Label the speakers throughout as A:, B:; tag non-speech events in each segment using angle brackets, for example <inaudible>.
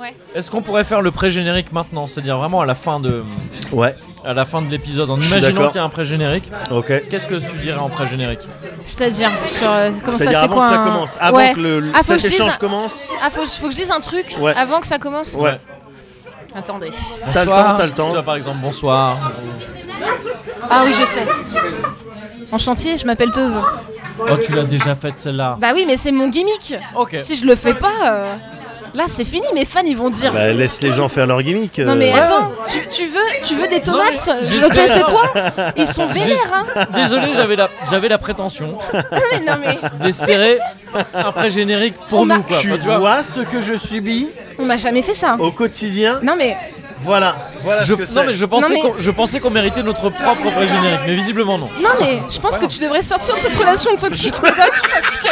A: Ouais.
B: Est-ce qu'on pourrait faire le pré-générique maintenant C'est-à-dire vraiment à la fin de,
C: Ouais,
B: à la fin de l'épisode, en
C: Je suis
B: imaginant
C: d'accord.
B: qu'il y a un pré-générique.
C: ok.
B: Qu'est-ce que tu dirais en pré-générique
A: C'est-à-dire sur euh, comment ça
C: C'est-à-dire
A: c'est
C: avant
A: quoi
C: que ça
A: un-
C: commence, avant
A: Ouais.
C: que le, le-
A: Ah, faut
C: cet
A: que je dise
C: échange
A: un-
C: commence.
A: Ah faut, faut que je dise un truc
C: Ouais.
A: avant que ça commence.
C: Ouais.
A: Attendez.
C: T'as le
B: Bonsoir.
C: temps, t'as le temps.
B: Toi, par exemple, bonsoir.
A: Ah oui je sais. En chantier, je m'appelle Teuse.
B: Oh, tu l'as déjà faite celle-là.
A: Bah oui, mais c'est mon gimmick.
B: Ok.
A: Si je le fais pas, euh, là c'est fini. Mes fans ils vont dire.
C: Bah, laisse les gens faire leur gimmick.
A: non
C: euh.
A: mais
B: Ouais.
A: attends, tu, tu veux, tu veux des tomates
B: mais
A: Je
B: j'espère-
A: le c'est
C: <laughs>
A: toi. Ils sont vénères. Hein. <laughs>
B: J'es- Désolé, j'avais la, j'avais la prétention
A: Mais non mais
B: d'espérer un pré-générique pour
A: On m'a-
B: nous. Quoi.
C: Tu
B: Enfin, tu vois,
C: vois ce que je subis
A: on m'a jamais fait ça.
C: au quotidien
A: Non mais
C: Voilà, voilà
B: je,
C: ce que
B: non,
C: c'est.
B: mais je pensais,
A: Non, mais-
B: Qu'on, je pensais qu'on méritait notre propre pré-générique, mais visiblement non.
A: non mais je pense que tu devrais sortir de cette relation toxique Médoc, parce que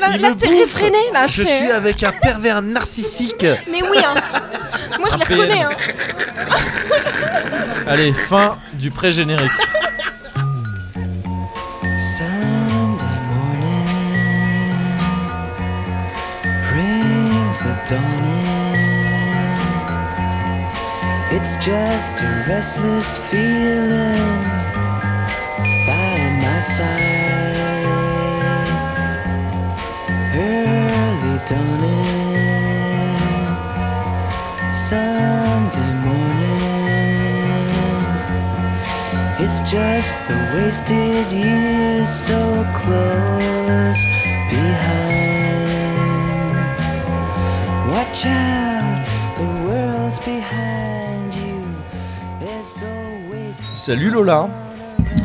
A: là,
B: <laughs>
C: Il
A: là,
C: me
A: t'es
C: bouffe.
A: réfréné là.
C: Je
A: c'est-
C: suis avec un pervers narcissique.
A: Mais oui hein. Moi je les
B: PM.
A: reconnais hein.
B: Allez, fin du pré-générique.
D: Sunday morning brings the dawn in. It's just a restless feeling by my side. Early dawning, Sunday morning. It's just the wasted years so close behind. Watch out, the world's behind you. There's always
B: Salut Lola,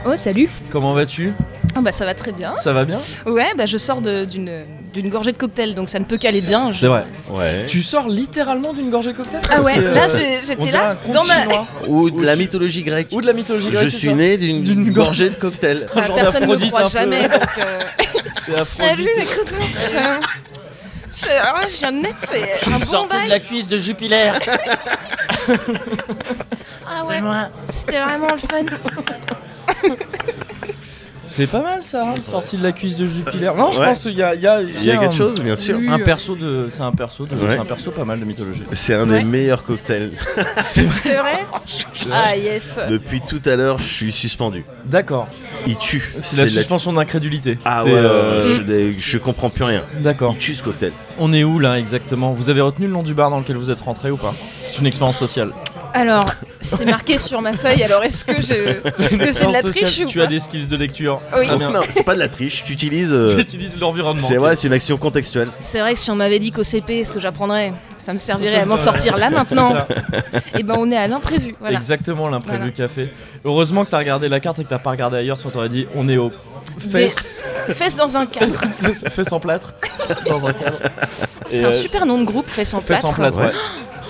A: Oh salut.
B: comment vas-tu
A: Ah bah ça va très bien.
B: Ça va bien
A: Ouais bah je sors de- d'une d'une gorgée de cocktail donc ça ne peut qu'aller bien. Je-
B: C'est vrai.
C: Ouais.
B: Tu sors littéralement d'une gorgée cocktail
A: Ah ouais,
B: C'est, euh,
A: là j'ai-
B: on
A: j'étais
B: dirait
A: là
B: un conte
A: dans ma.
B: chinois
C: Ou de la
B: tu-
C: mythologie grecque.
B: <laughs> ou de la mythologie
C: Je
B: grecque.
C: suis né d'une
B: D'une
C: d'une gorgée de cocktail.
A: <laughs> Bah,
B: genre
A: personne ne me
B: d'Aphrodite un
A: croit
B: peu.
A: jamais. donc, euh,
B: <laughs> C'est
A: Salut
B: Aphrodite.
A: les copains C'est- c'est- Alors là, je viens de naître, c'est
B: Je
A: un
B: suis
A: bon
B: sorti de
A: bail.
B: la cuisse de Jupiler.
A: Ah ouais, c'était vraiment le fun.
B: C'est pas mal ça, hein, sorti de la cuisse de Jupiler. Non, je
C: Ouais.
B: pense qu'il y a, il y a-
C: Il y a
B: un- Euh,
C: quelque chose, bien sûr.
B: Un perso de, c'est un perso de,
C: Ouais.
B: c'est un perso pas mal de mythologie.
C: C'est un
A: Ouais.
C: des meilleurs <laughs> cocktails.
A: C'est
B: <laughs>
A: vrai Ah yes.
C: Depuis tout à l'heure, je suis suspendu.
B: D'accord.
C: Il tue.
B: C'est la
C: C'est la-
B: suspension d'incrédulité.
C: Ah
B: T'es,
C: ouais,
B: euh,
C: ouais, ouais, je, dé- je comprends plus rien.
B: D'accord.
C: Il tue ce cocktail.
B: On est où là exactement Vous avez retenu le nom du bar dans lequel vous êtes rentré ou pas C'est une expérience sociale.
A: Alors, c'est marqué sur ma feuille, alors est-ce
B: <laughs>
A: que je- est-ce
B: Une
A: que c'est de la
B: expérience sociale.
A: triche ou
B: Tu as
A: pas
B: des skills de lecture.
A: Oui.
B: Très bien.
C: Non, c'est pas de la triche, <laughs> tu utilises. euh,
B: Tu utilises l'environnement.
C: c'est ouais, c'est une action contextuelle.
A: C'est vrai que si on m'avait dit qu'au CP, ce que j'apprendrais, ça me servirait
B: Ça me
A: à m'en
B: servirait. <laughs>
A: sortir là
B: C'est
A: maintenant.
B: ça.
A: Et ben on est à l'imprévu, voilà.
B: Exactement l'imprévu
A: Voilà.
B: café. Heureusement que t'as regardé la carte et que t'as pas regardé ailleurs, si on t'aurait dit on est au fesses,
A: Fesses dans un cadre.
B: fesses, fesses en plâtre <laughs> dans un cadre. Et,
A: C'est
B: euh,
A: un super nom de groupe, Fesses en
B: Fesses
A: plâtre.
B: en plâtre.
C: Ouais.
B: ouais.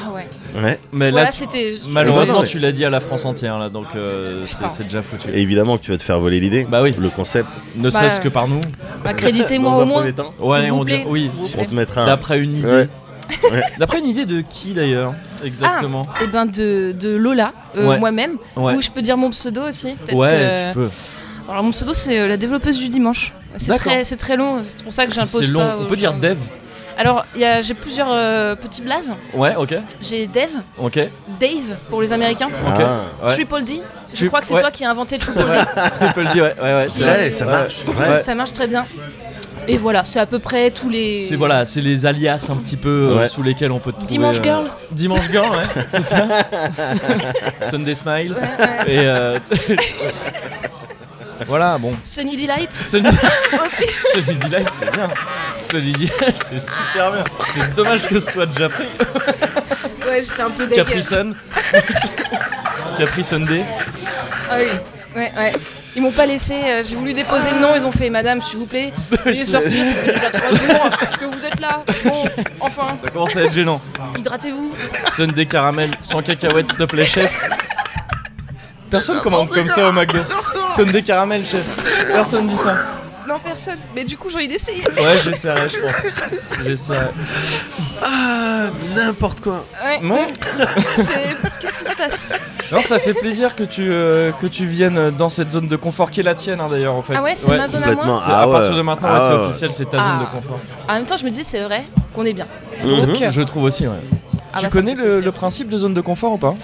A: Ah ouais.
C: Ouais.
B: Mais
A: Voilà,
B: là,
A: c'était...
B: Malheureusement,
C: Ouais.
B: tu l'as dit à la France entière, là, donc euh, c'est
A: Putain.
B: c'est déjà foutu.
C: Et évidemment que tu vas te faire voler l'idée.
B: Bah oui.
C: Le concept.
B: ne
A: Bah,
B: serait-ce que par nous.
A: Accréditez-moi
C: Dans un
A: au moins.
C: premier temps,
B: Ouais,
A: vous
B: on
A: plaît.
B: dit- oui.
C: on te mettra un.
B: D'après une idée.
C: Ouais.
B: <laughs>
C: Ah. Ouais.
B: D'après une idée de qui d'ailleurs Exactement.
A: Et ben de, de Lola, euh,
B: Ouais.
A: moi-même.
B: ouais.
A: Ou je peux dire mon pseudo aussi. peut-être
B: Ouais,
A: que-
B: tu peux.
A: Alors mon pseudo c'est euh, la développeuse du dimanche. C'est
B: D'accord.
A: très, c'est très long, c'est pour ça que j'impose
B: C'est long.
A: pas.
B: on
A: aux
B: peut dire
A: gens.
B: Dev.
A: Alors il y a- j'ai plusieurs euh, petits blazes.
B: Ouais, ok.
A: J'ai Dev, <laughs>
B: Ok. Ok.
A: Dave pour les Américains.
C: Ah.
B: Ouais.
A: Triple D. Je
B: Tu-
A: crois que c'est
B: ouais.
A: toi qui as inventé
B: C'est
A: Triple
B: vrai. Triple D, ouais. Ouais, ouais, c'est
C: Ouais,
B: vrai.
C: ça
B: Ouais.
C: marche.
B: Ouais.
C: Ouais.
A: D. Ça marche très bien. Et voilà, c'est à peu près tous les.
B: C'est voilà, c'est les alias un petit peu euh,
C: Ouais.
B: sous lesquels on peut te trouver.
A: Dimanche
B: euh,
A: Girl.
B: Dimanche Girl,
A: <laughs>
B: ouais, c'est ça. Sunday Smile.
A: Ouais, ouais.
B: Et euh, <laughs> voilà, bon.
A: <laughs> Sunny Delight. <laughs>
B: Sunny, Sunny Delight, c'est bien. Sunny Delight, <laughs> c'est super bien. C'est dommage que ce soit déjà pris.
A: Ouais, j'étais un peu dégueu.
B: Capri <laughs> Sun. Capri Sunday.
A: Ah oui. Ouais, ouais. Ils m'ont pas laissé, euh, j'ai voulu déposer le nom, ils ont fait Madame, s'il
B: <laughs>
A: vous plaît, veuillez sortir, ça fait déjà trois jours que vous êtes là. Bon, enfin,
B: Ça commence à être gênant.
A: hydratez-vous.
B: Sunday caramel, sans cacahuètes, s'il te plaît, chef. Personne commande comme ça au McDo. Sunday caramel, chef. Personne dit ça.
A: Non, personne. Mais du coup, j'ai envie d'essayer.
B: Ouais, j'essaierai, je pense. J'essaierai.
C: Ah, n'importe quoi.
A: Ouais.
B: Ouais.
A: C'est- Qu'est-ce qui se passe
B: Non, ça fait plaisir que tu, euh, que tu viennes dans cette zone de confort qui est la tienne, hein, d'ailleurs, en fait.
A: Ah ouais, c'est ma zone à
C: Complètement.
A: moi.
B: C'est-
C: Ah
B: à partir
C: ouais.
B: de maintenant,
C: Ah
B: ouais, c'est
C: ouais.
B: officiel, c'est ta
A: Ah.
B: zone de confort.
A: En même temps, je me dis, c'est vrai qu'on est bien.
B: Mhm. Je trouve aussi, ouais.
A: Ah
B: tu
A: bah, ça
B: connais
A: me fait
B: le,
A: plaisir.
B: le principe de zone de confort ou pas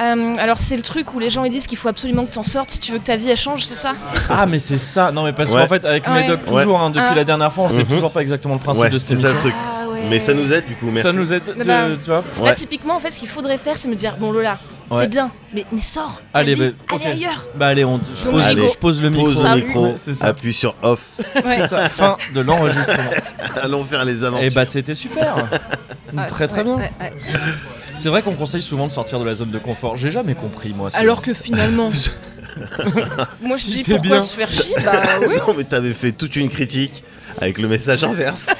A: Euh, alors c'est le truc où les gens ils disent qu'il faut absolument que t'en sortes si tu veux que ta vie elle change, c'est ça
B: Ah, mais c'est ça. Non, mais parce
C: Ouais.
B: qu'en fait, avec
A: Ouais.
B: Médoc,
C: Ouais.
B: toujours, hein, depuis
A: Ah.
B: la dernière fois, on sait
C: Mhm.
B: toujours pas exactement le principe
C: Ouais,
B: de cette
C: c'est ça
B: émission.
C: le truc.
A: Ah ouais.
C: Mais ça nous aide du coup, merci.
B: Ça nous aide, de-
A: Bah.
B: tu vois.
A: Là
C: Ouais.
A: typiquement en fait ce qu'il faudrait faire c'est me dire bon Lola,
B: Ouais.
A: t'es bien, mais, mais sors, ta
B: Allez,
A: vie,
B: bah,
A: allez
B: ok.
A: ailleurs.
B: Bah allez, on, je,
A: Donc,
B: pose,
C: Allez.
B: je pose le micro.
C: Pose le
A: Salut.
C: micro,
B: Ouais, c'est ça.
C: appuie sur off. <laughs>
A: Ouais.
B: C'est ça, fin de l'enregistrement.
C: Allons faire les
B: Et
C: aventures.
B: bah c'était super.
A: Ouais,
B: Mm, très très
A: ouais,
B: bien.
A: ouais, ouais.
B: C'est vrai qu'on conseille souvent de sortir de la zone de confort. J'ai jamais compris moi. ça.
A: Alors
B: <laughs>
A: que finalement, moi je
B: Si
A: dis
B: t'es
A: pourquoi
B: bien.
A: se faire chier Bah oui.
C: <laughs> Non, mais t'avais fait toute une critique avec le
B: <laughs>
C: message inverse.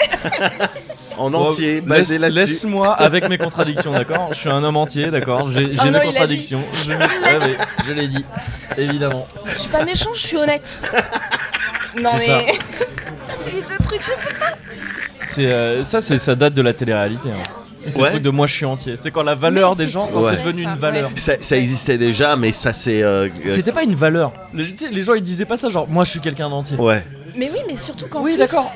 C: en
B: Bon,
C: entier,
B: laisse-
C: basé là-dessus.
B: Laisse-moi avec mes contradictions, d'accord Je suis un homme entier, d'accord J'ai j'ai
A: Oh
B: mes
A: non, il l'a
B: contradictions.
A: <laughs>
B: Je, ouais, mais je l'ai dit, évidemment.
A: Je suis pas méchant, je suis honnête. Non
B: C'est ça.
A: mais. <laughs> Ça, c'est les deux trucs. je-
B: C'est euh, ça, c'est ça date de la télé-réalité. hein. Et C'est le
C: Ouais.
B: truc de moi, je suis entier. C'est quand la valeur des
A: Mais c'est
B: gens,
A: trop
B: quand c'est
C: vrai,
B: devenu
A: ça,
B: une
A: ouais.
B: valeur.
C: Ça, ça existait déjà, mais ça c'est. euh, euh,
B: C'était pas une valeur. Les, tu sais, les gens ils disaient pas ça genre moi je suis quelqu'un d'entier.
C: euh, ouais.
A: Mais oui, mais surtout quand.
B: Oui d'accord.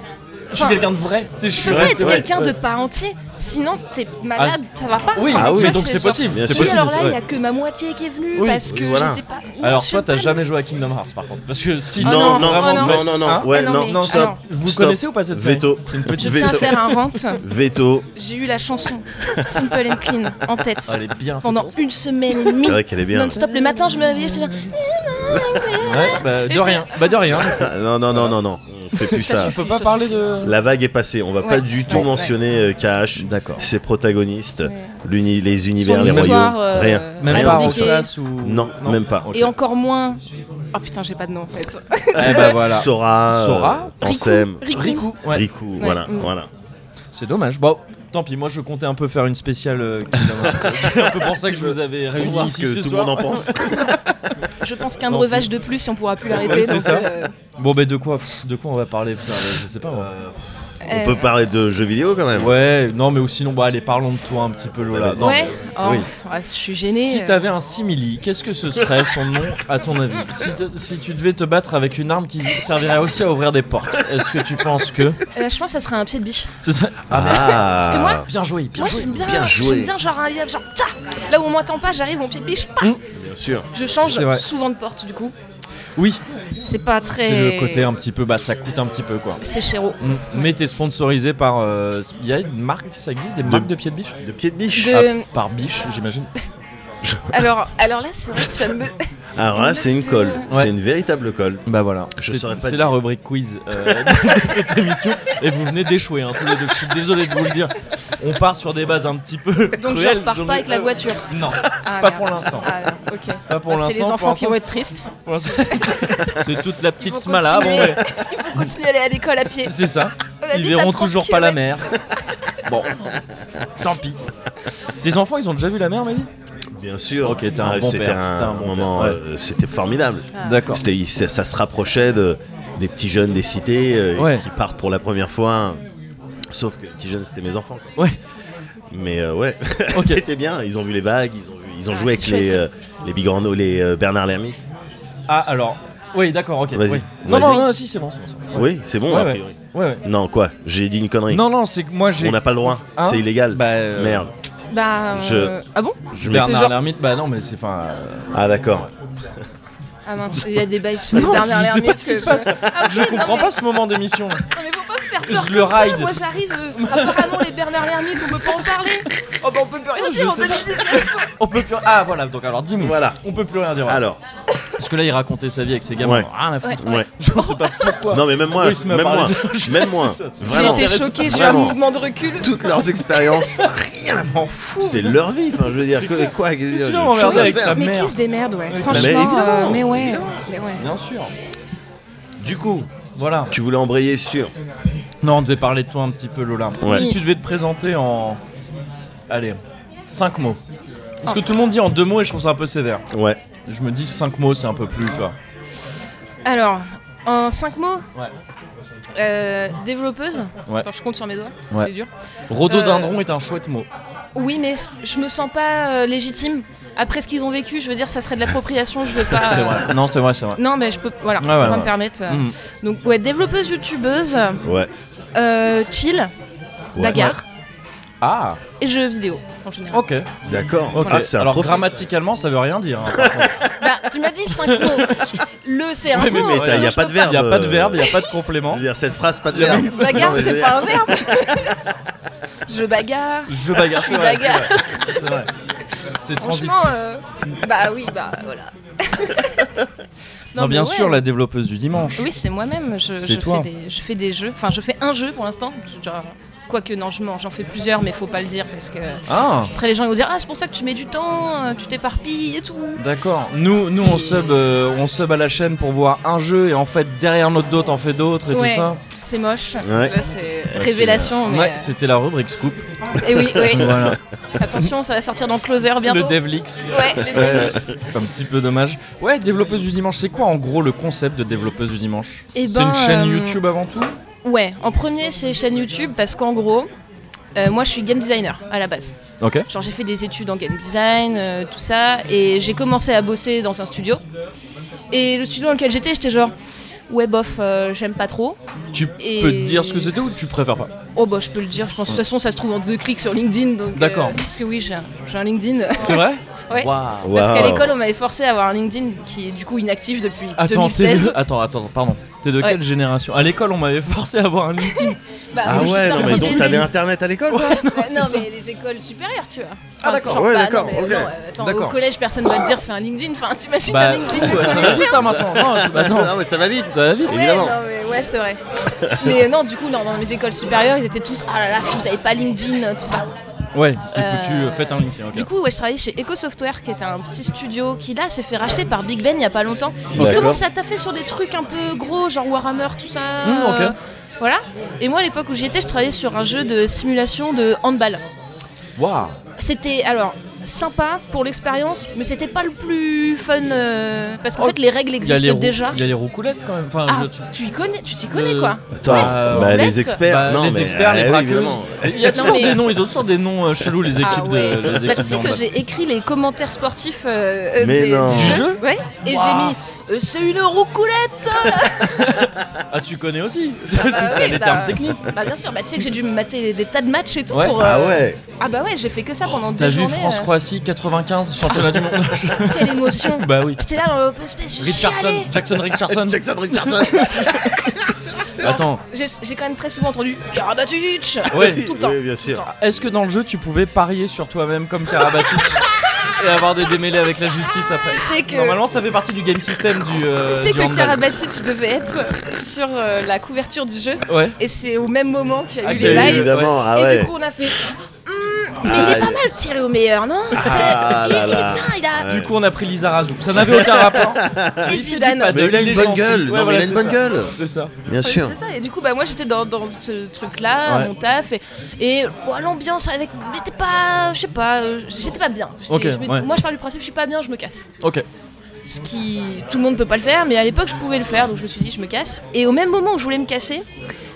B: Je suis
A: Enfin,
B: quelqu'un de vrai. Tu sais, je
A: Tu
B: suis
A: peux pas
C: Ouais,
A: être
C: ouais,
A: quelqu'un
B: ouais.
A: de pas entier, sinon t'es malade, ça va pas.
B: Oui,
A: Enfin,
C: Ah
A: tu
C: oui,
A: vois,
B: donc c'est
A: genre,
B: possible.
C: Bien
B: C'est
C: sûr.
A: Oui,
B: possible.
A: alors là,
B: c'est
A: il
B: vrai.
A: y a que ma moitié qui est venue
B: Oui,
A: parce que
C: voilà.
A: j'étais pas. Non,
B: Alors
A: je
B: toi
A: suis
B: t'as
A: pas-
B: jamais joué à Kingdom Hearts par contre parce que si
A: Ah non,
C: non, non,
A: ah
C: non,
A: non.
C: non, non,
B: Hein
C: ouais,
A: Ah non,
C: non,
A: mais-
B: Non,
A: Ah
B: ça,
A: non.
B: vous
C: Stop.
B: connaissez ou pas cette série
C: Veto.
B: C'est une
C: <laughs>
B: petite
A: Je tiens à
C: Veto.
B: <laughs>
A: faire un rant.
C: Veto.
A: J'ai eu la chanson Simple and Clean en tête
B: Elle est bien. cette
A: pendant
B: chanson.
A: une semaine et demie.
C: C'est vrai qu'elle est bien.
A: Non-stop, le matin, je me réveillais, j'étais là.
B: <laughs> Ouais, bah, de
A: j'étais-
B: rien. Bah de rien.
C: Ah, Non, non, non, non, non. On fait plus
A: Ça
C: ça.
B: On
A: suffit.
B: peut pas
A: euh, ça
B: parler
A: suffit.
B: de.
C: La vague est passée. On va
A: Ouais.
C: pas du tout
A: Ouais,
C: mentionner euh, KH,
B: D'accord.
C: ses protagonistes,
A: Ouais.
C: l'uni- les univers,
A: Son
C: les
A: histoire,
C: royaumes.
A: euh,
C: rien.
B: Même
C: rien
B: pas
C: de tout
A: compliqué.
C: ça.
B: Roxas ou.
C: Non, même pas.
A: Et encore moins. Oh putain, j'ai pas de nom en fait.
B: Eh
C: <laughs>
B: bah voilà.
C: Sora, euh,
B: Sora,
C: Ansem,
A: Riku.
B: Riku. Ouais.
C: Riku, voilà,
A: Mm.
C: voilà.
B: C'est dommage. Bon, tant pis, moi je comptais un peu faire une spéciale euh, Kingdom Hearts.
C: <laughs>
B: C'est un peu pour ça que
C: Tu
B: je
C: veux-
B: vous avais
C: Pour
B: réunis
C: voir
B: ici
C: ce
B: ce
C: que tout le
B: soir.
C: monde en pense.
A: Je pense qu'un
B: Non,
A: breuvage de plus, on pourra plus l'arrêter.
B: Ouais, c'est
A: donc,
B: ça.
A: euh,
B: Bon, bah de quoi, pff, de quoi on va parler putain, bah, Je sais pas
C: Euh,
B: moi.
A: euh,
C: On peut parler de jeux vidéo quand même.
B: Ouais, non, mais ou sinon, bah allez, parlons de toi un petit peu, Lola.
C: Bah, Vas-y.
B: Non,
A: Ouais.
B: mais-
A: Oh,
B: oui.
A: ouais, Je suis gênée.
B: Si
A: euh.
B: t'avais un simili, qu'est-ce que ce serait son nom à ton avis si, te- si tu devais te battre avec une arme qui servirait aussi à ouvrir des portes, est-ce que tu penses que
A: Euh, je pense que ça serait un pied de biche.
B: c'est ça
C: Ah,
A: Parce que moi,
B: Bien joué, bien
A: Moi
B: joué.
A: j'aime bien,
C: bien joué.
A: j'aime bien genre un genre ta là où on m'entend pas, j'arrive mon pied de biche. pa
C: bien sûr.
A: Je
B: C'est vrai.
A: change souvent de porte du coup.
B: Oui,
A: C'est pas très.
B: c'est le côté un petit peu, bah ça coûte un petit peu quoi.
A: C'est chéro.
B: Mm. Mais t'es sponsorisé par. euh, Il y a une marque, ça existe des marques de pieds de biche
C: De pied de biche.
A: De-
B: Ah, Par biche, j'imagine.
A: Alors, alors là, c'est vrai que tu vas me.
C: Alors là, Ah, c'est une colle.
B: Ouais.
C: C'est une véritable colle.
B: Bah voilà,
C: Je
B: c'est
C: saurais pas
B: c'est
C: dire.
B: la rubrique quiz euh, <laughs> de cette émission et vous venez d'échouer hein, tous les deux. Je suis désolé de vous le dire. On part sur des bases un petit peu
A: <laughs> Donc je
B: cruelles.
A: repars
B: J'en
A: pas
B: ai-
A: avec la voiture.
B: Non,
A: Ah,
B: pas
A: merde.
B: pour l'instant.
A: Ah, là, ok.
B: Pas pour
A: Bah,
B: l'instant.
A: c'est les
B: pour
A: enfants qui
B: l'instant-
A: vont être tristes.
B: pour l'instant, c'est- C'est toute la
A: Ils vont
B: petite mala. bon,
A: continuer.
B: ouais,
A: Il faut continuer à aller à l'école à pied.
B: c'est ça.
A: On
B: Ils
A: habite à
B: verront
A: 30
B: toujours pas la
A: kilomètres.
B: mer. Bon, tant pis. Tes enfants, ils ont déjà vu la mer, Mehdi
C: Bien sûr.
B: Ok, t'es un
C: Ah,
B: bon
C: C'était
B: père,
C: un,
B: t'es un bon
C: moment.
B: père, ouais.
C: euh, C'était formidable.
A: Ah.
B: D'accord.
C: C'était, il- ça, ça se rapprochait de des petits jeunes des cités euh,
B: Ouais.
C: qui partent pour la première fois. Sauf que les petits jeunes, c'était mes enfants. quoi.
B: Ouais.
C: Mais euh, ouais,
B: Ok.
C: <laughs> c'était bien. Ils ont vu les vagues. Ils ont vu- ils ont
A: Ah,
C: joué avec
A: c'est
C: les
A: chouette.
C: euh, les Bigorneaux, les euh, Bernard Lermite.
B: Ah, alors. Oui, d'accord, ok.
C: Vas-y,
B: oui. Non,
C: vas-y.
B: non, non, si, c'est bon, c'est bon. c'est bon. Ouais.
C: Oui, c'est bon
B: Ouais,
C: a
B: ouais.
C: priori.
B: Ouais, ouais.
C: Non quoi, j'ai dit une connerie.
B: Non, non, c'est que moi j'ai.
C: On n'a pas le droit,
B: Hein
C: c'est illégal.
B: Bah, euh,
C: Merde.
A: Bah. euh, Ah bon
C: Je m'excuse.
B: Bernard
A: genre-
B: Lermite, bah non, mais c'est enfin. euh,
C: Ah d'accord.
A: Ah mince, il y a des bails sur
B: Non,
A: les dernières
B: je sais
A: dernières
B: pas ce qui
A: que-
B: se passe.
A: Ah
B: Je
A: oui, non,
B: comprends
A: mais-
B: pas ce moment d'émission.
A: Non mais faut pas me faire
B: Je
A: peur
B: le
A: comme ça.
B: ride.
A: Moi j'arrive, euh, apparemment les Bernard Lermite, on peut pas en parler. Oh bah on peut plus rien
B: Ah, Je
A: dire en
B: sais pas.
A: 2019.
B: On peut plus. Ah voilà, donc alors dis-moi.
C: Voilà.
B: On peut plus rien dire.
C: Alors,
B: Parce que là, il racontait sa vie avec ses gamins.
C: Ouais.
B: Rien à foutre.
C: ouais.
B: Je sais pas pourquoi.
C: Non mais même moi,
B: Oui, il se met à
C: même
B: parler
C: moi,
B: de-
C: même moi,
B: <laughs> C'est ça, c'est-
A: J'ai
C: vraiment.
A: été choquée, j'ai eu un
C: Vraiment.
A: mouvement de recul.
C: Toutes leurs expériences,
B: Je m'en fous.
C: c'est leur vie. Enfin, je veux dire, quoi, quoi qu'est-ce que-
B: Qu'est-ce que
C: j'ai
B: l'on va
C: chose
B: regarder
C: à
B: avec
C: faire.
B: ta
A: Mais
B: mère
A: qui se démerde, ouais.
B: Oui,
A: Franchement,
C: mais évidemment,
A: euh, mais ouais.
C: évidemment.
A: Mais ouais.
B: Bien sûr.
C: Du coup,
B: Voilà.
C: tu voulais embrayer sur.
B: Non, on devait parler de toi un petit peu, Lola.
C: Ouais.
B: Si tu devais te présenter en. Allez, 5 mots. Parce que
A: Ah.
B: tout le monde dit en deux mots et je trouve ça un peu sévère.
C: Ouais.
B: Je me dis 5 mots, c'est un peu plus. tu vois.
A: Alors, en 5 mots,
B: Ouais.
A: euh, développeuse.
B: Ouais.
A: Attends, je compte sur mes doigts, parce que
B: Ouais.
A: c'est dur. Euh.
B: Rhododendron est un chouette mot.
A: Oui, mais c- je me sens pas euh, légitime. Après ce qu'ils ont vécu, je veux dire, ça serait de l'appropriation, je veux pas.
B: <laughs> C'est
A: euh,
B: vrai. Non, c'est vrai, c'est vrai.
A: Non, mais je peux. Voilà,
B: Ouais,
A: je peux
B: ouais,
A: pas
B: ouais.
A: me permettre. euh,
B: Mm.
A: Donc, ouais, développeuse, youtubeuse,
C: Ouais.
A: euh, chill,
C: Ouais.
A: bagarre.
B: Ah,
A: et jeux vidéo en général.
B: ok.
C: D'accord.
B: ok.
C: Ah, c'est un
B: Alors
C: prof-
B: grammaticalement, ça veut rien dire. hein, par contre.
A: Bah, tu m'as dit 5 mots.
B: <laughs>
A: Le, c'est un
B: Ouais, mais-
A: mot.
B: mais
A: Non,
B: t'as-
C: y a
A: je
C: pas
A: peux
C: de verbe.
B: Il n'y a pas de verbe, il n'y a pas de complément.
C: Je veux dire, cette phrase, pas de
B: Il y a
C: verbe. Non,
A: Bagarre,
C: mais je veux
A: c'est
C: dire,
A: pas un verbe. <laughs> je bagarre.
B: Je bagarre.
A: Je
B: c'est vrai,
A: bagarre.
B: C'est vrai. C'est vrai. C'est transitif.
A: Franchement, euh, bah oui, bah voilà.
B: <laughs> non,
A: mais
B: bien
A: ouais.
B: sûr, la développeuse du dimanche.
A: Oui, c'est moi-même. Je,
B: C'est
A: je
B: toi.
A: Fais des, je fais des jeux. Enfin, je fais un jeu pour l'instant. Genre, Quoique, non, je mens. J'en fais plusieurs, mais faut pas le dire parce que.
B: Ah,
A: Après, les gens ils vont dire Ah, c'est pour ça que tu mets du temps, euh, tu t'éparpilles et tout.
B: d'accord. Nous, nous on, sub, euh, on sub à la chaîne pour voir un jeu et en fait, derrière notre dos, t'en fais d'autres et
A: ouais,
B: tout ça.
A: c'est moche.
C: Ouais.
A: Là, c'est révélation. Mais... euh,
B: Ouais, c'était la rubrique Scoop.
A: Et oui,
B: <laughs>
A: oui.
B: Voilà.
A: Attention, ça va sortir dans Closer <laughs> bientôt.
B: Le Devlix.
A: Ouais, les
B: Ouais,
A: Devlix.
B: un petit peu dommage. Ouais, développeuse du dimanche, c'est quoi en gros le concept de développeuse du dimanche
A: Eh
B: C'est
A: ben,
B: une chaîne
A: euh,
B: YouTube avant tout
A: Ouais, en premier, c'est chaîne YouTube parce qu'en gros, euh, moi, je suis game designer à la base.
B: Ok.
A: Genre j'ai fait des études en game design, euh, tout ça, et j'ai commencé à bosser dans un studio. Et le studio dans lequel j'étais, j'étais genre ouais bof, euh, j'aime pas trop.
B: Tu
A: Et-
B: peux te dire ce que c'était ou tu préfères pas
A: <laughs> Oh bah je peux le dire, je pense de toute façon ça se trouve en deux clics sur LinkedIn. donc, euh,
B: D'accord.
A: parce que oui, j'ai un, j'ai un LinkedIn. <laughs>
B: C'est vrai
A: Ouais.
B: Waouh.
A: Parce qu'à
C: Waouh.
A: l'école, on m'avait forcé à avoir un LinkedIn qui est du coup inactif depuis
B: Attends, t'es de-
A: 2016.
B: <laughs> attends, attends, pardon. T'es de quelle génération À l'école, on m'avait <laughs> forcé à avoir un LinkedIn.
A: Bah,
C: Ah
A: moi, je suis
C: ouais, non,
A: sortie
C: mais
A: des
C: donc t'avais
A: études.
C: <laughs> internet à l'école, quoi
A: Bah, non, mais les écoles supérieures, tu vois.
B: Ah, d'accord.
A: genre,
C: Ouais,
A: bah, non,
C: d'accord,
A: mais
C: ok.
A: non, euh, attends, au
B: D'accord.
A: collège, personne va te dire fais un LinkedIn. Enfin, t'imagines
B: bah,
A: un LinkedIn <laughs>
B: ouais, ça va vite hein, maintenant. Non, c'est- bah, non,
C: Non, mais ça va vite.
B: ça va vite.
A: Ouais,
C: Évidemment.
A: non, mais ouais, c'est vrai. mais euh, non, du coup, non, dans mes écoles supérieures, ils étaient tous ah là là, si vous avez pas LinkedIn, euh, tout ça.
B: Ouais, c'est foutu.
A: Euh,
B: euh, Faites un LinkedIn. ok.
A: Du coup, ouais, je travaillais chez Eco Software, qui était un petit studio qui là s'est fait racheter par Big Ben il y a pas longtemps. Ils
C: D'accord.
A: commençaient à taffer sur des trucs un peu gros, genre Warhammer, tout ça.
B: Hmm, ok.
A: euh, voilà. Et moi, à l'époque où j'y étais, je travaillais sur un jeu de simulation de handball.
B: Waouh.
A: C'était alors sympa pour l'expérience, mais c'était pas le plus fun euh, parce qu'en
B: Oh,
A: fait, les
B: Il
A: règles
B: y a les
A: existent
B: roues-
A: déjà.
B: Il y a les roues-coulettes quand même. Enfin,
A: Ah,
B: je- tu-
A: tu y connais, tu t'y connais
B: Le-
A: quoi
C: Attends,
B: Bah,
C: bah,
A: honnête.
C: les experts,
B: Bah,
C: non,
B: les
C: mais,
B: experts,
C: eh
B: les
C: oui,
B: braqueuses.
C: évidemment.
B: Il y a
A: Non,
B: toujours
A: mais-
B: des noms, ils ont toujours des noms euh, chelous, les équipes
A: Ah
B: de.
A: ouais.
B: les
A: Bah,
B: équipes
A: tu
B: de
A: sais que
B: handball.
A: j'ai écrit les commentaires sportifs euh, euh,
C: Mais
A: des-
C: non.
A: du
B: Du
A: jeu
B: jeu
A: ouais. et j'ai mis euh, c'est une roucoulette
B: Ah, tu connais aussi <laughs>
A: bah
B: T'as
A: oui,
B: les
A: bah.
B: termes techniques.
A: Bah bien sûr, bah tu sais que j'ai dû me mater des tas de matchs et tout
B: Ouais.
A: pour. euh,
C: Ah ouais
A: Ah bah ouais, j'ai fait que ça pendant
B: T'as
A: deux
B: vu
A: journées. euh,
B: France-Croatie 95, championnat du monde
A: <laughs> Quelle émotion
B: <laughs> Bah oui.
A: J'étais là dans le open space, je
B: Richardson,
A: chialais.
B: Jackson Richardson.
C: <laughs> Jackson Richardson
B: Attends,
A: J'ai j'ai quand même très souvent entendu Karabatic
B: ouais.
A: <laughs> Tout le temps.
C: Oui, bien sûr.
A: Tout le temps.
B: Est-ce que dans le jeu tu pouvais parier sur toi-même comme
A: <laughs>
B: Karabatic et avoir des démêlés avec la justice
A: Tu
B: après
A: sais que.
B: Normalement, ça fait partie du game system du. euh,
A: tu sais
B: du
A: que
B: handball.
A: Karabatic devait être sur euh, la couverture du jeu
B: Ouais.
A: et c'est au même moment qu'il y a
B: Ah,
A: eu
B: qu'il y
A: les
B: a eu
A: lives.
B: les
C: Évidemment, ah
A: Bah, et
C: ouais.
A: du coup, on a fait. Hmm, mais il est pas mal tiré au meilleur, non
C: Ah
A: Il-
C: là
A: il-
C: là.
A: putain, il a.
B: Du coup, on a pris Lisa Razou. Ça n'avait
C: <laughs>
B: aucun rapport.
A: Et
B: fait du
A: Zidane.
B: paddle,
C: Mais il a une
B: est
C: bonne
B: gentil.
C: gueule. Non, mais il
B: voilà,
C: a une
B: c'est
C: bonne
B: ça.
C: gueule.
B: C'est ça.
A: <laughs>
C: Bien
A: Ouais,
C: sûr.
A: C'est ça, et du coup, bah, moi j'étais dans, dans ce truc-là,
B: Ouais.
A: mon taf, et, et, ouah, l'ambiance avec. J'étais pas. Je sais pas, euh, j'étais pas bien. J'étais-
B: Ok,
A: je me-
B: ouais.
A: Moi je pars du principe, je suis pas bien, je me casse.
B: Ok.
A: Ce qui. Tout le monde peut pas le faire, mais à l'époque je pouvais le faire, donc je me suis dit, je me casse. Et au même moment où je voulais me casser,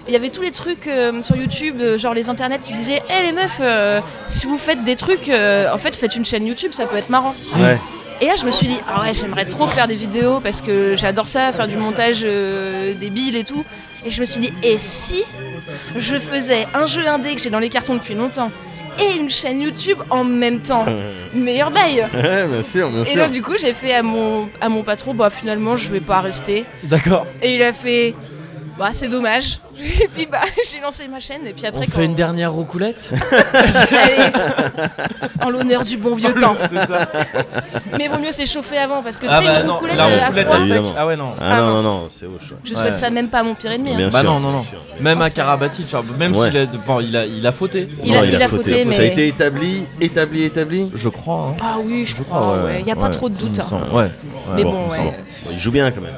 A: il y avait tous les trucs euh, sur YouTube, euh, genre les internets qui disaient Hé les meufs, euh, si vous faites des trucs, euh, en fait faites une chaîne YouTube, ça peut être marrant.
C: Ouais. <laughs>
A: Et là, je me suis dit, ah ouais, j'aimerais trop faire des vidéos parce que j'adore ça, faire du montage euh, débile et tout. Et je me suis dit, et si je faisais un jeu indé que j'ai dans les cartons depuis longtemps et une chaîne YouTube en même temps Meilleur bail
C: Ouais, bien sûr, bien
A: Et là,
C: sûr.
A: du coup, j'ai fait à mon, à mon patron, bah finalement, je vais pas rester.
B: D'accord.
A: Et il a fait, bah c'est dommage. <laughs> Et puis, bah, j'ai lancé ma chaîne. Et puis
B: On
A: après, quand.
B: fait
A: <laughs>
B: une dernière roucoulette
A: Allez, en l'honneur du bon vieux temps.
B: C'est
A: <laughs>
B: ça.
A: Mais vaut mieux s'échauffer avant parce que tu
B: Ah
A: sais,
B: bah
A: une
B: non,
A: roucoulette
B: la
A: euh, à
B: roucoulette
A: froid,
B: à sec.
C: Évidemment.
B: Ah ouais, non.
C: Ah non, non, non, c'est au chaud.
A: Je souhaite
B: Ouais.
A: ça même pas à mon pire ennemi. hein.
C: Bien
B: Bah
C: sûr,
B: non, non, non.
C: bien sûr, bien
B: Même
A: sûr. Ah,
B: à Karabatic, genre, même
C: Ouais.
B: s'il a, enfin, il a, il a fauté.
A: Il a-
C: Non,
A: il a fauté, mais-
C: Ça a été établi, établi, établi.
B: Je crois. hein.
A: Ah oui, je,
B: Je
A: crois.
B: crois.
A: Il
B: ouais,
A: n'y a pas
B: ouais,
A: trop de doute.
B: il
A: hein.
B: me semble, Ouais.
A: Mais
C: Bon,
A: bon,
C: on s'en
A: ouais.
C: Bon, il joue bien quand même.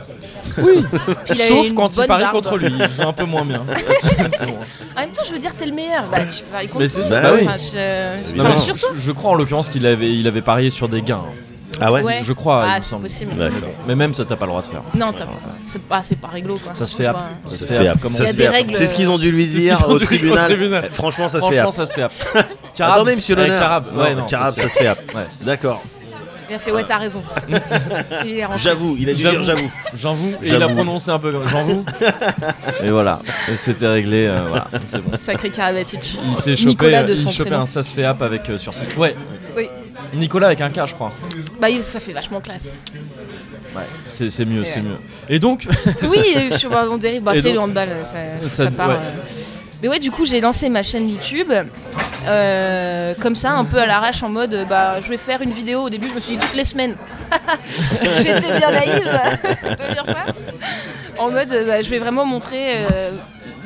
A: Puis il avait
B: Sauf
A: une
B: quand il
A: bonne
B: parie
A: barbe.
B: contre lui, il joue un peu moins
A: <laughs>
B: bien. C'est bon.
A: En même temps, je veux dire, t'es le meilleur. Bah, tu paries contre
B: Mais c'est
A: lui.
B: ça,
C: Bah bah oui.
A: Enfin, euh, je-
B: Non,
A: enfin,
B: non,
A: surtout.
B: je, je crois en l'occurrence qu'il avait, il avait parié sur des gains.
C: Ah ouais,
A: Ouais.
B: Je crois, il
A: Ah,
B: me
A: c'est
B: semble.
A: possible.
C: D'accord.
B: Mais même ça, t'as pas le droit de faire.
A: Non, t'as- c'est pas, c'est pas réglo quoi.
B: Ça se fait
A: Faut
B: après.
A: pas-
C: Ça se fait,
B: Comment-
C: ça
A: Il y a
C: se
A: des
C: fait.
A: règles.
C: C'est ce qu'ils ont dû lui
B: C'est ce
C: dire
B: qu'ils ont
C: au
B: dû- au
C: tribunal.
B: tribunal.
C: Eh, Franchement, ça se fait. <laughs>
B: Franchement, ça se fait. Carabe- Eh,
C: Attendez, monsieur
B: Ouais,
C: l'honneur.
B: Carabe, ouais, non.
C: Carabe,
B: ça se fait.
C: fait.
B: Ouais.
C: D'accord.
A: Il a fait ouais,
B: <laughs>
A: t'as raison. Il est rentré.
C: J'avoue, il a dû dire j'avoue.
B: J'avoue. Et il a
C: J'avoue.
B: prononcé un peu comme
C: <laughs>
B: j'avoue.
E: Et voilà, Et c'était réglé. euh, voilà, c'est bon.
A: Sacré Karabatic.
B: Il s'est chopé, euh,
A: Nicolas de
B: il
A: son
B: chopait
A: prénom.
B: un sas fait app avec euh, sur ses- Ouais.
A: Oui.
B: Nicolas avec un K, je crois.
A: Bah oui, ça fait vachement classe.
E: C'est c'est mieux, c'est
A: Ouais.
E: mieux.
B: Et donc, <laughs>
A: <laughs> Oui, je vois, on dérive. Bah,
B: Et
A: tu sais,
B: donc- euh,
A: le handball, ça,
B: Ça-
A: ça part.
B: ouais.
A: euh. Mais ouais, du coup, j'ai lancé ma chaîne YouTube. euh, comme ça, un peu à l'arrache, en mode euh, bah, je vais faire une vidéo. Au début, je me suis dit toutes les semaines. <laughs> J'étais bien naïve, <laughs> je dois dire ça. En mode, euh, bah, je vais vraiment montrer euh,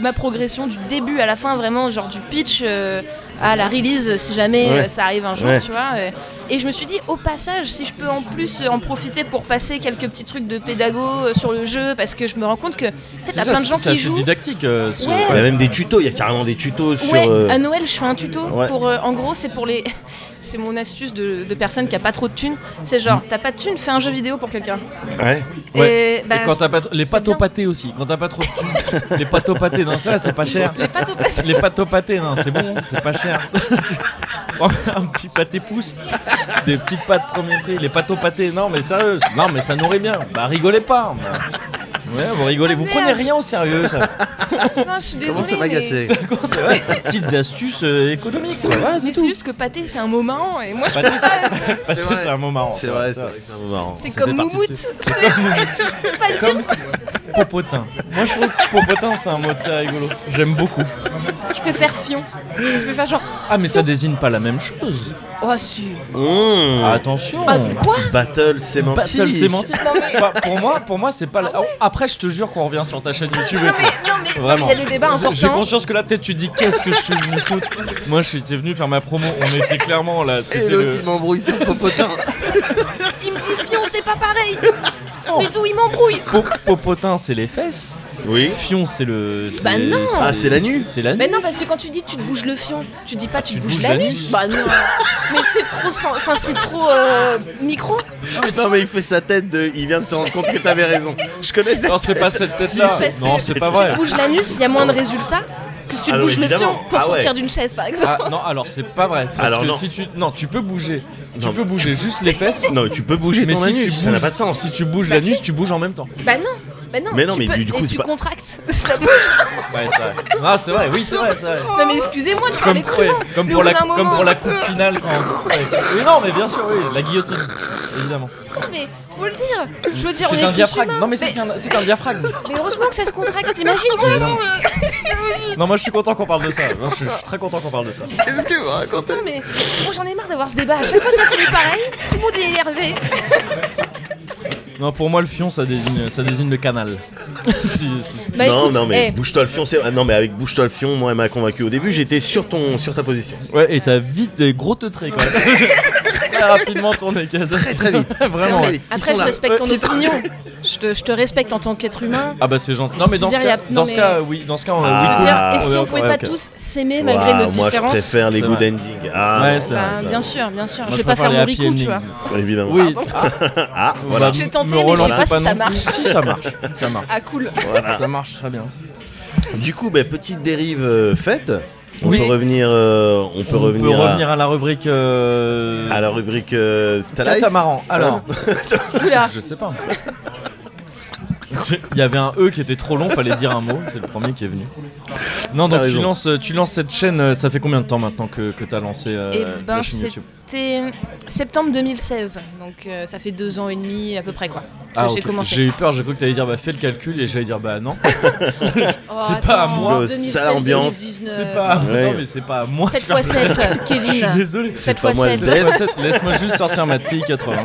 A: ma progression du début à la fin, vraiment, genre du pitch euh, à la release, si jamais
C: Ouais.
A: euh, ça arrive un jour,
C: Ouais.
A: tu vois. euh. Et je me suis dit, au passage, si je peux en plus euh, en profiter pour passer quelques petits trucs de pédago euh, sur le jeu, parce que je me rends compte que peut-être
B: c'est
A: y a
B: ça,
A: plein de gens
B: c'est
A: qui
B: assez
A: jouent.
B: didactique. euh, ce-
A: Ouais.
C: Il y a même des tutos, il y a carrément des tutos sur.
A: Ouais, Ah
C: euh,
A: à Noël, je fais un tuto
C: Ouais.
A: pour. euh, en gros, c'est pour les. <laughs> C'est mon astuce de, de personne qui a pas trop de thunes. C'est genre, t'as pas de thunes, fais un jeu vidéo pour quelqu'un.
C: ouais.
B: Ouais.
A: Et, bah,
B: Et quand t'as pas les
A: c'est
B: pâtes au
A: bien.
B: pâté aussi, quand t'as pas trop de thunes, <laughs> les pâtes au pâté, non, ça c'est pas cher.
A: les pâtes <laughs> au pâté.
B: <laughs> Les pâtes au pâté, non, c'est bon, c'est pas cher. <laughs> Tu prends un petit pâté pouce, des petites pâtes premier prix, les pâtes au pâté, non mais sérieux, non mais ça nourrit bien. Bah rigolez pas. bah. Ouais, vous rigolez, vous
A: Ah,
B: prenez
A: merde.
B: rien au sérieux,
A: <laughs>
B: ça.
A: Non, je suis désolée.
C: Comment ça m'a
A: mais-
C: gâché
B: C'est vrai, c'est des petites astuces euh, économiques, quoi. Voilà, c'est
A: Mais c'est
B: tout.
A: juste que pâté, c'est un mot marrant. Et moi, je
B: Pâté,
A: peux pas.
B: Pâté,
C: vrai.
B: c'est un mot marrant.
C: C'est
B: ça,
C: vrai,
B: ça.
C: c'est vrai que c'est un peu marrant.
A: C'est
B: ça
A: comme
B: fait partie de
A: moumoute.
B: ces-
A: <laughs> C'est- Je peux pas le dire.
B: Comme popotin. Moi je trouve que popotin c'est un mot très rigolo. J'aime beaucoup.
A: Je peux faire fion. Je peux faire genre.
B: Ah mais ça désigne pas la même chose.
A: Oh, si.
C: Mmh.
B: Attention.
A: Ah, quoi
C: Battle sémantique.
B: Battle sémantique. Bah, pour moi, pour moi, c'est pas. la- Oh, Après, je te jure qu'on revient sur ta chaîne YouTube. et
A: Non,
B: tout.
A: mais, non, mais-
B: Vraiment.
A: il y a des débats
B: J'ai- J'ai
A: importants.
B: conscience que là, peut-être tu dis qu'est-ce que je suis venu
A: <laughs>
B: foutre. Moi, je suis j'étais venu faire ma promo. On était clairement là. C'était
C: Et
B: le-
C: l'autre, il m'embrouille sur le popotin.
A: Il me dit fion, c'est pas pareil. Mais d'où il m'embrouille
B: Pop- Popotin, c'est les fesses.
C: Oui.
B: Fion, c'est le. c'est-
A: Bah non.
C: Ah, c'est la nuit.
B: C'est la nuit.
A: Mais non, parce que quand tu dis tu te bouges le fion, tu dis pas tu,
B: tu
A: te bouges, l'anus. Bah non. mais c'est trop, sans- enfin c'est trop euh, micro.
B: Ah,
C: Non, mais il fait sa tête de. Il vient de se rendre compte que t'avais raison. Je connais cette
B: Non, c'est pas cette
A: Si,
B: tête-là.
A: parce
B: Non,
A: que-
B: c'est pas
A: Tu
B: vrai.
A: te bouges l'anus, il y a moins de résultats que si tu te
C: Ah,
A: bouges le
C: évidemment.
A: fion pour
C: Ah,
A: sortir
C: ouais.
A: d'une chaise, par exemple.
B: Ah non, alors c'est pas vrai. Parce
C: Alors,
B: que
C: non.
B: si tu. Non, tu peux bouger. Tu
C: Non.
B: peux bouger juste les fesses.
C: Non, mais tu peux bouger
B: Mais
C: ton
B: si tu
C: anus, ça
B: bouges-
C: n'a pas de sens.
B: Si tu bouges
A: Bah,
B: l'anus,
A: si.
B: tu bouges en même temps.
A: Bah non. Bah non,
C: Mais non,
A: tu
C: mais
A: peux-
C: du- du coup,
A: et
C: c'est
A: tu
C: pas-
A: contractes. <laughs> Ça bouge.
B: Ouais, c'est vrai. Ah, c'est vrai, oui, c'est vrai, c'est vrai.
A: Non, Ah, mais excusez-moi de
B: Comme,
A: parler
B: ouais,
A: crûment.
B: comme,
A: Mais
B: pour
A: au
B: la,
A: bout d'un
B: comme
A: moment-
B: pour la coupe finale quand.
A: <laughs>
B: ouais. Oui, non, mais bien sûr, oui, la guillotine, évidemment.
A: Non, mais faut le dire. Je veux dire, on est
B: C'est un
A: tous
B: diaphragme.
A: humains.
B: Non, mais c'est un, c'est un diaphragme.
A: mais heureusement que ça se contracte, t'imagines-toi
B: Non, moi je suis content qu'on parle de ça. Moi, je, suis, je suis très content qu'on parle de ça.
C: Qu'est-ce que vous racontez
A: Non, mais moi j'en ai marre d'avoir ce débat. À chaque fois, ça finit pareil. Tout le monde est énervé.
B: Non, pour moi, le fion, ça désigne, ça désigne le canal. <laughs> Si, si.
A: Bah
C: non,
A: écoute,
C: non, mais
A: eh,
C: bouge-toi le fion, c'est. ah, Non, mais avec bouge-toi le fion, moi, elle m'a convaincu. Au début, j'étais sur ton, sur ta position.
B: Ouais, et t'as vite des gros teutrés quand même. <laughs> très rapidement tourné, Kaz.
C: Très, très vite.
B: <laughs> Vraiment.
C: Très
B: ouais.
C: vite. Ils
A: après,
C: sont
A: je
C: là.
A: respecte ton
C: Ils sont-
A: opinion. Je te, je te respecte en tant qu'être humain.
B: Ah bah c'est gentil. Non mais dans ce
A: Je veux dire,
B: cas,
A: y a-
B: dans
A: non,
B: ce
A: mais-
B: cas, oui, dans ce cas, on
C: Ah.
B: oui, cool.
A: Dire, et si
B: ouais,
A: on
B: ok,
A: pouvait pas
B: ok.
A: tous s'aimer malgré
C: Waouh,
A: notre
C: moi, je
A: différence
C: préfère les
B: C'est
C: good
B: vrai.
C: endings. Ah,
B: Ouais,
C: non,
B: c'est
A: Bah,
B: vrai, c'est
A: bien
B: vrai.
A: sûr, bien sûr.
B: Moi,
A: je vais pas faire mon
B: préfère les
A: ricou,
B: happy
A: tu vois.
B: endings.
C: évidemment.
B: Oui.
C: Ah, voilà.
A: J'ai tenté,
B: me
A: mais je sais
B: relance
A: pas si ça
B: non
A: marche.
B: plus. Si ça marche, ça marche.
A: Ah, cool. <laughs>
B: Ça marche très bien.
C: Du coup, bah, petite dérive euh, faite. On
B: Oui.
C: peut revenir, euh, on peut
B: On
C: revenir,
B: peut
C: à-
B: revenir à, la rubrique euh...
C: à, la rubrique euh, Ta Life.
B: catamaran. Alors,
A: Oula.
B: <laughs> je sais pas. Il y avait un E qui était trop long, fallait dire un mot, c'est le premier qui est venu. Non,
C: T'as
B: donc tu
C: raison.
B: lances, tu lances cette chaîne, euh, ça fait combien de temps maintenant que, que t'as lancé euh,
A: Eh
B: la
A: ben,
B: chaîne YouTube
A: c'était euh, septembre 2016, donc euh, ça fait deux ans et demi à peu près quoi. que
B: Ah,
A: j'ai
B: ok.
A: commencé.
B: J'ai eu peur, j'ai cru que t'allais dire bah fais le calcul et j'allais dire bah non.
A: Oh,
B: c'est pas à
A: attends,
B: moi.
C: Le
A: 2016,
C: sale ambiance.
A: 2019.
B: C'est pas, à-
C: Ouais.
B: non mais c'est pas à moi.
A: 7 x 7,
B: Je suis
A: Kevin.
B: désolé.
C: C'est
A: 7
C: pas
A: x
C: moi,
A: 7.
C: je l'ai.
B: Laisse- Laisse-moi juste sortir ma TI-80. Non,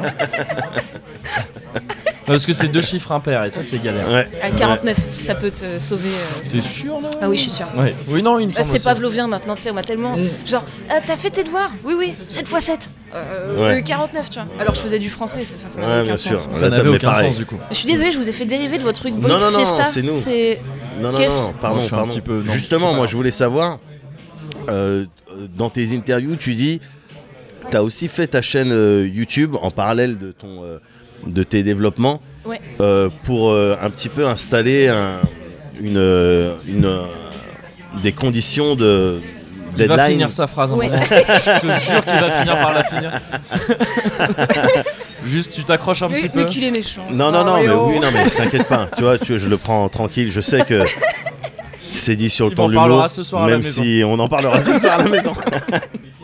B: Parce que c'est deux chiffres impairs et ça c'est galère.
C: Ouais.
A: À 49, si ça peut te sauver. euh.
B: T'es sûr là
A: Ah oui, je suis sûre.
B: Ouais. Oui, non, il me
A: Ah,
B: semble
A: c'est
B: aussi.
A: pavlovien maintenant, tu sais, on m'a tellement.
C: Mm.
A: Genre, Ah, t'as fait tes devoirs Oui, oui, 7 x 7. Euh,
C: Ouais.
A: euh, 49, tu vois. Alors, je faisais du français, ça, ça n'avait
C: Ouais,
A: aucun
C: bien
A: sens.
C: sûr.
B: Ça
C: La
B: n'avait
C: table est
B: aucun
C: pareille.
B: sens du coup.
A: Je suis désolée, je vous ai fait dériver de votre truc Boy
C: Non, non, non,
A: Fiesta.
C: c'est nous. Non, non,
A: Qu'est-ce-
C: non, pardon,
B: Moi, je suis un
C: pardon.
B: petit peu- non, c'est
C: Justement,
B: pas
C: moi,
B: grave.
C: je voulais savoir, euh, euh, dans tes interviews, tu dis, t'as aussi fait ta chaîne euh, YouTube en parallèle de, ton, euh, de tes développements
A: Ouais.
C: euh, pour euh, un petit peu installer un- une, euh, une, euh, des conditions de
B: Il va hein,
C: deadline.
B: finir sa phrase un
A: Ouais. <laughs>
B: moment. Je te jure qu'il va finir par la finir. Juste, tu t'accroches un
A: Le,
B: petit peu.
A: le cul est méchant.
C: Non, non,
A: Oh,
C: non,
A: et
C: mais
A: oh.
C: oui, non, mais t'inquiète pas. Tu vois, tu, je le prends tranquille. Je sais
B: <laughs>
C: que c'est dit sur le
B: Il
C: ton
B: en
C: de
B: parlera
C: l'humour.
B: ce soir à la
C: Même
B: maison.
C: si on en parlera ce
B: <laughs>
C: soir à la maison. <laughs>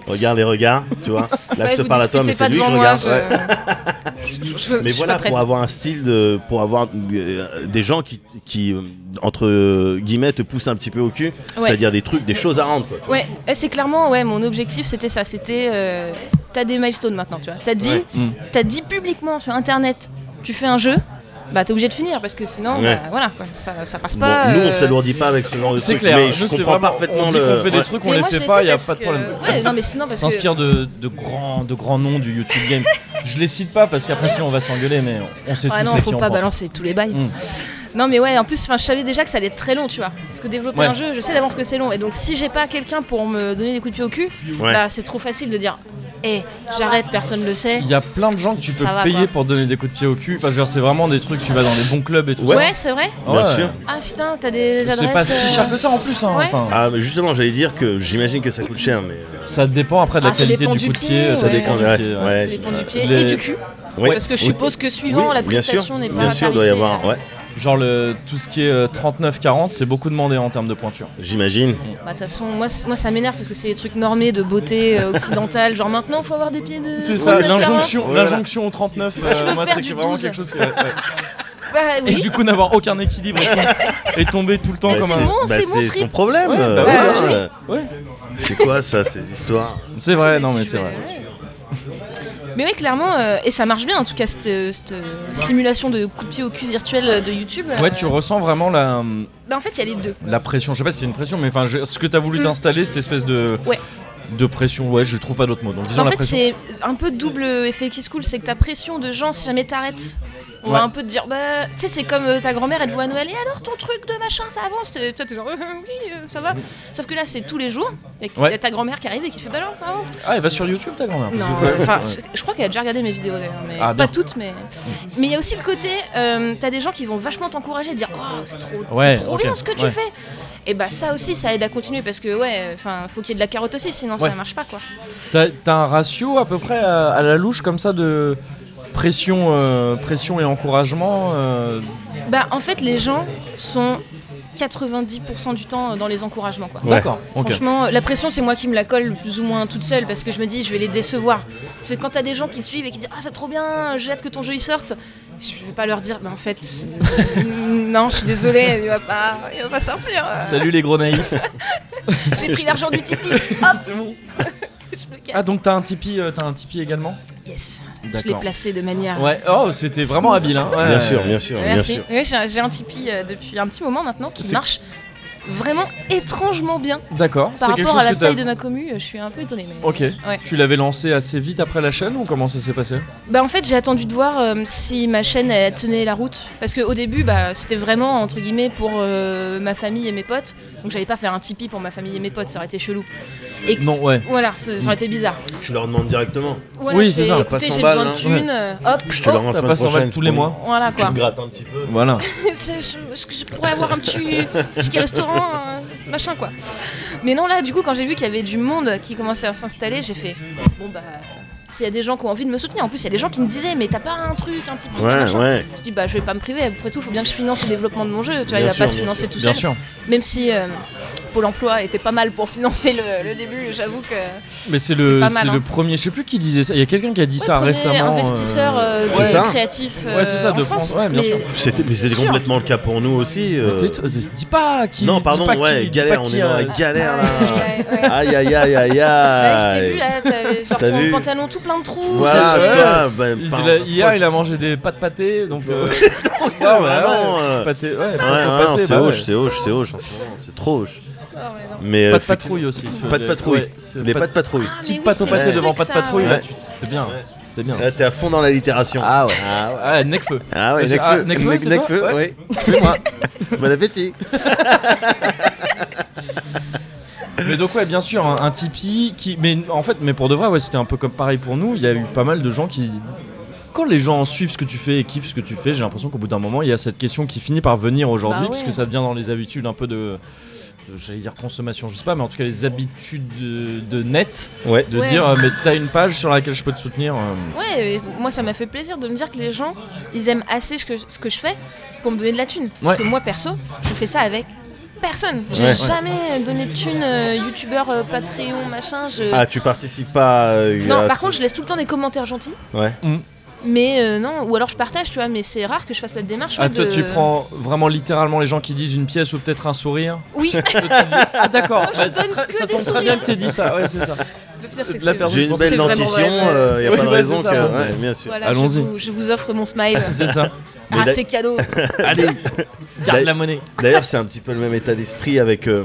C: regarde les regards, tu vois. Là,
A: Ouais,
C: je te
A: vous
C: parle à toi, mais
A: discutez
C: c'est
A: pas
C: lui que
A: devant
C: je
A: moi.
C: regarde.
A: Je...
C: Ouais.
A: <laughs> je- je- je
C: Mais
A: suis
C: voilà,
A: pas prête.
C: pour avoir un style de. pour avoir euh, des gens qui, qui, euh, entre euh, guillemets, te poussent un petit peu au cul.
A: Ouais.
C: C'est-à-dire des trucs, des choses à rendre, quoi.
A: Ouais, eh, c'est clairement, ouais, mon objectif c'était ça. C'était. euh, t'as des milestones maintenant, tu vois. T'as dit,
C: Ouais.
B: Mm.
A: t'as dit publiquement sur internet, tu fais un jeu, bah t'es obligé de finir parce que sinon,
C: Ouais.
A: bah, voilà, quoi, ça, ça passe
C: Bon,
A: pas.
C: nous, on
A: euh,
C: s'alourdit pas avec ce genre de
B: C'est
C: trucs.
B: clair,
C: Mais je
B: nous, c'est
C: comprends
B: vraiment-
C: parfaitement
B: on dit
C: le.
B: qu'on fait
C: ouais.
B: des trucs, on
A: mais
B: les
A: moi, je
B: fait
A: l'ai
B: pas, il a
A: parce
B: pas de
A: que-
B: problème.
A: Ouais, non, mais sinon, parce que.
B: S'inspire de, de grands, de grands noms du YouTube game. Je les cite pas parce qu'après sinon on va s'engueuler, mais on, on sait
A: Ah
B: tous
A: non,
B: à qui
A: faut
B: on
A: pas
B: pense.
A: balancer tous les bails.
B: Mm.
A: Non, mais ouais, en plus, 'fin, je savais déjà que ça allait être très long, tu vois. Parce que développer
B: Ouais.
A: un jeu, je sais d'avance que c'est long. Et donc, si j'ai pas quelqu'un pour me donner des coups de pied au cul,
C: Ouais.
A: bah, c'est trop facile de dire Hé, j'arrête, personne le sait.
B: Il y a plein de gens que tu peux
A: Ça va,
B: payer
A: quoi.
B: pour donner des coups de pied au cul. Enfin, je veux dire, c'est vraiment des trucs, tu vas dans les bons clubs et tout
A: Ouais,
B: ça.
A: c'est vrai
C: Bien
B: Ouais.
C: sûr.
A: Ah putain, t'as des adresses.
B: C'est pas si
A: euh,
B: cher que ça en plus. Hein.
A: Ouais.
B: Enfin,
C: Ah, mais justement, j'allais dire que j'imagine que ça coûte cher, mais. euh,
B: ça dépend après de la
A: Ah, ça
B: qualité
A: dépend
B: du
A: du
B: coup de
A: pied,
B: pied. Ça
A: ouais.
B: dépend du
C: Ouais,
B: pied. ouais.
A: Ça
C: ouais.
A: dépend du pied
B: Les-
A: et du cul.
C: Ouais.
A: Parce que je
C: Oui.
A: suppose que suivant,
C: Oui,
A: la
C: bien sûr.
A: prestation n'est pas.
C: Bien sûr, il doit y
A: tarifée,
C: avoir.
A: euh,
C: Ouais,
B: Genre le, tout ce qui est euh, 39-40, c'est beaucoup demandé en termes de pointure.
C: j'imagine.
B: Oh,
A: Bah, de toute façon, moi, c- moi ça m'énerve parce que c'est des trucs normés de beauté euh, occidentale. Genre maintenant, faut avoir des pieds de.
B: C'est ça,
A: de
B: l'injonction,
C: Voilà.
B: l'injonction au 39.
A: Si je veux
B: moi,
A: faire
B: c'est
A: du
B: vraiment
A: 12.
B: quelque chose qui. ouais, ouais.
A: Starbucks. Bah
B: Et
A: oui.
B: du coup, n'avoir aucun équilibre et,
A: <laughs>
B: tom- et tomber tout le temps
C: Bah,
B: comme
C: c'est
B: un.
A: bon,
C: bah,
A: c'est mon
C: c'est
A: trip.
C: son problème.
B: Ouais, bah
C: euh,
A: ouais,
C: voilà.
B: Ouais,
C: C'est quoi ça, ces histoires
B: c'est vrai,
A: Mais
B: non
A: si
B: mais
A: je
B: c'est
A: vais-
B: vrai.
A: Mais oui, clairement, euh, et ça marche bien en tout cas, cette, euh, cette, euh, simulation de coup de pied au cul virtuel euh, de YouTube. euh,
B: Ouais, tu ressens vraiment la,
A: bah, en fait, il y a les deux.
B: la pression. Je sais pas si c'est une pression, mais enfin, je- ce que t'as voulu
A: Mm.
B: t'installer, cette espèce de.
A: Ouais.
B: De pression, ouais, je trouve pas d'autre mot. Donc disons
A: En
B: la
A: fait,
B: pression.
A: c'est un peu double effet qui se coule, c'est que ta pression de gens, si jamais t'arrêtes, on
B: Ouais.
A: va un peu te dire, bah, tu sais, c'est comme euh, ta grand-mère, elle te voit à Noël, et alors ton truc de machin, ça avance T'es- Toi, t'es genre, <laughs> oui, euh, ça va. Sauf que là, c'est tous les jours, et qu'il y
B: Ouais.
A: a ta grand-mère qui arrive et qui fait, bah alors, ça avance.
B: Ah, elle va sur YouTube, ta grand-mère.
A: Non,
B: parce que-
A: enfin,
B: Ouais.
A: je crois qu'elle a déjà regardé mes vidéos d'ailleurs, mais
B: Ah, bien.
A: pas toutes, mais. Mais il y a aussi le côté, euh, t'as des gens qui vont vachement t'encourager, dire, oh, c'est trop, c'est
B: Ouais,
A: trop
B: ok,
A: bien ce que tu
B: ouais.
A: fais. Et bah, ça aussi, ça aide à continuer parce que, ouais, enfin, faut qu'il y ait de la carotte aussi, sinon
B: Ouais.
A: ça marche pas, quoi.
B: T'as t'as un ratio à peu près à, à la louche comme ça de pression, euh, pression et encouragement. euh,
A: Bah en fait les gens sont 90% du temps dans les encouragements quoi.
B: D'accord. Ok.
A: Franchement, la pression, c'est moi qui me la colle plus ou moins toute seule parce que je me dis, je vais les décevoir. C'est quand t'as des gens qui te suivent et qui disent, ah, c'est trop bien, j'ai hâte que ton jeu il sorte. Je vais pas leur dire, bah en fait, <laughs> euh, non, je suis désolée, il va pas, il va pas sortir.
B: Salut les gros naïfs.
A: J'ai pris l'argent du Tipeee, hop,
B: <laughs> C'est bon.
A: <laughs> je me casse.
B: Ah donc t'as un Tipeee, euh, t'as un Tipeee également.
A: Yes, je l'ai
B: D'accord.
A: placé de manière.
B: Ouais. Oh c'était vraiment habile. Hein. Ouais.
C: Bien sûr, bien sûr, bien
A: Merci.
C: sûr.
A: Oui, j'ai un- j'ai un Tipeee euh, depuis un petit moment maintenant qui
B: C'est-
A: marche vraiment étrangement bien.
B: D'accord.
A: Par
B: C'est quelque chose
A: rapport à
B: que
A: la
B: t'as.
A: taille de ma commu, euh, je suis un peu étonnée. Mais... euh,
B: Ok.
A: Ouais.
B: Tu l'avais lancé assez vite après la chaîne ou comment ça s'est passé
A: Bah en fait, j'ai attendu de voir euh, si ma chaîne elle tenait la route parce qu'au début, bah c'était vraiment entre guillemets pour euh, ma famille et mes potes. Donc j'allais pas faire un Tipeee pour ma famille et mes potes, ça aurait été chelou.
B: Non ouais.
A: Voilà, ça ça aurait été bizarre.
C: Tu leur demandes directement.
A: Voilà,
B: Oui,
A: je
B: c'est
A: fais,
B: ça.
A: écoutez,
C: Pas cent
A: j'ai
C: balles,
A: besoin de
C: hein.
A: thunes. euh, hop,
C: Je te le
A: oh,
C: rends la
B: Ça
C: semaine
B: passe en
C: prochaine.
B: balles tous les
C: c'est
B: mois.
C: bon.
A: voilà
C: Tu
A: quoi.
C: me grattes un petit peu.
B: Voilà.
A: <laughs> C'est- je, je- je pourrais avoir un petit ticket restaurant, euh, machin quoi. Mais non, là, du coup, quand j'ai vu qu'il y avait du monde qui commençait à s'installer, j'ai fait bon bah. S'il y a des gens qui ont envie de me soutenir, en plus il y a des gens qui me disaient mais t'as pas un truc, un Tipeee, un
C: Ouais,
A: machin.
C: ouais.
A: Je dis bah je vais pas me priver, après tout faut bien que je finance le développement de mon jeu, tu vois,
C: Bien
A: il va
C: sûr,
A: pas se
C: bien
A: financer tout
B: Bien
A: seul.
B: sûr.
A: Même si euh, Pôle emploi était pas mal pour financer le, le début, j'avoue que.
B: Mais c'est le,
A: C'est pas mal,
B: c'est le
A: hein.
B: premier. Je sais plus qui disait ça. Il y a quelqu'un qui a dit
A: Ouais,
B: ça
A: premier
B: récemment. euh,
A: investisseur euh,
C: C'est ça
A: créatif. euh,
B: Ouais, c'est ça,
A: en
B: de
A: France.
B: France. Ouais, bien
A: Mais-
B: sûr.
C: C'était mais c'était
A: Sûr.
C: complètement le cas pour nous aussi. euh.
B: Peut-être, euh, Dis pas qui.
C: Non,
B: dis
C: pardon,
B: pas qui-
C: ouais,
B: dis
C: galère,
B: pas
C: on
B: qui,
C: est dans
B: euh,
C: la galère là.
A: <laughs> Ouais, ouais.
C: Aïe aïe aïe aïe
A: Bah,
B: Ah,
A: je t'ai vu
C: aïe.
A: là,
B: <laughs>
A: t'avais genre
C: T'as
A: ton
C: vu
A: pantalon tout plein de trous.
C: Voilà,
A: caché.
B: Ouais.
C: tu vois, bah,
B: Il-
C: par-
B: il a- hier, il a mangé des pâtes pâtées, donc. euh,
C: Non,
B: Ah ouais,
C: vraiment,
B: ouais,
C: euh,
B: pâtes- ouais, pâtes
C: Ouais, ouais,
B: pâtées,
C: non, c'est
B: bah ouais.
C: hoche, c'est hoche, c'est hoche en ce moment, c'est trop hoche.
A: Ah, ouais, non.
C: Mais
B: Pas de
C: euh,
B: patrouille aussi.
C: Pas de patrouille.
B: Ouais, c'est
C: les
B: pas-
C: pas de patrouille.
A: Ah, mais
B: Petite
A: oui,
B: pâte au
A: c'est
B: pâté
A: le
B: devant
A: truc,
B: pas de
A: ça,
B: patrouille,
A: ouais.
B: là,
C: ouais.
B: tu- t'es bien.
C: Ouais.
B: T'es bien.
C: Là, Ah, t'es à fond dans la littération.
B: Ah ouais.
C: Ah ouais.
B: Ah, Necfeu.
C: Ah ouais,
B: Parce que-
C: Necfeu,
B: ah, Necfeu,
C: Nec-
B: c'est toi
C: Necfeu,
B: Ouais.
C: oui, c'est moi. <laughs> bon appétit.
B: Mais donc ouais, bien sûr, un, un Tipeee qui, mais en fait, mais pour de vrai, ouais, c'était un peu comme pareil pour nous. Il y a eu pas mal de gens qui, quand les gens suivent ce que tu fais et kiffent ce que tu fais, j'ai l'impression qu'au bout d'un moment, il y a cette question qui finit par venir aujourd'hui,
A: Bah ouais.
B: puisque ça devient dans les habitudes un peu de j'allais dire consommation, je sais pas, mais en tout cas les habitudes de, de net,
C: Ouais.
B: de
A: Ouais.
B: dire euh, mais t'as une page sur laquelle je peux te soutenir. euh,
A: Ouais, et moi ça m'a fait plaisir de me dire que les gens, ils aiment assez ce que, ce que je fais pour me donner de la thune. Parce
B: Ouais.
A: que moi perso, je fais ça avec personne. J'ai
C: Ouais.
A: jamais donné de thune, euh, youtubeur, euh, Patreon, machin. Je...
C: Ah, tu participes pas euh,
A: non,
C: à
A: par
C: ce-
A: contre, je laisse tout le temps des commentaires gentils.
C: Ouais.
B: Mm.
A: Mais euh, non, ou alors je partage, tu vois, mais c'est rare que je fasse la démarche.
B: Ah,
A: ouais,
B: toi,
A: de-
B: tu prends vraiment littéralement les gens qui disent une pièce ou peut-être un sourire. <laughs>
A: Oui,
B: Ah, d'accord.
A: Moi, <laughs> je
B: c'est
A: donne que
B: ça
A: des
B: tombe très
A: sourires.
B: bien que t'aies dit ça. Ouais, c'est ça.
A: le pire c'est que
B: La
A: c'est-
B: personne-
C: J'ai une
B: C'est
C: belle
A: vraiment
C: dentition, il
A: vrai, ouais.
C: n'y a
B: Oui,
C: pas de
B: ouais,
C: raison
B: c'est ça,
C: que.
B: ouais.
C: ouais, bien sûr.
A: Voilà, je
B: Allons-y.
A: vous, je vous offre mon smile.
B: C'est ça.
A: ah,
C: d'a-
A: c'est cadeau.
B: Allez, garde
C: D'a-
B: la monnaie.
C: D'ailleurs, c'est un petit peu le même état d'esprit avec. euh,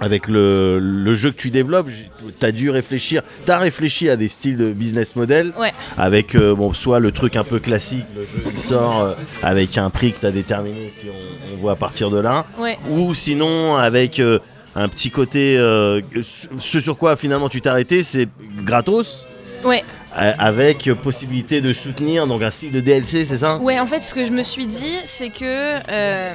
C: Avec le, le jeu que tu développes, J'ai- t'as dû réfléchir, t'as réfléchi à des styles de business model,
A: Ouais.
C: avec euh, bon soit le truc un peu classique, le jeu il sort euh, avec un prix que t'as déterminé, et puis on, on voit à partir de là,
A: Ouais.
C: ou sinon avec euh, un petit côté, euh, ce sur quoi finalement tu t'es arrêté, c'est gratos,
A: Ouais.
C: a- avec euh, possibilité de soutenir, donc un style de DLC, c'est ça
A: Ouais, en fait, ce que je me suis dit, c'est que. euh,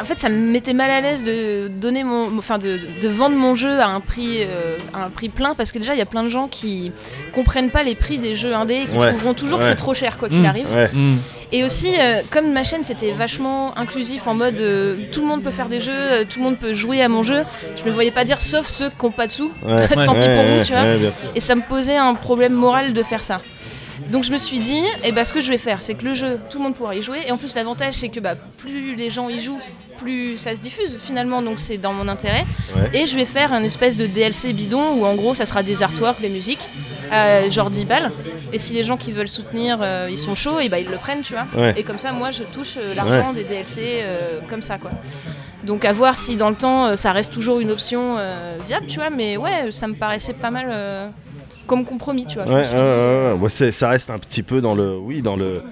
A: en fait, ça me mettait mal à l'aise de donner mon, enfin de, de vendre mon jeu à un prix, euh, à un prix plein, parce que déjà il y a plein de gens qui comprennent pas les prix des jeux indés, et qui
C: Ouais.
A: trouveront toujours
C: Ouais.
A: que c'est trop cher quoi qu'il
B: Mm.
A: arrive.
C: Ouais,
B: Hmm.
A: Et aussi, euh, comme ma chaîne c'était vachement inclusif en mode euh, tout le monde peut faire des jeux, euh, tout le monde peut jouer à mon jeu, je me voyais pas dire sauf ceux qui n'ont pas de sous.
C: ouais.
A: <laughs> Tant pis pour
C: Ouais,
A: vous, tu
C: ouais,
A: vois.
C: ouais, bien sûr.
A: Et ça me posait un problème moral de faire ça. Donc je me suis dit, eh ben, ce que je vais faire, c'est que le jeu, tout le monde pourra y jouer. Et en plus, l'avantage, c'est que bah, plus les gens y jouent, plus ça se diffuse finalement. Donc c'est dans mon intérêt.
C: Ouais.
A: Et je vais faire un espèce de DLC bidon où en gros, ça sera des artworks, des musiques, euh, genre 10 balles. Et si les gens qui veulent soutenir, euh, ils sont chauds, et bah, ils le prennent, tu vois.
C: Ouais.
A: Et comme ça, moi, je touche euh, l'argent des DLC euh, comme ça, quoi. Donc à voir si dans le temps euh, ça reste toujours une option euh, viable, tu vois, mais ouais, ça me paraissait pas mal euh, comme compromis, tu vois.
C: Ouais, ouais, ouais, ouais. Ouais, c'est- ça reste un petit peu dans le, oui, dans le,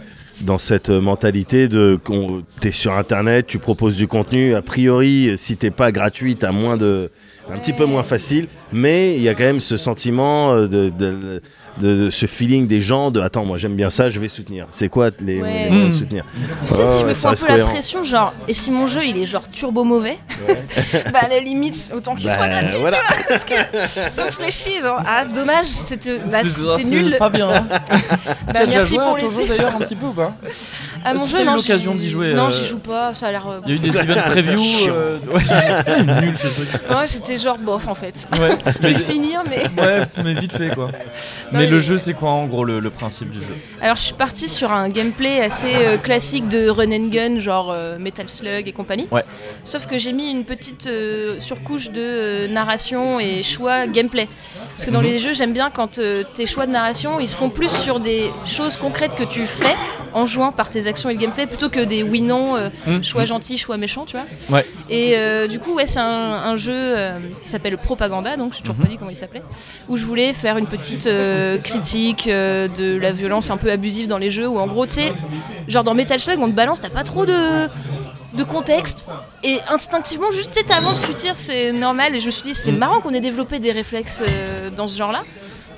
C: dans cette euh, mentalité de, qu'on- t'es sur internet, tu proposes du contenu. A priori, euh, si t'es pas gratuit, t'as moins de, un petit peu
A: Ouais.
C: moins facile. Mais il y a quand même ce sentiment euh, de, de- de- de ce feeling des gens de, attends, moi j'aime bien ça, je vais soutenir. C'est quoi les,
A: Ouais.
C: les moyens de
B: Mm.
C: soutenir
A: Tu sais,
C: Ouais,
A: si je
C: ouais,
A: me
C: ça
A: fous un
C: reste
A: peu la
C: cohérent.
A: pression, genre, et si mon jeu il est genre turbo mauvais, <laughs> bah à la limite, autant qu'il soit
C: Bah,
A: gratuit, tu
C: voilà.
A: vois, parce que <laughs> ça me ferait chier, genre, ah dommage, c'était bah,
B: C'est-
A: c'était
B: c'est
A: nul.
B: Pas bien. hein.
A: Bah,
B: T'as déjà
A: merci
B: joué
A: pour
B: à
A: les
B: ton jeu
A: tips.
B: d'ailleurs un petit peu ou pas
A: À
B: Est-ce
A: mon
B: que
A: jeu,
B: t'as eu
A: non,
B: l'occasion
A: j'y-
B: d'y jouer,
A: Non,
B: euh,
A: j'y joue pas, ça a l'air. euh,
B: Il y a eu des event previews.
C: chiant.
B: <laughs> euh, Ouais, c'est nul ce truc.
A: Moi j'étais genre bof en fait.
B: Ouais,
A: Je
B: mais,
A: vais finir, mais.
B: ouais, mais vite fait quoi. Mais
A: mais-
B: le jeu, c'est quoi en gros le, le principe du jeu
A: Alors je suis partie sur un gameplay assez euh, classique de run and gun, genre euh, Metal Slug et compagnie.
B: Ouais.
A: Sauf que j'ai mis une petite euh, surcouche de euh, narration et choix gameplay. Parce que dans
B: Mhm.
A: les jeux, j'aime bien quand euh, tes choix de narration, ils se font plus sur des choses concrètes que tu fais en jouant par tes actions et le gameplay, plutôt que des oui-non, euh,
B: Mhm.
A: choix gentil, choix méchant, tu vois.
B: Ouais.
A: Et euh, du coup, ouais, c'est un, un jeu euh, qui s'appelle Propaganda, donc je sais toujours pas dit comment il s'appelait, où je voulais faire une petite euh, critique euh, de la violence un peu abusive dans les jeux, où en gros, tu sais, genre dans Metal Slug, on te balance, t'as pas trop de, de contexte, et instinctivement, juste tu sais, t'avances, tu tires, c'est normal, et je me suis dit, c'est marrant qu'on ait développé des réflexes euh, dans ce genre-là.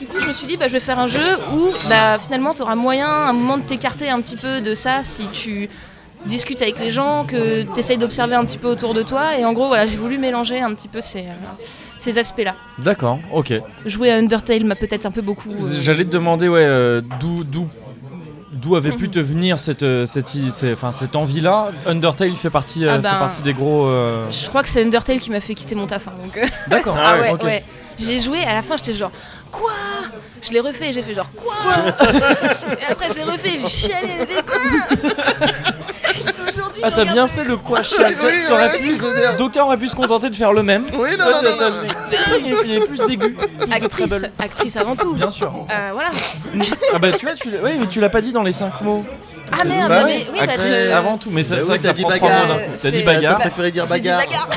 A: Du coup, je me suis dit, bah, je vais faire un jeu où bah, finalement, tu auras moyen à un moment de t'écarter un petit peu de ça si tu discutes avec les gens, que tu essayes d'observer un petit peu autour de toi. Et en gros, voilà, j'ai voulu mélanger un petit peu ces, euh, ces aspects-là.
B: D'accord, ok.
A: Jouer à Undertale m'a peut-être un peu beaucoup. euh,
B: J'allais te demander, ouais, euh, d'où, d'où, d'où avait pu te venir cette, euh, cette, i- c'est- enfin, cette envie-là. Undertale fait partie, euh,
A: Ah ben-
B: fait partie des gros. euh,
A: Je crois que c'est Undertale qui m'a fait quitter mon taf. hein, donc, euh,
B: D'accord.
A: Ah <laughs> ouais,
B: ok.
A: ouais. J'ai joué, à la fin j'étais genre quoi Je l'ai refait et j'ai fait genre quoi <laughs> Et après je l'ai refait, j'ai chialé, j'ai fait quoi Aujourd'hui,
B: Ah
A: je
B: t'as
A: regarde-
B: bien fait le
C: <laughs>
B: quoi chat. T'aurais pu- D'aucun aurait pu se contenter de faire le même.
C: Oui, non,
B: Toi,
C: non, non,
B: t'as-
C: non.
B: t'as- Il y avait- il y avait plus d'aigus, plus de
A: Actrice,
B: treble.
A: actrice avant tout.
B: Bien sûr.
A: Euh, voilà.
B: Ah bah tu vois, tu, l'as- ouais, mais tu l'as pas dit dans les 5 mots.
A: Ah merde,
C: Bah
A: mais oui, bah,
B: Actrice
A: je-
B: avant tout, mais c'est
C: Bah
B: c'est
C: oui,
B: vrai que
C: t'as
B: ça
C: dit
B: prend trois
C: bagarre.
B: mois, là. T'as dit
A: Euh, C'est- bah,
C: T'as
B: bagarre,
C: préféré dire
A: j'ai dit
C: bagarre
A: bagarre.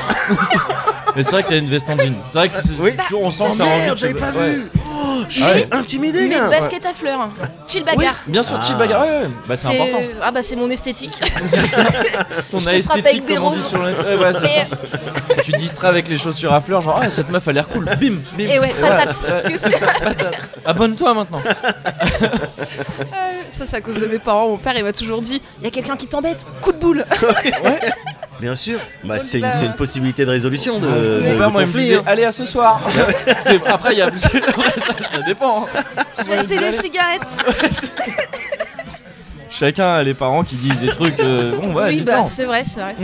B: mais c'est vrai que t'as une veste en jean. C'est vrai que c'est-
C: Oui.
B: tu- on sent que t'as envie de
C: Oh, Merde, j'avais
B: te-
C: pas
B: ouais.
C: vu Oh, Je
B: Ah
C: suis
B: ouais.
C: intimidé,
A: Mais
C: gars
A: basket à fleurs, chill
B: Oui,
A: bagarre.
B: bien sûr,
C: Ah.
B: chill bagarre, ouais, ouais. Bah c'est important.
A: Ah bah c'est mon esthétique.
B: Ton
A: Je te frappe
B: esthétique,
A: avec des
B: comme on dit
A: roses.
B: sur le. Ouais, ouais, <laughs> c'est ça. Et tu te distrais avec les chaussures à fleurs, genre, ah, cette meuf a l'air cool. Bim, bim.
A: Et ouais, patate.
B: Ouais, c'est ça, patate. Abonne-toi maintenant.
A: Ça c'est à cause de mes parents, mon père il m'a toujours dit, il y a quelqu'un qui t'embête, coup de boule.
C: Bien sûr. Bah,
A: Ça,
C: c'est une,
A: bah-
C: c'est une possibilité de résolution de, de-
F: Mon père,
C: de
F: moi, il me
C: conflit,
F: disait,
C: hein.
F: allez à ce
C: <laughs>
F: soir. C'est- Après, il y a.
B: <laughs>
F: après, ça, ça dépend.
B: hein.
A: Je vais acheter des cigarettes. <laughs>
B: Chacun a les parents qui disent des trucs. euh, bon, ouais,
A: oui, bah
B: différents.
A: c'est vrai, c'est vrai.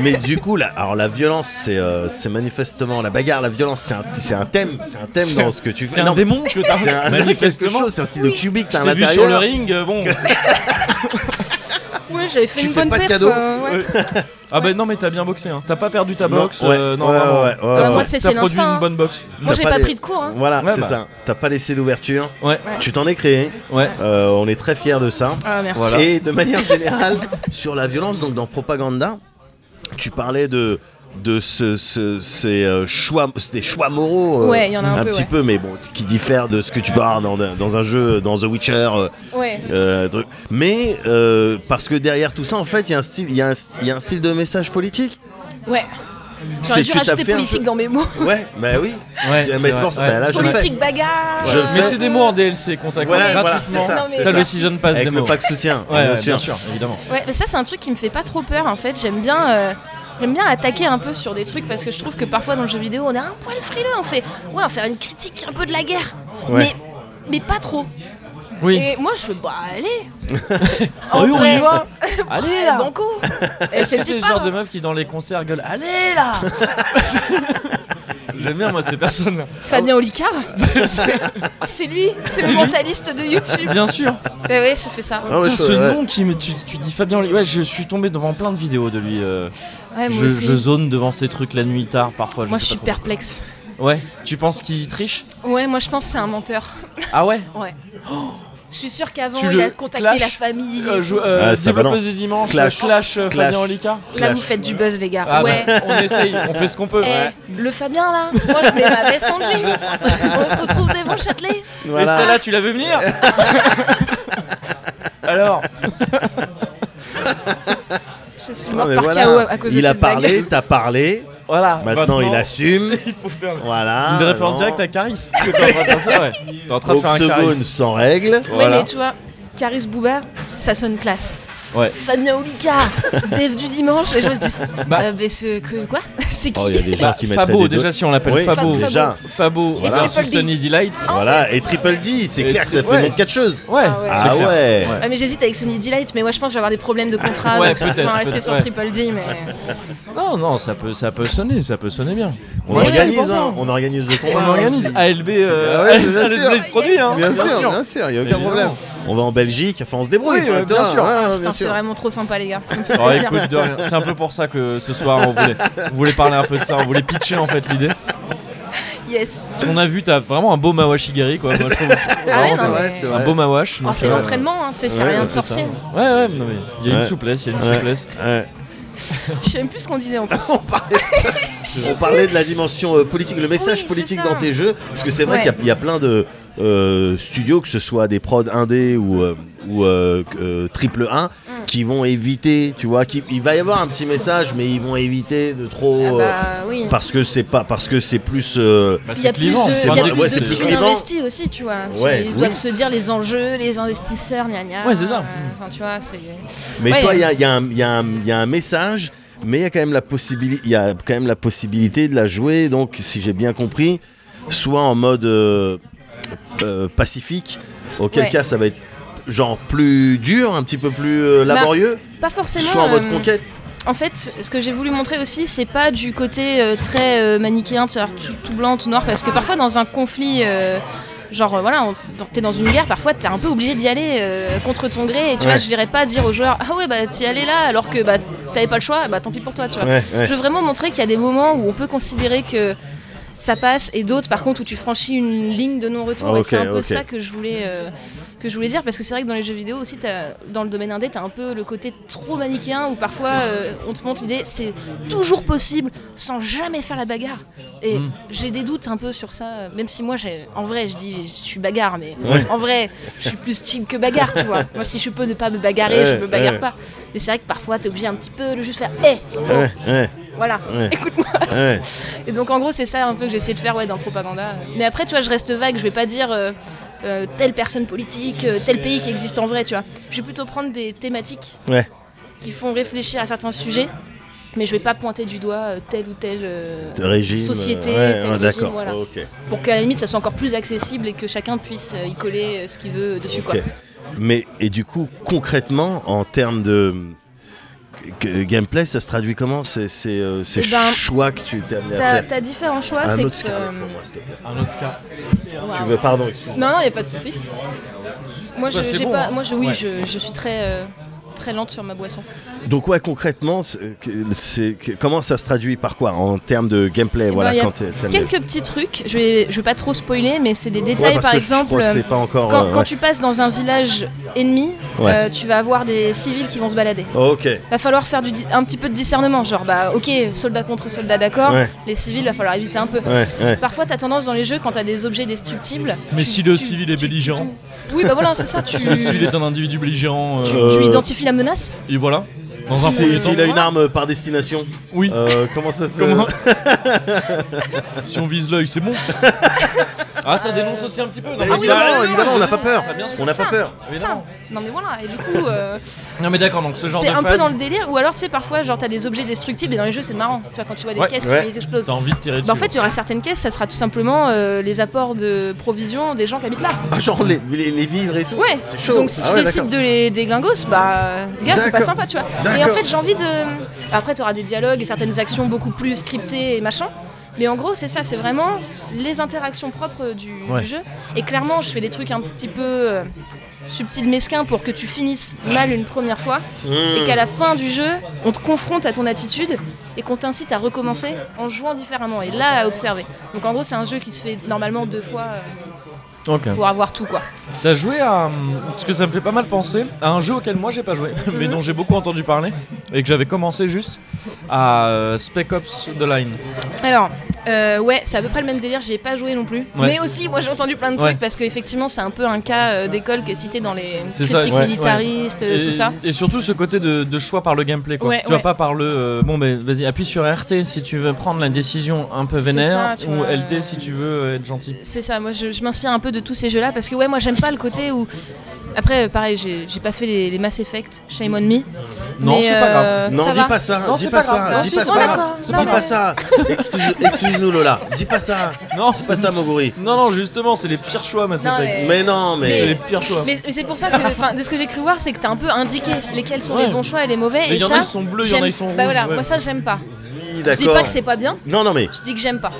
C: Mais du coup, la, alors la violence, c'est euh, c'est manifestement la bagarre, la violence, c'est un, c'est un thème, c'est un thème dans ce que tu fais.
B: C'est un
C: Non,
B: démon que
A: <laughs>
C: c'est
B: <laughs>
C: un-
B: t'as
C: c'est quelque
B: manifestement.
C: chose, c'est un style de cubique,
B: Je
C: t'as
B: t'ai
C: à
B: vu sur le
C: l'intérieur.
B: ring, euh,
A: <laughs>
B: bon.
A: Ouais, j'avais fait
C: Tu
A: une
C: fais
A: bonne
C: pas de
A: perf,
C: cadeaux
A: euh, ouais.
B: Ah bah non mais t'as bien boxé, hein. t'as pas perdu ta
C: Non,
B: boxe.
C: ouais,
B: euh, non,
C: ouais,
B: vraiment.
C: ouais, ouais,
B: T'as-
C: ouais.
A: Moi, c'est-
B: t'as
A: c'est
B: produit
A: l'instinct, hein.
B: une bonne boxe.
A: Moi,
C: T'as
A: j'ai
C: pas
A: pas
C: les-
A: pris de cours. Hein.
C: Voilà,
B: Ouais,
C: c'est
B: bah.
C: ça. T'as pas laissé d'ouverture.
B: Ouais,
C: Tu t'en es créé.
B: ouais.
C: Euh, on est très fiers de ça.
A: Ah, merci.
B: Voilà.
C: Et de manière générale, <laughs> sur la violence, donc dans Propaganda, tu parlais de de ce, ce- ces euh, choix des choix moraux euh,
A: Ouais, il y en a un peu,
C: petit
A: ouais.
C: peu mais bon qui diffèrent de ce que tu peux avoir dans, dans un jeu dans The Witcher euh,
A: Ouais.
C: euh, truc. mais euh, parce que derrière tout ça en fait il y a un style il y, a un st- il y a un style de message politique
A: Ouais. J'aurais
C: C'est
A: dû
C: tout à
A: rajouter
C: fait un
A: politique
C: jeu-
A: dans mes mots.
C: ouais bah oui
B: ouais,
C: mais
B: c'est
C: c'est
B: vrai,
C: pour ça
B: ouais.
C: bah là <laughs> je le fais
A: Politique bagarre.
C: Je le
B: Mais
C: fais.
B: c'est des mots en DLC qu'on t'a
C: Voilà, voilà,
B: gratuitement.
C: c'est ça.
A: Non, mais-
B: T'as
A: c'est
B: le
A: ça.
B: season pass
C: avec
B: des
C: le
B: mots.
C: pack soutien
B: Ouais,
C: bien
B: ouais,
C: sûr,
B: évidemment.
A: Ouais, mais ça, c'est un truc qui me fait pas trop peur en fait. J'aime bien. euh, J'aime bien attaquer un peu sur des trucs parce que je trouve que parfois dans le jeu vidéo on est un poil frileux, on fait ouais, on va faire une critique un peu de la guerre,
C: Ouais.
A: mais, mais pas trop.
B: Oui.
A: Et moi je fais bah
B: <laughs>
A: allez,
B: Ah oui, on
A: vrai.
B: y va. Allez là.
A: banco Et
B: <laughs>
A: je
B: C'est
A: le dis
B: le
A: pas,
B: genre de
A: hein.
B: meuf qui dans les concerts gueule Allez
C: <laughs>
B: là J'aime bien moi ces personnes là.
A: Fabien Olicard, c'est- c'est lui, c'est le mentaliste de YouTube.
B: <laughs> <laughs> Bien sûr
A: Ouais, ouais, je fais ça.
C: Ah ouais,
B: Putain,
C: je-
B: ce
C: ouais.
B: nom qui me. Tu, tu dis Fabien Oli- Ouais, je suis tombé devant plein de vidéos de lui. euh,
A: Ouais, moi
B: je,
A: aussi.
B: je zone devant ces trucs la nuit tard parfois.
A: Moi je
B: sais
A: suis
B: pas
A: perplexe.
B: trop. Ouais, tu penses qu'il triche
A: Ouais, moi je pense que c'est un menteur.
B: Ah ouais
A: Ouais. <gasps> Je suis sûre qu'avant
B: Tu
A: il
B: le
A: a contacté
B: clashes
A: la famille.
B: euh, jou- euh,
C: Ah, ça
B: Développeuse
C: balance.
B: du dimanche,
C: Clash.
B: Clash, clash, euh,
C: Clash.
B: Fabien Olicard
A: Là vous
C: clash.
A: faites du buzz les gars.
B: Ah
A: ouais.
B: bah, on essaye, on fait ce qu'on peut.
A: Eh, le Fabien là, moi je mets ma veste en jean.
C: <laughs>
A: On se retrouve devant Châtelet.
C: Voilà.
B: Et celle-là, tu la veux
C: <laughs>
B: venir Alors
A: Je suis
C: Ah,
A: morte
C: mais
A: par
C: voilà.
A: KO à- à cause de
C: il a
A: cette blague.
C: parlé t'as parlé
B: Voilà.
C: maintenant il <laughs> assume
B: Il faut faire.
C: voilà
B: C'est une référence
C: Ah, non.
B: directe à Caris.
C: <laughs>
B: que T'es en train de faire ça, ouais. T'es en train de faire un
C: Octogone
B: Caris.
C: sans règle.
A: Ouais, mais tu vois, Caris Bouba, ça sonne classe.
B: Ouais. <laughs>
A: Fabien Olicard, Dev du dimanche, les gens se disent.
B: Bah.
A: euh, mais ce que quoi <laughs> C'est qui
C: Oh, il y a des gens
B: Bah,
C: qui mettraient
B: Fabo,
C: des doigts.
B: déjà si on l'appelle
C: Oui,
B: Fabo. Ah,
A: Fab-
C: déjà.
B: Fabo
A: Et
B: versus
A: Triple D.
B: Sunny Delight.
C: Voilà, et Triple D, c'est
B: Et
C: clair, ça
B: tri-
C: fait
B: ouais.
C: notre quatre choses.
B: Ouais.
A: Ah ouais.
B: c'est
C: Ah
B: clair.
C: ouais.
B: Ouais.
A: Ouais, mais j'hésite avec Sony Delight, mais moi je pense que je vais avoir des problèmes de contrat.
B: Ouais,
A: donc je vais
B: peut-être,
A: pas rester
B: peut-être,
A: sur
B: ouais.
A: Triple D, mais.
B: Non, non, ça peut, ça peut sonner, ça peut sonner bien.
C: On
A: Ouais,
C: organise,
A: bon
C: hein,
A: sens.
C: on organise le
B: On
C: combat.
B: organise ALB, <laughs>
C: Ah
B: euh,
C: ouais, bien sûr.
B: ALB se produit, hein.
C: Bien sûr, bien sûr, il n'y a aucun
B: Évidemment.
C: problème. On va en Belgique, enfin on se débrouille.
B: Oui,
C: enfin,
B: euh, bien
C: toi,
B: sûr.
C: ouais, ouais, bien
A: Putain, c'est
C: sûr.
A: vraiment trop sympa, les gars. Ça me fait
B: Oh,
A: plaisir.
B: écoute, de rien. C'est un peu pour ça que ce soir on voulait, on voulait parler un peu de ça, on voulait pitcher en fait l'idée.
A: Yes. Oh,
B: Parce qu'on a vu, t'as vraiment un beau mawashigari quoi. Moi, je trouve-
A: Ah ouais,
C: c'est
A: non,
C: vrai,
A: mais-
C: c'est
B: un
C: vrai.
B: beau mawash.
A: Oh,
B: donc,
A: c'est
B: euh,
A: l'entraînement, hein, tu sais, c'est
C: ouais,
A: rien
C: ouais,
A: de
B: c'est ça.
A: sorcier.
B: Ouais, ouais, non, mais il y a
C: Ouais.
B: une souplesse, il y a une
C: Ouais.
B: souplesse. <laughs>
C: Ouais.
A: Je sais même plus ce qu'on disait en plus. Ah,
C: On parlait, on parlait de la dimension euh, politique, le message
A: Oui,
C: politique
A: c'est ça.
C: dans tes jeux, parce que c'est vrai
A: Ouais.
C: qu'il y a- il y, a plein de euh, studios, que ce soit des prods indés ou, euh, ou euh, euh, triple
A: Mm.
C: 1, qui vont éviter, tu vois, qui, il va y avoir un petit message, mais ils vont éviter de
A: Ah
C: trop. euh,
A: bah oui.
C: parce que c'est pas parce que c'est plus euh,
B: Bah,
A: Il y a
B: c'est
A: plus de,
B: clivant.
A: il
C: c'est
A: y a
C: vrai,
A: plus
C: ouais,
A: de
C: c'est plus
A: thunes
C: clivant.
A: investies aussi, tu vois.
C: Ouais,
A: ils
C: oui.
A: doivent se dire les enjeux, les investisseurs, gna gna.
B: Ouais, c'est ça.
A: Euh, Enfin, tu vois, c'est.
C: mais
A: Ouais.
C: toi il y a, il y a un- il y a un- il y a un message mais il y a quand même la possibilité il y a quand même la possibilité de la jouer donc si j'ai bien compris soit en mode euh, euh, pacifique auquel
A: Ouais.
C: cas ça va être genre plus dur un petit peu plus euh,
A: Bah,
C: laborieux
A: Pas forcément.
C: soit en mode
A: euh,
C: conquête
A: En fait, ce que j'ai voulu montrer aussi, c'est pas du côté euh, très euh, manichéen, c'est-à-dire tout, tout blanc, tout noir, parce que parfois dans un conflit, euh, genre euh, voilà, on- dans- t'es dans une guerre, parfois t'es un peu obligé d'y aller euh, contre ton gré, et tu vois,
C: Ouais.
A: je dirais pas dire aux joueurs, ah ouais, bah t'y allais là, alors que bah t'avais pas le choix, bah tant pis pour toi, tu vois.
C: ouais, ouais.
A: Je veux vraiment montrer qu'il y a des moments où on peut considérer que ça passe et d'autres par contre où tu franchis une ligne de non-retour
C: Ah,
A: et c'est
C: ok,
A: un peu
C: ok.
A: ça que je voulais euh, que je voulais dire parce que c'est vrai que dans les jeux vidéo aussi t'as- dans le domaine indé t'as un peu le côté trop manichéen où parfois euh, on te montre l'idée c'est toujours possible sans jamais faire la bagarre et
C: Hmm.
B: Mm.
A: j'ai des doutes un peu sur ça euh, même si moi j'ai en vrai je dis je suis bagarre mais en vrai je suis plus chill que bagarre tu vois moi si je peux ne pas me bagarrer je
C: Ouais,
A: me bagarre
C: ouais.
A: pas mais c'est vrai que parfois t'es obligé un petit peu de juste faire hé oh,
C: Ouais, ouais,
A: voilà
C: ouais,
A: <laughs> écoute-moi
C: ouais.
A: et donc en gros c'est ça un peu que j'ai essayé de faire ouais, dans Propaganda. Mais après tu vois je reste vague, je vais pas dire euh, euh, telle personne politique, euh, tel pays qui existe en vrai, tu vois. Je vais plutôt prendre des thématiques
C: Ouais.
A: qui font réfléchir à certains sujets Mais je vais pas pointer du doigt euh, telle ou telle euh,
C: Régime. euh,
A: société,
C: ouais,
A: tel
C: ouais,
A: régime,
C: d'accord.
A: voilà.
C: Ok.
A: pour qu'à la limite ça soit encore plus accessible et que chacun puisse euh, y coller euh, ce qu'il veut dessus. Quoi.
C: Ok. Mais et du coup, concrètement, en termes de g- gameplay, ça se traduit comment C'est c'est, euh, ces
A: Eh ben,
C: choix que tu t'es amené à
A: T'as
C: faire.
A: t'as différents choix,
C: un
A: c'est
C: autre
A: que.
C: Scarlett
A: euh,
C: pour moi, s'il te plaît.
B: Un Oscar.
C: Tu
A: waouh.
C: veux, pardon, excuse-moi.
A: Non, il n'y a pas de souci. Moi, je,
B: Bah, c'est
A: j'ai
B: bon,
A: pas,
B: hein.
A: moi je, oui,
B: Ouais.
A: je, je suis très, euh, très lente sur ma boisson.
C: Donc ouais, concrètement, c'est- que- c'est que- comment ça se traduit par quoi en termes de gameplay
A: ben,
C: Voilà,
A: il y a
C: quand t'es- t'aimes bien.
A: Quelques petits trucs, je vais, je vais pas trop spoiler, mais c'est des
C: Ouais,
A: détails
C: parce
A: par
C: que je
A: exemple.
C: crois que c'est pas encore.
A: Quand,
C: euh,
A: quand
C: ouais.
A: tu passes dans un village ennemi,
C: Ouais.
A: euh, tu vas avoir des civils qui vont se balader.
C: Oh, Ok.
A: Va falloir faire du, di- un petit peu de discernement, genre bah ok, soldat contre soldat, d'accord.
C: Ouais.
A: Les civils, va falloir éviter un peu.
C: Ouais, ouais.
A: Parfois, t'as tendance dans les jeux quand t'as des objets destructibles.
B: Mais
A: tu-
B: si le
A: tu-
B: civil est
A: tu-
B: belligérant.
A: tu- Oui, bah voilà, c'est
C: <laughs>
A: ça.
B: <laughs>
A: Tu,
B: Si il est un individu belligérant,
A: tu-
B: euh,
A: tu
C: Euh,
A: identifies la menace.
B: et voilà. Dans un
C: Si-
B: premier
C: S'il
B: temps,
C: a une arme par destination,
B: Oui.
C: euh, comment ça se.
B: Comment Si on vise l'œil, c'est bon. Ah, ça dénonce aussi un petit peu. Non, mais
A: Ah oui,
B: c'est-
C: évidemment,
A: bah,
C: évidemment,
A: ouais,
C: on n'a
A: je-
C: pas peur.
A: euh,
C: On n'a pas
A: ça,
C: peur.
A: Ça. Non mais voilà, et du coup, euh,
B: Non, mais d'accord, donc ce genre de
A: c'est un peu
B: phase,
A: dans le délire. Ou alors, tu sais, parfois, genre, t'as des objets destructibles et dans les jeux, c'est marrant. Tu vois, quand tu vois des
B: Ouais.
A: caisses
C: Ouais.
A: qui les explosent.
B: t'as envie de tirer dessus.
A: Bah en fait, il y aura certaines caisses, ça sera tout simplement euh, les apports de provisions des gens qui habitent là.
C: <laughs> Ah, genre les, les, les vivres et tout
A: Ouais,
C: C'est chaud.
A: donc si tu
C: Ah ouais,
A: décides
C: d'accord.
A: de les déglingos, bah, gars, c'est pas
C: D'accord.
A: sympa, tu vois. Et en
C: D'accord.
A: fait, j'ai envie de. Après, tu auras des dialogues et certaines actions beaucoup plus scriptées et machin. Mais en gros, c'est ça, c'est vraiment les interactions propres du, du
B: Ouais.
A: jeu. Et clairement, je fais des trucs un petit peu euh, subtils, mesquins pour que tu finisses mal une première fois
B: Euh.
C: Hmm.
A: et qu'à la fin du jeu, on te confronte à ton attitude et qu'on t'incite à recommencer en jouant différemment et là à observer. Donc en gros, c'est un jeu qui se fait normalement deux fois euh,
B: Ok.
A: pour avoir tout, quoi.
B: T'as joué à. hum, Parce que ça me fait pas mal penser à un jeu auquel moi j'ai pas joué, mais dont j'ai beaucoup entendu parler et que j'avais commencé juste à euh, Spec Ops The Line.
A: Alors, euh, ouais, c'est à peu près le même délire, j'y ai pas joué non plus.
B: Ouais.
A: Mais aussi, moi j'ai entendu plein de trucs
B: Ouais.
A: parce qu'effectivement, c'est un peu un cas euh, d'école qui est cité dans les
B: C'est
A: critiques
B: ça, ouais, ouais.
A: militaristes, euh,
B: et,
A: tout ça.
B: et surtout ce côté de, de choix par le gameplay quoi.
A: Ouais,
B: tu vois
A: ouais.
B: pas par le euh, bon mais vas-y appuie sur RT si tu veux prendre la décision un peu
A: C'est
B: vénère
A: ça, tu
B: ou
A: vois.
B: LT si tu veux euh, être gentil.
A: C'est ça, moi je, je m'inspire un peu de tous ces jeux-là parce que, ouais, moi j'aime pas le côté où. Après, euh, pareil, j'ai j'ai pas fait les, les Mass Effect, Shame on Me.
B: Non,
A: mais,
B: c'est pas grave.
A: euh,
C: Non,
A: ça
C: dis
A: va.
C: pas ça.
B: Non,
C: dis
B: c'est
C: pas,
B: pas grave.
C: ça.
B: Non,
C: dis
B: si,
C: pas
B: si,
A: on est
C: ça.
A: d'accord.
C: Dis
A: Non,
C: pas
A: mais-
C: ça. Excuse- Excuse-nous, Lola. Dis pas ça.
B: Non,
C: Dis pas ça, Moguri.
B: Non, non, justement, c'est les pires choix, Mass
A: euh, Non,
B: Effect.
A: mais-
C: Mais non, mais.
B: C'est les pires choix.
A: Mais, mais c'est pour ça que, enfin, de ce que j'ai cru voir, c'est que t'as un peu indiqué lesquels sont
B: Ouais.
A: les bons choix et les mauvais.
B: Mais
A: et
B: y en
A: ça,
B: a, ils sont bleus, y en a,
A: j'aime-
B: ils sont
A: Bah
B: rouges,
A: voilà,
B: ouais.
A: moi ça j'aime pas.
C: Oui,
A: Je dis pas
C: d'accord.
A: que c'est pas bien,
C: Non, non, mais.
A: je dis que j'aime pas.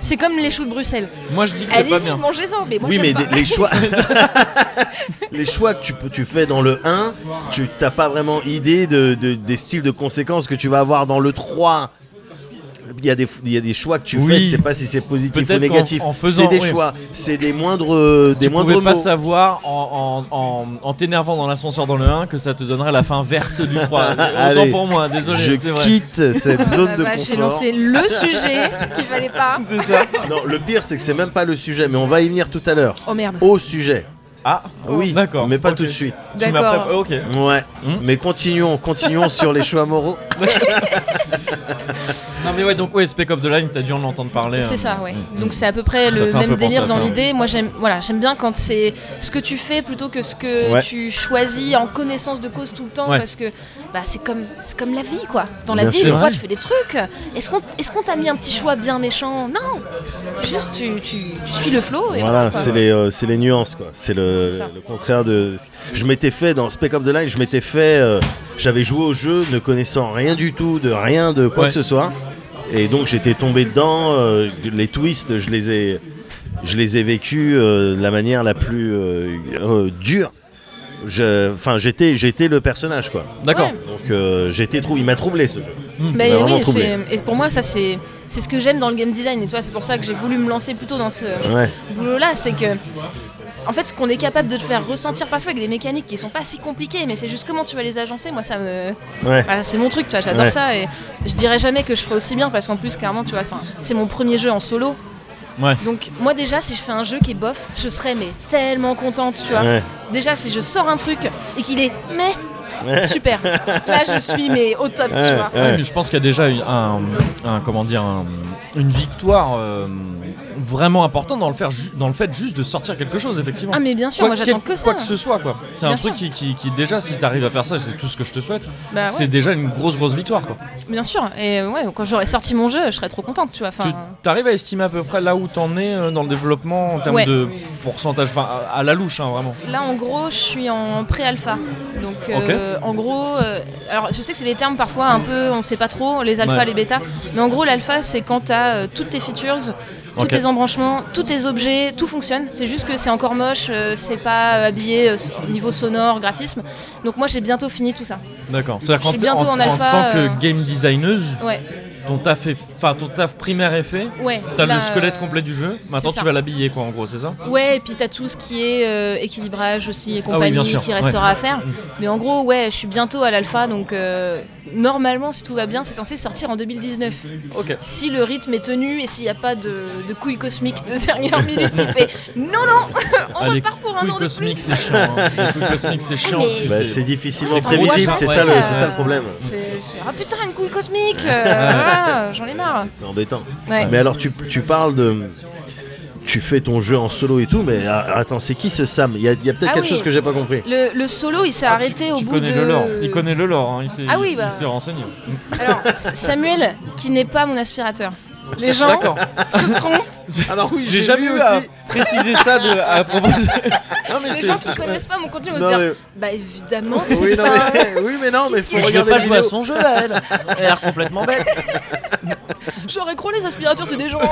A: C'est comme les choux de Bruxelles.
B: Moi, je dis que c'est pas
A: Allez-y,
B: bien.
A: mangez-en, mais moi
C: oui,
A: j'aime
C: mais
A: pas. <laughs>
C: les, les choix. <laughs> les choix que tu, peux- tu fais dans le 1, tu t'as pas vraiment idée de, de- des styles de conséquences que tu vas avoir dans le 3. Il y, a des, il y a des choix que tu
B: Oui.
C: fais, je sais pas si c'est positif
B: Peut-être
C: ou négatif.
B: qu'en- en
C: C'est
B: faisant,
C: des
B: oui.
C: choix, c'est des moindres, des
B: Tu
C: moindres
B: pouvais pas
C: mots.
B: savoir en, en- en- en t'énervant dans l'ascenseur dans le 1 que ça te donnerait la fin verte du
C: <laughs>
B: 3. Autant
C: Allez.
B: pour moi, désolé,
C: je
B: c'est vrai.
C: quitte
B: <laughs>
C: cette zone
A: Ah
C: de
A: bah,
C: confort.
A: J'ai lancé le sujet qu'il fallait pas.
B: C'est ça.
C: Non, le pire, c'est que c'est même pas le sujet, mais on va y venir tout à l'heure.
A: Oh merde.
C: Au sujet.
B: Ah,
C: Oui,
B: d'accord.
C: mais pas
B: Ok.
C: tout de suite.
B: Tu m'as
A: D'accord.
B: prépa- Ok.
C: Ouais,
B: Hmm.
C: mais continuons, continuons sur les choix moraux.
B: Non, mais ouais, donc, ouais, Spec Up The Line, t'as dû en entendre parler. euh,
A: C'est ça, ouais.
B: mm,
A: Donc c'est à peu près
B: Ça
A: le
B: fait un peu
A: même
B: penser
A: délire
B: à
A: dans
B: ça.
A: l'idée. Moi j'aime, voilà, j'aime bien quand c'est ce que tu fais plutôt que ce que
C: Ouais.
A: tu choisis en connaissance de cause tout le temps,
B: Ouais.
A: parce que bah, c'est comme, c'est comme la vie, quoi. Dans la
C: Bien
A: vie,
C: sûr.
A: des fois
B: Ouais.
A: tu fais des trucs. Est-ce qu'on, est-ce qu'on t'a mis un petit choix bien méchant Non. Juste tu, tu, tu suis le flow. Et
C: Voilà,
A: quoi.
C: c'est les, euh, c'est les nuances, quoi. C'est
A: C'est ça.
C: le, le contraire de. Je m'étais fait dans Spec Up the Line, je m'étais fait. euh, J'avais joué au jeu ne connaissant rien du tout, de rien, de quoi
B: Ouais.
C: que ce soit. Et donc j'étais tombé dedans. euh, les twists, je les ai, je les ai vécus euh, de la manière la plus euh, euh, dure. Je- Enfin, j'étais, j'étais le personnage, quoi.
B: hein. D'accord.
A: Ouais.
C: Donc euh, j'étais troublé. Il m'a troublé ce jeu.
A: Mais
C: Il m'a vraiment
A: oui,
C: troublé.
A: c'est- et pour moi ça c'est, c'est ce que j'aime dans le game design. Et toi c'est pour ça que j'ai voulu me lancer plutôt dans ce.
C: Ouais.
A: boulot là, c'est que en fait ce qu'on est capable de te faire ressentir parfois avec des mécaniques qui sont pas si compliquées, mais c'est juste comment tu vas les agencer. Moi ça me,
C: Ouais.
A: voilà, c'est mon truc, tu vois, j'adore
C: Ouais.
A: ça et je dirais jamais que je ferais aussi bien parce qu'en plus clairement, tu vois, enfin, c'est mon premier jeu en solo.
B: Ouais.
A: Donc moi déjà si je fais un jeu qui est bof, je serais mais tellement contente, tu vois.
C: Ouais.
A: Déjà si je sors un truc et qu'il est mais super. Là je suis mais au top, tu vois.
B: Ouais, mais je pense qu'il y a déjà une- un, un- comment dire, un- une victoire euh, vraiment important dans le, faire ju- dans le fait juste de sortir quelque chose, effectivement.
A: Ah, mais bien sûr,
B: Quoi
A: moi j'attends
B: quel-
A: que ça.
B: Quoi que ce soit, quoi. C'est un
A: Bien
B: truc qui, qui- qui, déjà, si t'arrives à faire ça, c'est tout ce que je te souhaite,
A: Bah ouais,
B: c'est déjà une grosse, grosse victoire, quoi.
A: bien sûr. Et euh, ouais, quand j'aurais sorti mon jeu, je serais trop contente, tu vois. Enfin,
B: Tu arrives à estimer à peu près là où t'en es euh, dans le développement en termes
A: Ouais.
B: de pourcentage, enfin à, à la louche, hein, vraiment.
A: Là, en gros, je suis en pré-alpha. Donc, euh, en gros, euh, alors je sais que c'est des termes parfois un peu, on sait pas trop, les alphas,
B: Ouais.
A: les bêtas. Mais en gros, l'alpha, c'est quand t'as euh, toutes tes features, tous
B: Ok.
A: tes embranchements, tous tes objets, tout fonctionne. C'est juste que c'est encore moche, euh, c'est pas euh, habillé euh, au niveau sonore, graphisme. Donc, moi, j'ai bientôt fini tout ça.
B: D'accord. C'est-à-dire
A: Je
B: qu'en
A: suis bientôt
B: en,
A: en alpha,
B: tant
A: euh.
B: que game designeuse,
A: Ouais,
B: ton taf, est, enfin, ton taf primaire est fait.
A: ouais.
B: T'as
A: là,
B: le squelette
A: euh,
B: complet du jeu. Maintenant,
A: ça.
B: tu vas l'habiller, quoi, en gros, c'est ça
A: Ouais, et puis t'as tout ce qui est euh, équilibrage aussi et
B: Ah oui,
A: compagnie
B: bien sûr,
A: qui restera à faire. Mais en gros, ouais, je suis bientôt à l'alpha, donc euh, normalement, si tout va bien, c'est censé sortir en 2019.
B: Ok.
A: Si le rythme est tenu et s'il n'y a pas de, de couilles cosmiques de
B: <laughs>
A: dernière minute qui fait non, non, <laughs> on
B: Ah, les
A: repart pour un
B: couilles
A: an de
B: cosmiques,
A: plus.
B: c'est chiant. hein. Les couilles cosmiques, c'est chiant.
A: mais-
B: parce que
C: Bah,
B: c'est-
C: c'est difficilement
B: c'est trop
C: prévisible, c'est
B: moche,
C: ça,
B: ouais,
C: le-
B: c'est-
C: c'est ça le problème.
A: euh, C'est- c'est- Ah putain, une couille cosmique euh, voilà, J'en ai marre.
C: C'est embêtant.
A: Ouais.
C: Mais alors, tu, tu parles de. Tu fais ton jeu en solo et tout, mais ah, attends, c'est qui ce Sam Il y a, il y a peut-être
A: Ah
C: quelque
A: oui.
C: chose que j'ai pas compris.
A: Le, le solo, il s'est
B: Ah, tu-
A: arrêté au
B: tu
A: bout
B: connais
A: de.
B: le lore. Il connaît le lore. hein, Il s'est
A: Ah oui,
B: il s'est-
A: bah.
B: il s'est renseigné.
A: Alors, S- Samuel, qui n'est pas mon aspirateur.
B: <laughs>
A: Les gens
B: D'accord.
A: se
C: <laughs>
A: trompent.
C: Alors, oui,
B: J'ai jamais eu
C: hein.
B: à préciser ça de- à <laughs> propos. de- Non mais
A: Les
B: c'est-
A: gens
B: c'est-
A: qui connaissent pas mon contenu vont se
C: Non,
A: dire
C: mais-
A: Bah évidemment que
C: Oui,
A: c'est
C: non,
A: pas-
C: mais... oui, mais non, mais
A: Qu'est-ce
C: faut
A: que
B: Je vais
C: regarder
B: pas
C: la
B: jouer à
C: vidéo.
B: son jeu à elle. Elle a l'air complètement bête.
A: <laughs> J'aurais cru les aspirateurs, c'est des gens.
C: <laughs>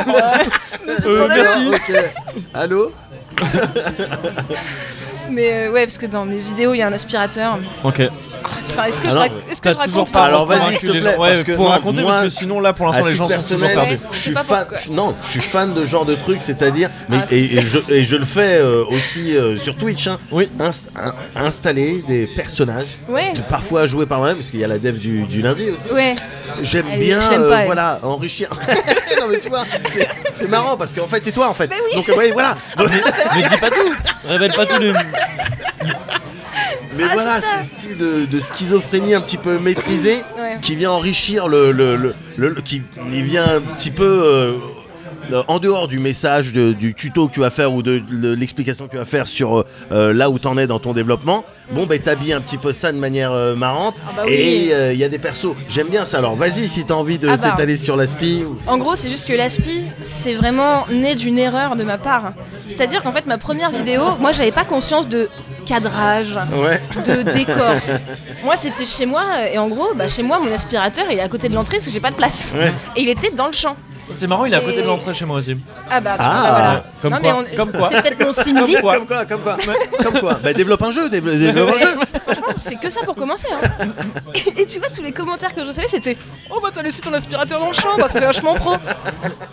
C: Euh,
A: Voilà.
C: merci. Ok. Allô
A: Mais euh, ouais, parce que dans mes vidéos, il y a un aspirateur.
B: Ok.
A: Ah, putain, est-ce que,
C: Alors,
A: je, rac- est-ce que je
B: T'as toujours
A: raconte
B: pas
A: ça
C: Alors, vas-y,
B: convaincu
C: s'il te
B: les
C: plaît,
B: gens. Ouais,
C: parce que
B: faut
C: non,
B: raconter
C: moi,
B: parce que sinon là pour
C: À
B: l'instant les
C: titre
B: gens sont toujours
C: personnel,
B: perdus.
A: Ouais.
C: Je
A: Je sais
C: suis
A: pas
C: fan.
A: pourquoi.
C: je- Non, je suis fan de ce genre de truc, c'est-à-dire, mais
A: Ah, c'est-
C: et, et je, et je le fais euh, aussi euh, sur Twitch. hein.
B: Oui.
C: Inst- in- installer des personnages,
A: Ouais.
C: de- parfois jouer par moi-même, parce qu'il y a la dev du, du lundi aussi.
A: Ouais,
C: J'aime
A: Elle-
C: bien,
A: je l'aime
C: euh,
A: pas, elle.
C: voilà, enrichir. <laughs> non mais tu vois, c'est- c'est marrant parce qu'en fait c'est toi en fait.
A: Mais oui. Ah,
C: Donc euh, ouais, voilà. Donc,
B: Mais dis pas tout. Révèle pas tout. les-
C: Mais
A: Ah,
C: voilà,
A: putain.
C: c'est ce style de, de schizophrénie un petit peu maîtrisé
A: Ouais.
C: qui vient enrichir le, le- le- le- le- qui il vient un petit peu euh, euh, en dehors du message de- du tuto que tu vas faire ou de, de l'explication que tu vas faire sur euh, euh, là où t'en es dans ton développement. Bon, ben t'habilles un petit peu ça de manière euh, marrante
A: bah oui.
C: et euh, il y a des persos. J'aime bien ça. Alors vas-y si t'as envie de
A: Ah bah.
C: t'étaler sur la spie. ou-
A: en gros, c'est juste que l'aspi, c'est vraiment né d'une erreur de ma part. C'est-à-dire qu'en fait, ma première vidéo, moi, j'avais pas conscience de cadrage,
C: Ouais.
A: de
C: <laughs>
A: décor. moi, c'était chez moi, et en gros, bah, chez moi, mon aspirateur, il est à côté de l'entrée parce que j'ai pas de place.
C: Ouais.
A: Et il était dans le champ.
B: C'est marrant, il est à côté de l'entrée chez moi aussi.
A: Ah bah, tu vois,
C: Ah.
A: bah, voilà.
B: Comme
A: non,
B: quoi,
A: mais on-
B: comme quoi.
A: C'est peut-être mon simili.
B: Quoi
C: Comme quoi, comme quoi, comme quoi. Bah développe un jeu, développe, développe un jeu.
A: Franchement, c'est que ça pour commencer. hein. Et, et tu vois, tous les commentaires que je recevais, c'était Oh bah t'as laissé ton aspirateur dans le champ, bah c'est vachement pro.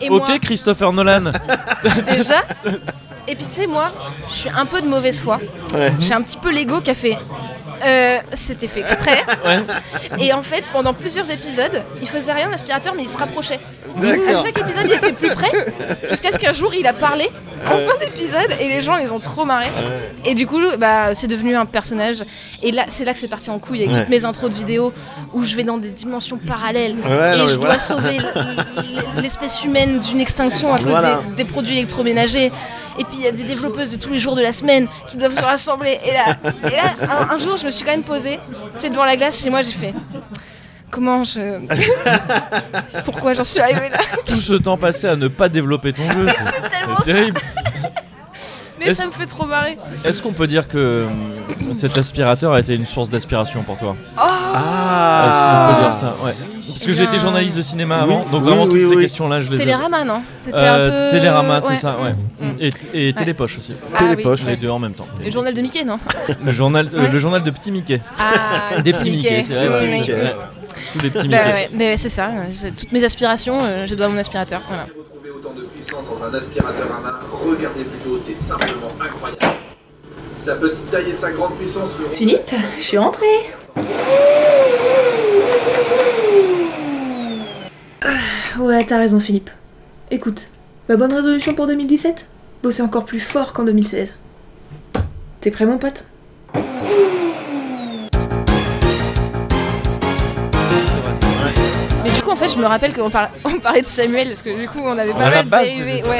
A: Et moi,
B: Ok Christopher Nolan.
A: <laughs> déjà. Et puis tu sais, moi, je suis un peu de mauvaise foi.
C: Ouais.
A: J'ai un petit peu l'ego qui a fait. Euh, c'était fait exprès. Et en fait, pendant plusieurs épisodes, il faisait rien l'aspirateur, mais il se rapprochait. À
C: D'accord.
A: chaque épisode, il était plus près, jusqu'à ce qu'un jour, il a parlé en fin d'épisode, et les gens, ils ont trop marré. Et du coup, bah, c'est devenu un personnage. Et là, c'est là que c'est parti en couille avec
C: Ouais.
A: toutes mes intros de vidéos où je vais dans des dimensions parallèles
C: Ouais,
A: et
C: non, mais
A: je
C: voilà.
B: <laughs>
A: dois sauver l- l- l'espèce humaine d'une extinction à cause
C: Voilà.
A: des, des produits électroménagers. Et puis il y a des développeuses de tous les jours de la semaine qui doivent se rassembler. Et là, et là, un, un jour, je me suis quand même posée, tu sais, devant la glace chez moi, j'ai fait. Comment je.
B: <laughs>
A: Pourquoi j'en suis arrivée là
B: Tout ce temps passé à ne pas développer ton
A: <laughs>
B: jeu. c'est-
A: C'est tellement
B: C'est
A: ça
B: terrible.
A: Mais
B: Est-ce-
A: ça me fait trop marrer.
B: Est-ce qu'on peut dire que hum, cet aspirateur a été une source d'aspiration pour toi Est-ce
C: Ah.
B: qu'on peut dire ça Ouais. Parce que j'ai été journaliste de cinéma
C: Oui,
B: avant, donc
C: oui,
B: vraiment
C: oui,
B: toutes ces
C: oui.
B: questions-là, je les ai.
A: Télérama, non C'était
B: Euh,
A: un peu.
B: Télérama, c'est
A: ouais.
B: ça, ouais. Et, et Télépoche aussi.
A: Ah
C: Télépoche.
A: oui,
B: Les
A: ouais.
B: deux en même temps.
A: Le journal de Mickey, non
B: Le journal, euh,
A: Ouais.
B: le journal de Petit Mickey.
A: Ah,
B: Des petits Mickey, c'est vrai.
A: Des
B: ouais,
A: petits
B: c'est-
A: Mickey.
B: ouais. Tous les petits
A: Bah
B: Mickey.
A: ouais, mais c'est ça, euh, c'est- toutes mes aspirations, euh, je dois à mon aspirateur. Voilà.
G: Retrouver autant de puissance dans un aspirateur à main, regardez plutôt, c'est simplement incroyable. Sa petite taille et sa grande puissance feront.
H: Philippe, je suis rentrée. Ah, Ouais, t'as raison, Philippe. Écoute, ma bonne résolution pour 2017 Bosser encore plus fort qu'en 2016. T'es prêt, mon pote
A: Mais du coup, en fait, je me rappelle qu'on parla- <laughs> on parlait de Samuel, parce que du coup, on avait pas
B: À la
A: mal
B: base,
A: dérivé.
B: c'était ça,
A: ouais.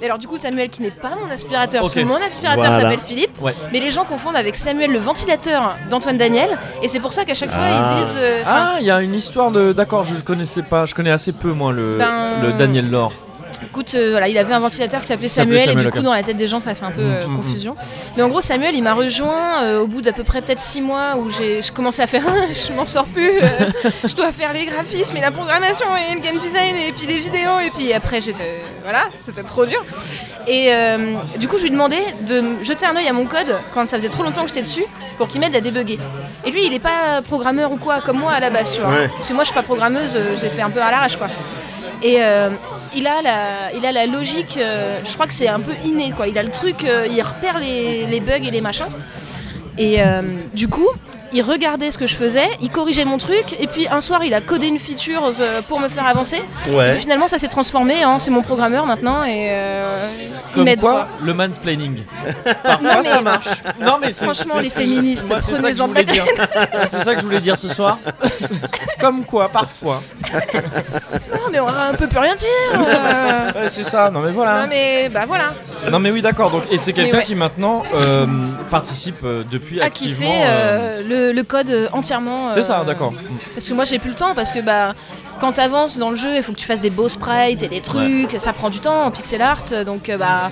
A: Et alors, du coup, Samuel qui n'est pas mon aspirateur,
B: Ok.
A: parce que mon aspirateur
C: Voilà.
A: s'appelle Philippe,
B: Ouais.
A: mais les gens confondent avec Samuel le ventilateur d'Antoine Daniel, et c'est pour ça qu'à chaque fois,
C: Ah.
A: ils disent. euh,
B: Ah, il y a une histoire de. D'accord, je le connaissais pas. Je connais assez peu, moi, le,
A: Ben-
B: le Daniel Laure.
A: Écoute, euh, voilà, il avait un ventilateur qui s'appelait
B: Ah. s'appelait
A: Samuel, et
B: Samuel,
A: du
B: ok.
A: coup, dans la tête des gens, ça fait un peu euh,
B: Mm, mm,
A: confusion. Mais en gros, Samuel, il m'a rejoint euh, au bout d'à peu près peut-être six mois où j'ai je commençais à faire <laughs> je m'en sors plus, euh, je dois faire les graphismes et la programmation et le game design et puis les vidéos. Et puis après, j'étais. Voilà, c'était trop dur. Et euh, du coup, je lui demandais de m- jeter un œil à mon code quand ça faisait trop longtemps que j'étais dessus pour qu'il m'aide à débugger. Et lui, il n'est pas programmeur ou quoi, comme moi à la base, tu vois.
C: Ouais.
A: Parce que moi, je suis pas programmeuse, euh, j'ai fait un peu à l'arrache, quoi. Et euh, il, a la, il a la logique, euh, je crois que c'est un peu inné, quoi. Il a le truc, euh, il repère les, les bugs et les machins. Et euh, du coup, il regardait ce que je faisais, il corrigeait mon truc, et puis un soir, il a codé une feature euh, pour me faire avancer. Et puis
C: Ouais.
A: finalement, ça s'est transformé, hein, c'est mon programmeur maintenant, et euh, il
B: Comme
A: m'aide,
B: quoi, le mansplaining. Parfois,
A: mais-
B: ça marche. Non, mais c'est-
A: Franchement,
B: c'est
A: les
B: ce que je-
A: féministes,
B: moi, c'est ça que je
A: prenez-en
B: voulais dire. C'est ça que je voulais dire ce
A: <laughs>
B: soir. Comme quoi, parfois.
A: Non, mais on ne peut plus rien dire.
B: <laughs>
A: euh.
B: Ouais, c'est ça, non mais voilà.
A: Non, mais bah voilà.
B: Non mais oui, d'accord. Donc, et c'est quelqu'un
A: ouais.
B: qui maintenant euh, participe euh, depuis
A: A kiffé
B: activement. euh,
A: euh, le, le code euh, entièrement.
B: C'est ça,
A: euh,
B: d'accord.
A: Parce que moi, j'ai plus le temps, parce que bah. Quand t'avances dans le jeu, il faut que tu fasses des beaux sprites et des trucs, ça prend du temps en pixel art, donc euh, bah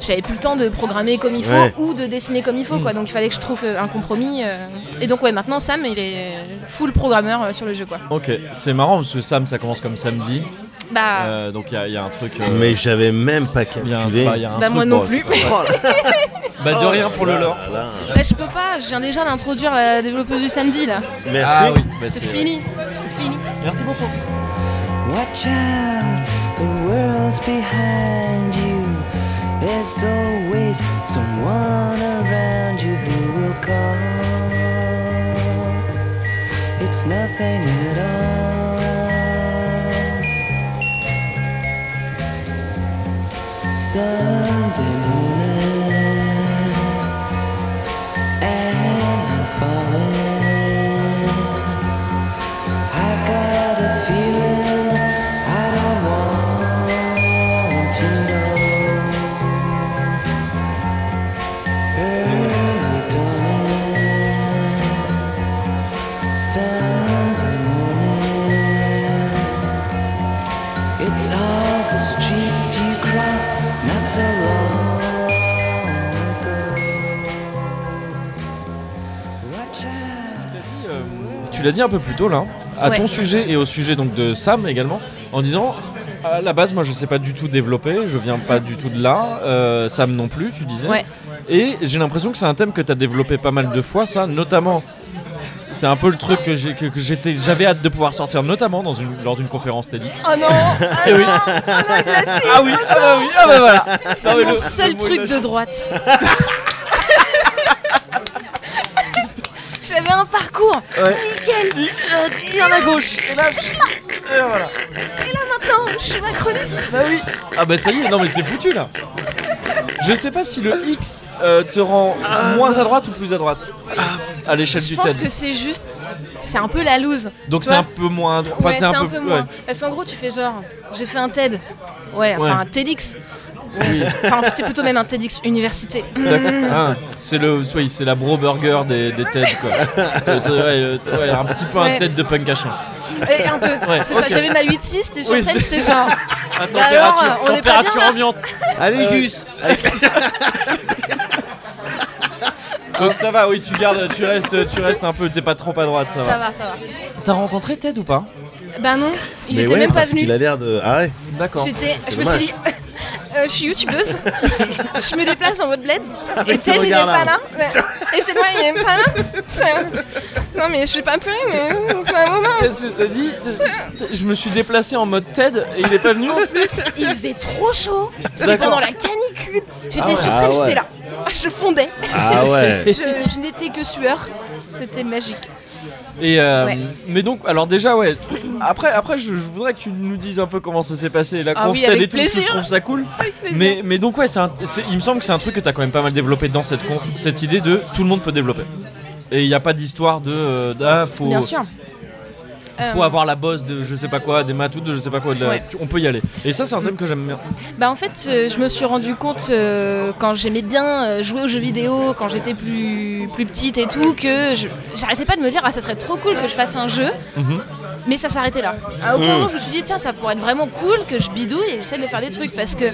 A: j'avais plus le temps de programmer comme il faut
C: Ouais.
A: ou de dessiner comme il faut,
B: Mm.
A: quoi. Donc il fallait que je trouve euh, un compromis. euh. Et donc ouais, maintenant Sam, il est full programmeur euh, sur le jeu, quoi.
B: Ok, c'est marrant parce que Sam, ça commence comme samedi.
A: Bah,
B: Euh, donc il y, a- il y a un truc. euh,
C: Mais j'avais même pas
B: il y a un-
C: calculé.
B: bah, il y a un
A: bah
B: truc,
A: moi non
B: bon,
A: plus. <laughs>
B: c'est pas- Bah de rien pour le lore.
C: Ah là.
A: Bah, je peux pas, je viens déjà d'introduire la développeuse du samedi là.
C: Merci.
B: Ah oui, bah,
A: C'est fini, c'est fini.
B: Merci beaucoup.
D: Watch out, the world's behind you. There's always someone around you who will call. It's nothing at all. Sunday morning, and I'm falling. I've got a feeling I don't want to know. Early dawning, Sunday morning. It's all the streets you cross not so long ago. Watch out.
B: Euh, tu l'as dit un peu plus tôt là, hein, à
A: Ouais.
B: ton sujet et au sujet donc de Sam également, en disant à la base moi je sais pas du tout développer, je viens pas du tout de là, euh, Sam non plus tu disais.
A: Ouais.
B: Et j'ai l'impression que c'est un thème que tu as développé pas mal de fois ça, notamment c'est un peu le truc que j'ai- que- que j'étais j'avais hâte de pouvoir sortir notamment dans une, lors d'une conférence TEDx. <laughs>
A: Oh non, ah
B: Eh oui.
A: non, ah non, il l'a dit.
B: Ah oui, ah bah oui, ah bah voilà.
A: C'est
B: Non, mais
A: mon
B: le-
A: seul
B: le mot
A: truc
B: de
A: de droite.
B: <laughs>
A: J'avais un parcours
B: Ouais.
A: nickel.
B: Bien à gauche. Et là, et voilà.
A: Maintenant, je suis macroniste.
B: Bah oui Ah bah ça y est, non mais c'est foutu là Je sais pas si le X euh, te rend moins à droite ou plus à droite à l'échelle
A: Je
B: du
A: pense
B: TED.
A: que c'est juste, c'est un peu la loose.
B: Donc
A: tu
B: c'est
A: vois.
B: un peu moins à droite. Enfin,
A: ouais, c'est un peu, moins.
B: ouais.
A: Parce qu'en gros, tu fais genre, j'ai fait un TED. Ouais, enfin
B: Ouais.
A: un TEDx. Enfin, c'était plutôt même un TEDx
B: <laughs>
A: université.
B: D'accord. Ah, c'est le, oui, c'est la bro burger des, des TED quoi. Euh, t- ouais, euh, t- ouais, un petit peu un
A: Ouais.
B: TED de punk à chien.
A: Et un peu.
B: Ouais,
A: c'est
B: ok.
A: ça, j'avais ma 8-6, t'es sur
B: Oui,
A: scène,
B: c'est-
A: j'étais genre.
B: À température,
A: Bah alors, euh, on est pas
B: température
A: bien, là
B: ambiante.
C: Allez, Gus.
B: Donc ça va, oui, tu gardes, tu restes, tu restes un peu, t'es pas trop à droite, <laughs> ça,
A: Ça
B: va.
A: va, ça va.
B: T'as rencontré TED ou pas
A: Bah non, il
C: Mais
A: était
C: ouais,
A: même pas
C: parce
A: venu.
C: qu'il a l'air de. Ah ouais.
B: D'accord.
A: J'étais, je me suis
C: dommage.
A: dit, <laughs> euh, je suis youtubeuse, je me déplace en mode bled, et
C: ce
A: Ted il est
C: regard-là.
A: pas là, Ouais. et c'est moi il est même pas là. C'est- Non mais je vais pas me pleurer, mais euh, c'est un moment.
B: Qu'est-ce que t'as
A: <laughs>
B: dit Je me suis déplacé en mode TED et il est pas venu en plus.
A: Il faisait trop chaud, c'était
B: D'accord.
A: pendant la canicule, j'étais sur
C: Ah
A: scène,
C: ouais.
A: j'étais là, je fondais,
C: Ah ouais.
A: <laughs> je, je n'étais que sueur, c'était magique.
B: Et euh,
A: Ouais.
B: mais donc alors déjà ouais. Après après je, je voudrais que tu nous dises un peu comment ça s'est passé la
A: Ah
B: conf
A: oui,
B: TED
A: avec
B: et tout. parce que Je
A: plaisir.
B: trouve ça
A: <laughs>
B: cool.
A: plaisir.
B: Mais mais donc ouais c'est un- c'est- il me semble que c'est un truc que t'as quand même pas mal développé dans cette conf cette idée de tout le monde peut développer. Et il n'y a pas d'histoire de euh, ah, faut
A: Bien sûr.
B: faut
A: Euh,
B: avoir la bosse de je sais pas quoi, des maths ou de je sais pas quoi. de la-
A: Ouais.
B: On peut y aller. Et ça, c'est un thème que j'aime bien.
A: Bah en fait, euh, je me suis rendu compte euh, quand j'aimais bien euh, jouer aux jeux vidéo, quand j'étais plus, plus petite et tout, que je- j'arrêtais pas de me dire ah ça serait trop cool que je fasse un jeu, mais ça s'arrêtait là. À aucun
C: Mhm.
A: moment je me suis dit tiens ça pourrait être vraiment cool que je bidouille et j'essaie de faire des trucs parce que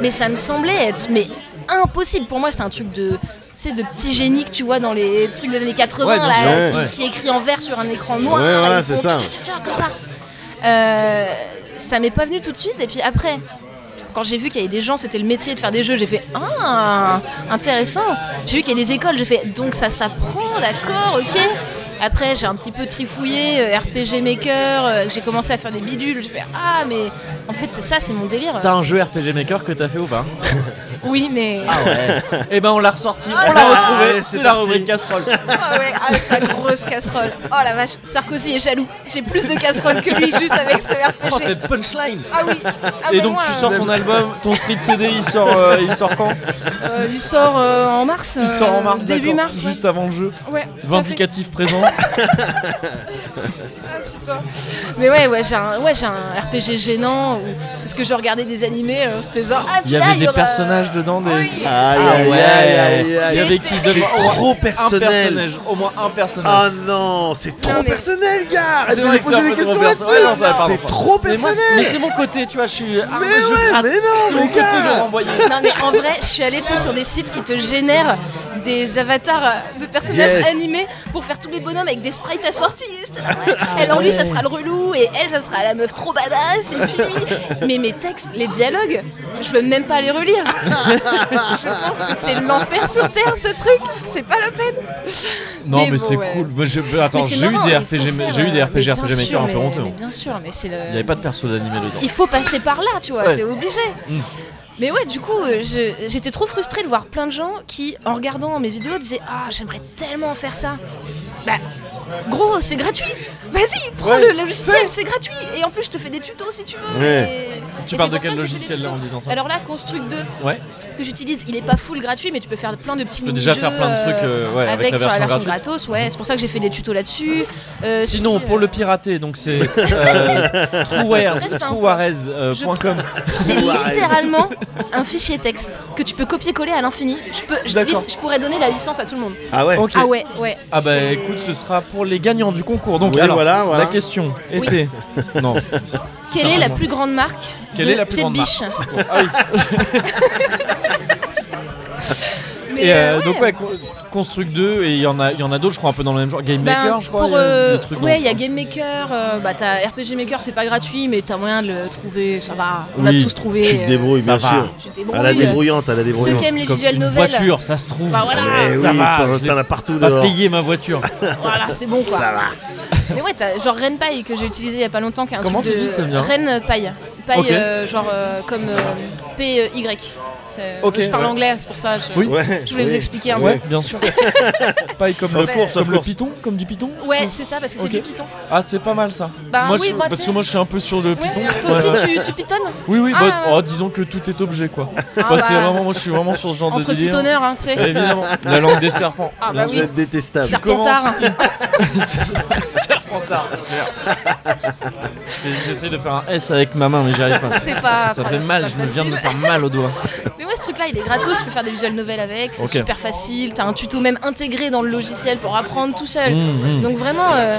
A: mais ça me semblait être mais impossible pour moi c'était un truc de tu sais, de petit génie que tu vois dans les trucs des années 80
B: Ouais, bien
A: là,
C: sûr,
A: qui,
B: ouais.
A: qui est écrit en vert sur un écran noir
C: Ouais, voilà,
A: et ils
C: c'est
A: font
C: ça.
A: tcha, tcha, tcha, comme ça. Euh, ça m'est pas venu tout de suite et puis après quand j'ai vu qu'il y avait des gens, c'était le métier de faire des jeux, j'ai fait Ah, intéressant. J'ai vu qu'il y a des écoles, j'ai fait donc ça s'apprend, d'accord, ok. Après, j'ai un petit peu trifouillé euh, RPG Maker, euh, j'ai commencé à faire des bidules, j'ai fait Ah, mais en fait, c'est ça, c'est mon délire.
B: T'as un jeu RPG Maker que t'as fait ou
A: <laughs>
B: pas
A: Oui, mais. <laughs>
B: Eh ben on l'a ressorti,
A: Oh
B: on l'a retrouvé,
C: allez,
B: c'est
C: c'est
B: la
C: parti.
B: rubrique
A: <laughs>
B: casserole.
A: Ah ouais, ah, sa grosse casserole. Oh la vache, Sarkozy est jaloux. J'ai plus de casseroles que lui juste avec ce
B: Oh,
A: RPG.
B: cette punchline
A: Ah oui, ah
B: Et
A: mais
B: donc
A: moi,
B: tu sors ton album, ton street CD, il sort, euh, il sort quand
A: euh, il sort euh, en mars.
B: Il sort en mars,
A: Début
B: d'accord,
A: mars, ouais.
B: juste avant le jeu.
A: Ouais, tout à fait.
B: Vindicatif présent.
A: Putain. Mais ouais, ouais, j'ai un, ouais, j'ai un RPG gênant où, parce que je regardais des animés, euh, j'étais genre. Ah,
B: Il
A: puis
B: y
A: là,
B: avait des
A: aura-
B: personnages dedans, des.
A: Oui.
C: Aïe,
B: Ah
C: aïe,
B: ouais,
C: aïe, aïe, aïe.
B: il y avait qui
C: C'est
B: devant- au moins
C: trop
B: Un
C: personnel.
B: personnage, au moins un personnage.
C: Ah non, c'est trop
A: mais-
C: personnel, gars.
B: C'est
C: Arrête de
B: vrai
C: me
B: que c'est un
C: poser des
B: peu trop
C: questions
B: perso- ouais, non,
C: là-dessus.
B: ça va, pardon,
C: C'est
B: pardon.
C: trop
B: Mais moi,
C: personnel.
B: c'est- mais c'est mon côté, tu vois, je suis.
C: Mais ouais, mais non, les gars.
A: Non, mais en vrai, je suis allée tu sais, sur des sites qui te génèrent des avatars euh, de personnages
C: Yes.
A: animés pour faire tous les bonhommes avec des sprites assortis. J'étais là, ouais, Elle en lui, ça sera le relou, et elle, ça sera la meuf trop badass, et puis lui. Mais mes textes, les dialogues, je veux même pas les relire. <laughs> je pense que c'est l'enfer sur Terre, ce truc. C'est pas la peine.
B: Non,
A: Mais
B: mais
A: bon,
B: c'est
A: ouais.
B: cool. Moi, je- Attends,
A: Mais c'est
B: j'ai eu
A: marrant,
B: des
A: il faut
B: RPG,
A: faire,
B: j'ai eu des
A: euh,
B: RPG,
A: mais bien
B: RPG
A: sûr,
B: un peu
A: mais-
B: honteux. hein.
A: mais euh, bien sûr, mais c'est le.
B: Il n'y avait pas de perso d'animé dedans.
A: Il faut passer par là, tu vois,
B: Ouais. Hmm.
A: t'es obligé. Mais ouais, du coup, euh, je- j'étais trop frustrée de voir plein de gens qui, en regardant mes vidéos, disaient Ah, j'aimerais tellement faire ça. Bah, gros, c'est gratuit. Vas-y, prends
B: Ouais.
A: le logiciel, c'est gratuit. Et en plus, je te fais des tutos si tu veux.
C: Ouais.
A: Et-
B: Tu
A: et
B: parles
A: c'est
B: de quel
A: pour ça que je fais des
B: logiciel, là,
A: tutos.
B: en disant ça
A: Alors là, Construct 2,
B: Ouais,
A: que j'utilise, il est pas full gratuit, mais tu peux faire plein de petits
B: tu peux déjà
A: mini-jeux,
B: faire plein de trucs
A: euh,
B: euh, ouais,
A: avec,
B: avec la
A: sur
B: version
A: version
B: gratuite.
A: gratos, ouais, c'est pour ça que j'ai fait des tutos là-dessus. Euh,
B: Sinon,
A: si,
B: pour
A: euh,
B: le pirater, donc
C: <laughs>
B: c'est euh, Truwares,
A: très simple.
B: Truwares, euh,
A: Je-
B: point com.
A: C'est littéralement un fichier texte que tu peux copier-coller à l'infini. Je peux, je,
B: D'accord.
A: limite, je pourrais donner la licence à tout le monde.
C: Ah ouais.
B: Ok.
A: Ah ouais, ouais.
B: Ah bah
A: c'est-
B: écoute, ce sera pour les gagnants du concours. Donc
C: Oui,
B: alors,
C: voilà, voilà.
B: la question
A: Oui.
C: <laughs>
B: était... Non.
A: Quelle est la
B: certainement.
A: plus grande marque
B: Quelle
A: de
B: est la plus
A: ces
B: grande marque
A: biches
B: Ah oui.
A: Mais,
B: Et euh,
A: euh,
B: donc
A: ouais.
B: ouais, Con- Construct 2 et il y en a, il y en a d'autres, je crois un peu dans le même genre. Game
A: Ben,
B: Maker, je crois. il
A: pour,
B: y a
A: euh,
B: des trucs
A: ouais,
B: dans-
A: il y a Game Maker, euh, bah t'as RPG Maker, c'est pas gratuit, mais t'as moyen de le trouver, ça va, on
B: Oui,
A: l'a tous trouvé.
C: Tu te
A: euh,
C: débrouilles, bien
B: va.
C: sûr.
A: tu te débrouilles. euh,
C: À la débrouillante, à la
A: Ceux qui
C: débrouillante.
A: aiment les
B: Comme
A: visuels
B: une
A: novels,
B: voiture, ça se trouve.
A: Bah voilà.
C: Eh
B: ça
C: oui,
B: va.
C: t'en-
B: je l'ai
C: t'en as partout
B: Pas
C: dehors.
B: payer ma voiture.
A: voilà, c'est bon quoi.
C: Ça va.
A: Mais ouais, t'as genre Rennes Paille que j'ai utilisé il y a pas longtemps, qui est un
B: Comment
A: truc
B: tu
A: de
B: dis, ça vient
A: Rennes Paille. Paille,
B: Ok.
A: euh, genre euh, comme P-Y. euh,
B: Ok,
A: je parle
B: ouais.
A: anglais, c'est pour ça. Je...
B: Oui.
C: Ouais.
A: Je voulais vous expliquer un peu.
B: Ouais, bien
A: <laughs>
B: sûr. Paille comme le,
C: Sauf course, sauf
B: comme le
C: course.
B: Python, comme du Python.
A: Ouais, c'est ça, parce que c'est
B: Ok.
A: du Python.
B: Ah, c'est pas mal ça.
A: Bah
B: moi,
A: oui,
B: je-
A: bah,
B: parce
A: tu-
B: que moi, je suis un peu sur le
A: Ouais,
B: Python.
A: toi aussi, tu, tu pitonnes
B: Oui, oui. bah,
A: Ah.
B: oh, disons que tout est objet, quoi.
A: Ah,
B: Enfin, c'est
A: bah,
B: vraiment, moi, je suis vraiment sur ce genre
A: Entre
B: de délire.
A: pitonneurs, hein, tu sais.
B: Évidemment. La langue des serpents.
A: Ah,
B: Bien
A: bah
C: Vous
A: oui.
B: sûr.
C: êtes détestable.
A: Serpentard.
B: Serpentard, c'est clair. J'ai- J'essaie de faire un S avec ma main, mais j'y arrive pas.
A: C'est pas.
B: Ça
A: pas-
B: fait
A: Ah, bah, c'est
B: mal,
A: pas
B: je me viens de me
A: facile.
B: faire mal au doigt.
A: Mais ouais, ce truc-là, il est gratos, tu peux faire des visual novels avec, c'est
B: Ok.
A: super facile. T'as un tuto même intégré dans le logiciel pour apprendre tout seul.
B: Mm, mm.
A: Donc vraiment, euh,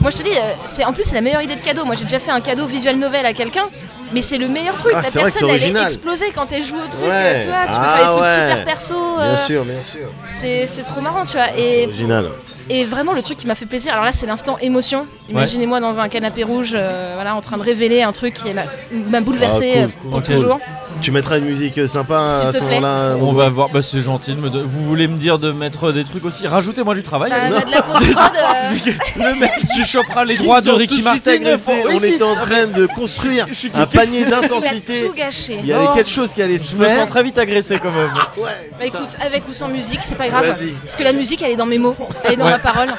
A: moi je te dis, euh, c'est en plus c'est la meilleure idée de cadeau. Moi j'ai déjà fait un cadeau visual novel à quelqu'un, mais c'est le meilleur truc.
C: Ah,
A: la
C: c'est vrai que
A: personne
C: c'est
A: elle est
C: original.
A: explosée quand elle joue au truc.
C: Ouais.
A: euh, Tu vois, tu peux
C: Ah,
A: faire des trucs
C: ouais.
A: super perso. euh,
C: Bien sûr, bien sûr.
A: c'est c'est trop marrant, tu vois. Et,
C: Original.
A: et vraiment le truc qui m'a fait plaisir. Alors là c'est l'instant émotion. Imaginez-moi dans un canapé rouge, euh, voilà, en train de révéler un truc qui m'a- m'a bouleversé euh,
C: Ah, cool,
A: pour
B: cool.
A: toujours.
C: Tu mettras une musique euh, sympa
A: S'il
C: à
A: te
C: ce
A: plaît.
C: moment-là.
B: On va voir, bah, c'est gentil. de me don- Vous voulez me dire de mettre des trucs aussi Rajoutez-moi du travail.
A: Bah,
B: allez-y.
A: j'ai de la post-prod, euh,
B: <laughs> Le mec, tu choperas les
C: Qui
B: droits de
C: sont tout
B: Ricky
C: suite
B: Martin.
C: agressés.
B: Oui,
C: On
B: si.
C: était en train
B: <laughs>
C: de construire
B: Je suis
C: un panier
B: <laughs>
A: il a
C: d'intensité.
A: tout gâché.
C: Il y avait
B: Non.
C: quelque chose qui allait se
B: Je me
C: faire.
B: sens très vite agressé quand même.
A: Bah écoute, avec ou sans musique, c'est pas grave.
C: Vas-y.
A: Parce que la musique, elle est dans mes mots, elle est dans ma parole,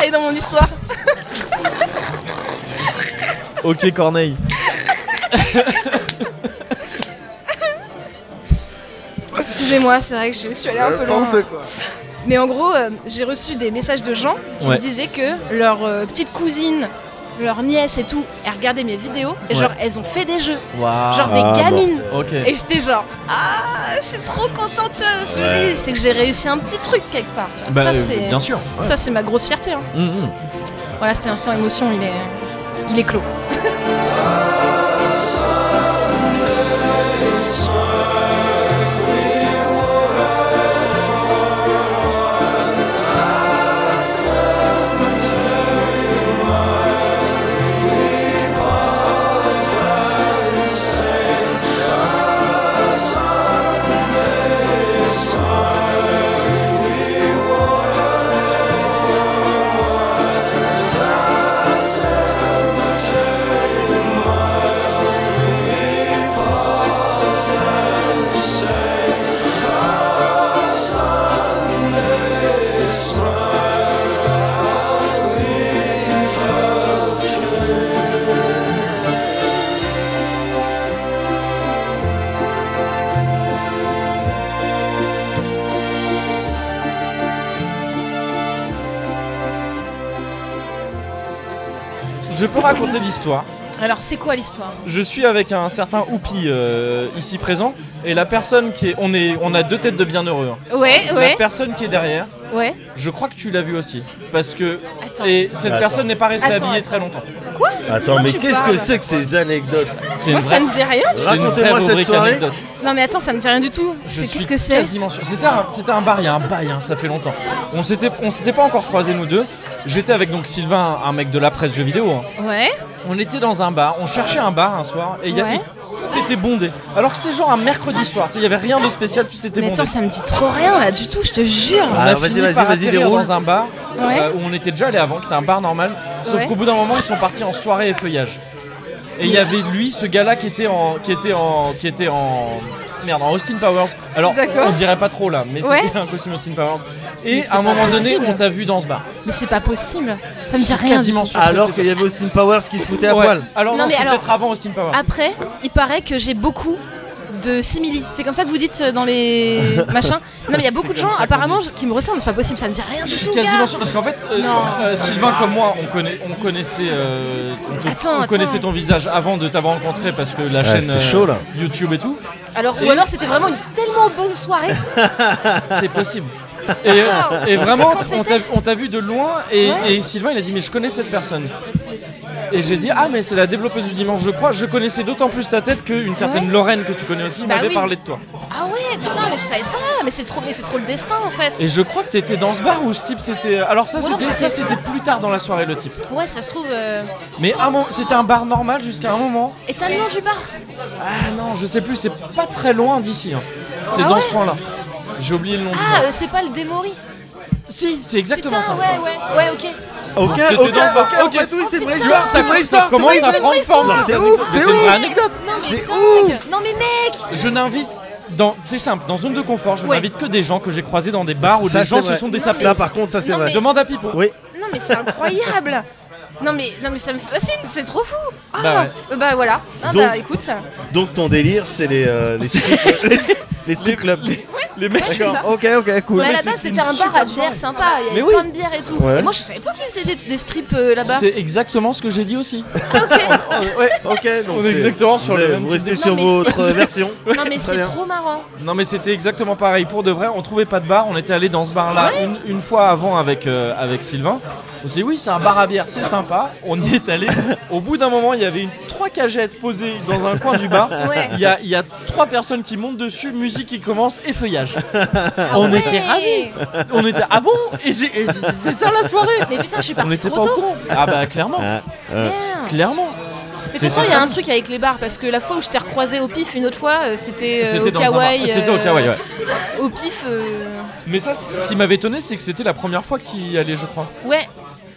A: elle est dans mon histoire.
B: Ok Corneille.
A: Excusez-moi, c'est vrai que je suis allée un peu loin. Mais en gros, euh, j'ai reçu des messages de gens qui
B: Ouais.
A: me disaient que leur euh, petite cousine leur nièce et tout, elles regardaient mes vidéos, et genre elles ont fait des jeux,
B: Waouh.
A: genre des
C: Ah,
A: gamines.
B: Ok.
A: Et j'étais genre, ah, je suis trop contente, tu vois, je me
C: Ouais.
A: dis, c'est que j'ai réussi un petit truc quelque part. tu vois.
B: Bah,
A: ça,
B: euh,
A: c'est
B: bien sûr. ouais.
A: ça, c'est ma grosse fierté. hein.
B: Hum, hum.
A: Voilà, c'était instant émotion, il est, il est clos.
B: Je peux raconter l'histoire.
A: Alors, c'est quoi l'histoire
B: Je suis avec un certain Oupi euh, ici présent et la personne qui est on est on a deux têtes de bienheureux. hein.
A: Ouais,
B: La
A: ouais,
B: personne qui est derrière,
A: ouais.
B: je crois que tu l'as vue aussi parce que
A: Attends.
B: et cette
C: Attends.
B: personne n'est pas restée
A: Attends,
B: habillée
A: attends.
B: très longtemps.
A: Quoi
C: Attends,
A: Pourquoi
C: mais
A: tu
C: qu'est-ce
A: parles
C: que c'est que ces anecdotes
B: C'est une
A: Moi, ça
B: vraie
A: me dit rien.
B: c'est une vraie
C: Racontez-moi cette
B: rubrique
C: soirée.
B: anecdote.
A: Non, mais attends, ça me dit rien du tout.
B: Je
A: C'est
B: suis
A: qu'est-ce que c'est
B: quasiment sûr. C'était un, c'était un bar, il y a un bail, hein, ça fait longtemps. On s'était, on s'était pas encore croisés nous deux. J'étais avec donc Sylvain, un mec de la presse jeux vidéo. hein.
A: Ouais.
B: On était dans un bar, on cherchait un bar un soir et il y a-
A: Ouais.
B: tout était bondé. Alors que c'était genre un mercredi soir, tu sais, il y avait rien de spécial, tout était
A: Mais
B: bondé.
A: attends, ça me dit trop rien là du tout, je te jure.
B: On a
C: Ah, Alors, vas-y,
B: fini
C: vas-y,
B: par
C: vas-y,
B: atterrir
C: déroule.
B: dans un bar
A: Ouais.
B: euh, où on était déjà allé avant, qui était un bar normal. Sauf
A: Ouais.
B: qu'au bout d'un moment, ils sont partis en soirée et feuillage. Et il y avait lui, ce gars-là qui était en, qui était en, qui était en, merde, en Austin Powers. Alors,
A: D'accord.
B: on dirait pas trop là, mais
A: Ouais.
B: c'était <laughs> un costume Austin Powers.
A: Mais
B: Et
A: c'est
B: à un
A: pas
B: moment donné,
A: possible.
B: on t'a vu dans ce bar.
A: Mais c'est pas possible. Ça me dit
B: C'est
A: rien du
B: quasiment
A: tout.
B: sûr.
C: Alors qu'il y avait Austin Powers qui se foutait à
B: Ouais.
C: poil.
B: Alors
A: Non,
B: non,
A: mais
B: c'était
A: alors-
B: peut-être avant Austin Powers.
A: Après, il paraît que j'ai beaucoup de simili. C'est comme ça que vous dites euh, dans les
B: <laughs>
A: machins. Non, mais il y a beaucoup de
B: comme
A: gens
B: ça qu'on
A: apparement je- qui me ressemblent, c'est pas possible, ça me dit rien du
B: Je suis
A: tout.
B: quasiment
A: gars.
B: sûr parce qu'en fait, euh,
A: Non.
B: euh, Sylvain comme moi, on, connaît, on connaissait, euh, on te-
A: Attends,
B: on connaissait
A: attends.
B: ton visage avant de t'avoir rencontré parce que la
C: Ouais,
B: chaîne euh,
C: c'est chaud, là.
B: YouTube et
A: <laughs>
B: tout,
A: Alors, ou
B: Et-
A: alors c'était vraiment une tellement bonne soirée.
B: c'est possible. Et, euh, et vraiment,
A: C'est quand
B: on t'a- on t'a vu de loin et,
A: Ouais.
B: et Sylvain il a dit mais je connais cette personne. Et j'ai dit ah mais c'est la développeuse du dimanche je crois. Je connaissais d'autant plus ta tête qu'une certaine
A: Ouais.
B: Lorraine que tu connais aussi
A: Bah
B: m'avait
A: oui.
B: parlé de toi.
A: Ah ouais, putain, mais je savais pas. Mais c'est trop, mais c'est trop le destin en fait.
B: Et je crois que t'étais dans ce bar où ce type c'était. Alors ça
A: Ou alors
B: c'était ça,
A: j'étais-
B: c'était plus tard dans la soirée le type.
A: Ouais, ça se trouve. euh,
B: Mais un moment- c'était un bar normal jusqu'à un moment
A: Et t'as le nom du bar
B: Ah non, je sais plus, c'est pas très loin d'ici. hein. C'est
A: Ah
B: dans
A: ouais
B: ce coin-là. J'ai oublié le nom du
A: Ah,
B: bar.
A: euh, c'est pas le Démori.
B: Si, c'est exactement
A: Putain,
B: ça.
A: ouais, ouais, ouais, ok.
C: Ok,
B: C'était
C: ok,
B: dans
C: ok,
B: ce bar.
C: en
B: Ok.
C: fait, oui, c'est
A: Oh,
C: vrai
A: putain.
C: histoire, c'est vrai histoire, c'est
B: Comment
C: vrai
B: ça
C: histoire.
B: prend forme
C: C'est ouf,
B: Mais
C: c'est
B: C'est une
C: ouf.
B: vraie anecdote.
A: Non, mais
C: C'est
A: dingue. Non, mais mec
B: Je n'invite dans c'est simple, dans zone de confort, je
A: Ouais.
B: n'invite que des gens que j'ai croisés dans des bars où
C: Ça,
B: les gens
C: c'est
B: se
C: vrai.
B: sont des sapins.
C: Ça, par contre, ça, c'est
A: Non,
C: vrai.
A: mais-
B: Demande à Pipo.
C: Oui.
A: Non, mais c'est incroyable Non, mais, non, mais ça me fascine, c'est trop fou Ah,
B: Bah
A: euh, bah voilà. Ah,
C: Donc-
A: bah
B: <laughs>
A: écoute, ça.
C: Donc, ton délire, c'est les euh, les strip- les strip clubs.
B: Les mecs
C: D'accord, ok, ok, cool.
A: mais à la
B: c'est
A: base, Bah, c'était
B: une
A: un bar
B: super
A: à bière sympa, il y avait
B: Mais oui.
A: plein de bières et tout.
C: Ouais.
A: Et moi, je savais pas qu'ils faisaient des, des strips euh, là-bas.
B: c'est exactement ce que j'ai dit aussi.
A: Ah,
B: <laughs> Euh, Ouais.
C: Ok, donc
B: On est
C: c'est-
B: exactement sur
C: vous
B: le
C: avez-
B: même
C: Vous
B: type
C: restez
B: de-
C: sur
A: Non, mais c'est-
C: votre
B: <laughs>
C: version.
A: Non, mais c'est
C: bien.
A: trop marrant.
B: Non mais c'était exactement pareil pour de vrai. On trouvait pas de bar. On était allé dans ce bar-là une, une fois avant avec euh, avec Sylvain. On s'est dit oui c'est un bar à bière, c'est sympa. On y est allé. Au bout d'un moment il y avait une trois cagettes posées dans un coin du bar.
A: Ouais.
B: Il y a il y a trois personnes qui montent dessus, musique qui commence et
A: <laughs>
B: feuillage. On était ravis.
A: Ouais.
B: On était ah bon et j'ai- et j'ai- c'est ça la soirée.
A: Mais putain, je suis
B: On
A: partie
B: était
A: trop
B: pas au
A: tôt
B: courant. Ah bah clairement,
A: Merde.
B: clairement.
A: Mais de toute
B: C'est
A: façon, il y
B: certain.
A: a un truc avec les bars parce que la fois où je t'ai recroisé au pif une autre fois, euh, c'était euh,
B: C'était
A: au
B: dans un bar.
A: kawaii.
B: C'était au
A: euh,
B: kawaii, ouais.
A: Au pif, euh,
B: Mais ça c- ce qui m'avait étonné c'est que c'était la première fois que tu y allais je crois.
A: ouais.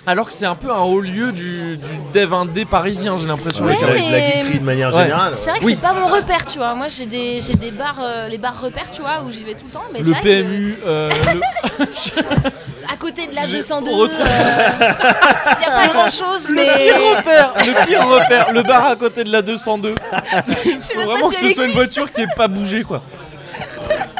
B: Alors que c'est un peu un haut lieu du, du dev indé parisien, j'ai l'impression.
A: Ouais,
C: Avec avec la
A: mais-
C: geekerie de manière
B: Ouais.
C: générale.
A: C'est vrai que
B: Oui.
A: c'est pas mon repère, tu vois. Moi, j'ai des, j'ai des bars, euh, les bars repères, tu vois, où j'y vais tout le temps. Mais c'est
B: Le
A: vrai que-
B: PMU, euh, le-
A: à côté de la
B: Je-
A: 202,
B: on retrouve-
A: il n'y euh, a pas grand chose, mais
B: pire repère, E le pire repère, le bar à côté de la 202.
A: je sais
B: Faut
A: même pas
B: vraiment que
A: si
B: ce
A: elle
B: soit une
A: existe.
B: voiture qui ait pas bougé quoi.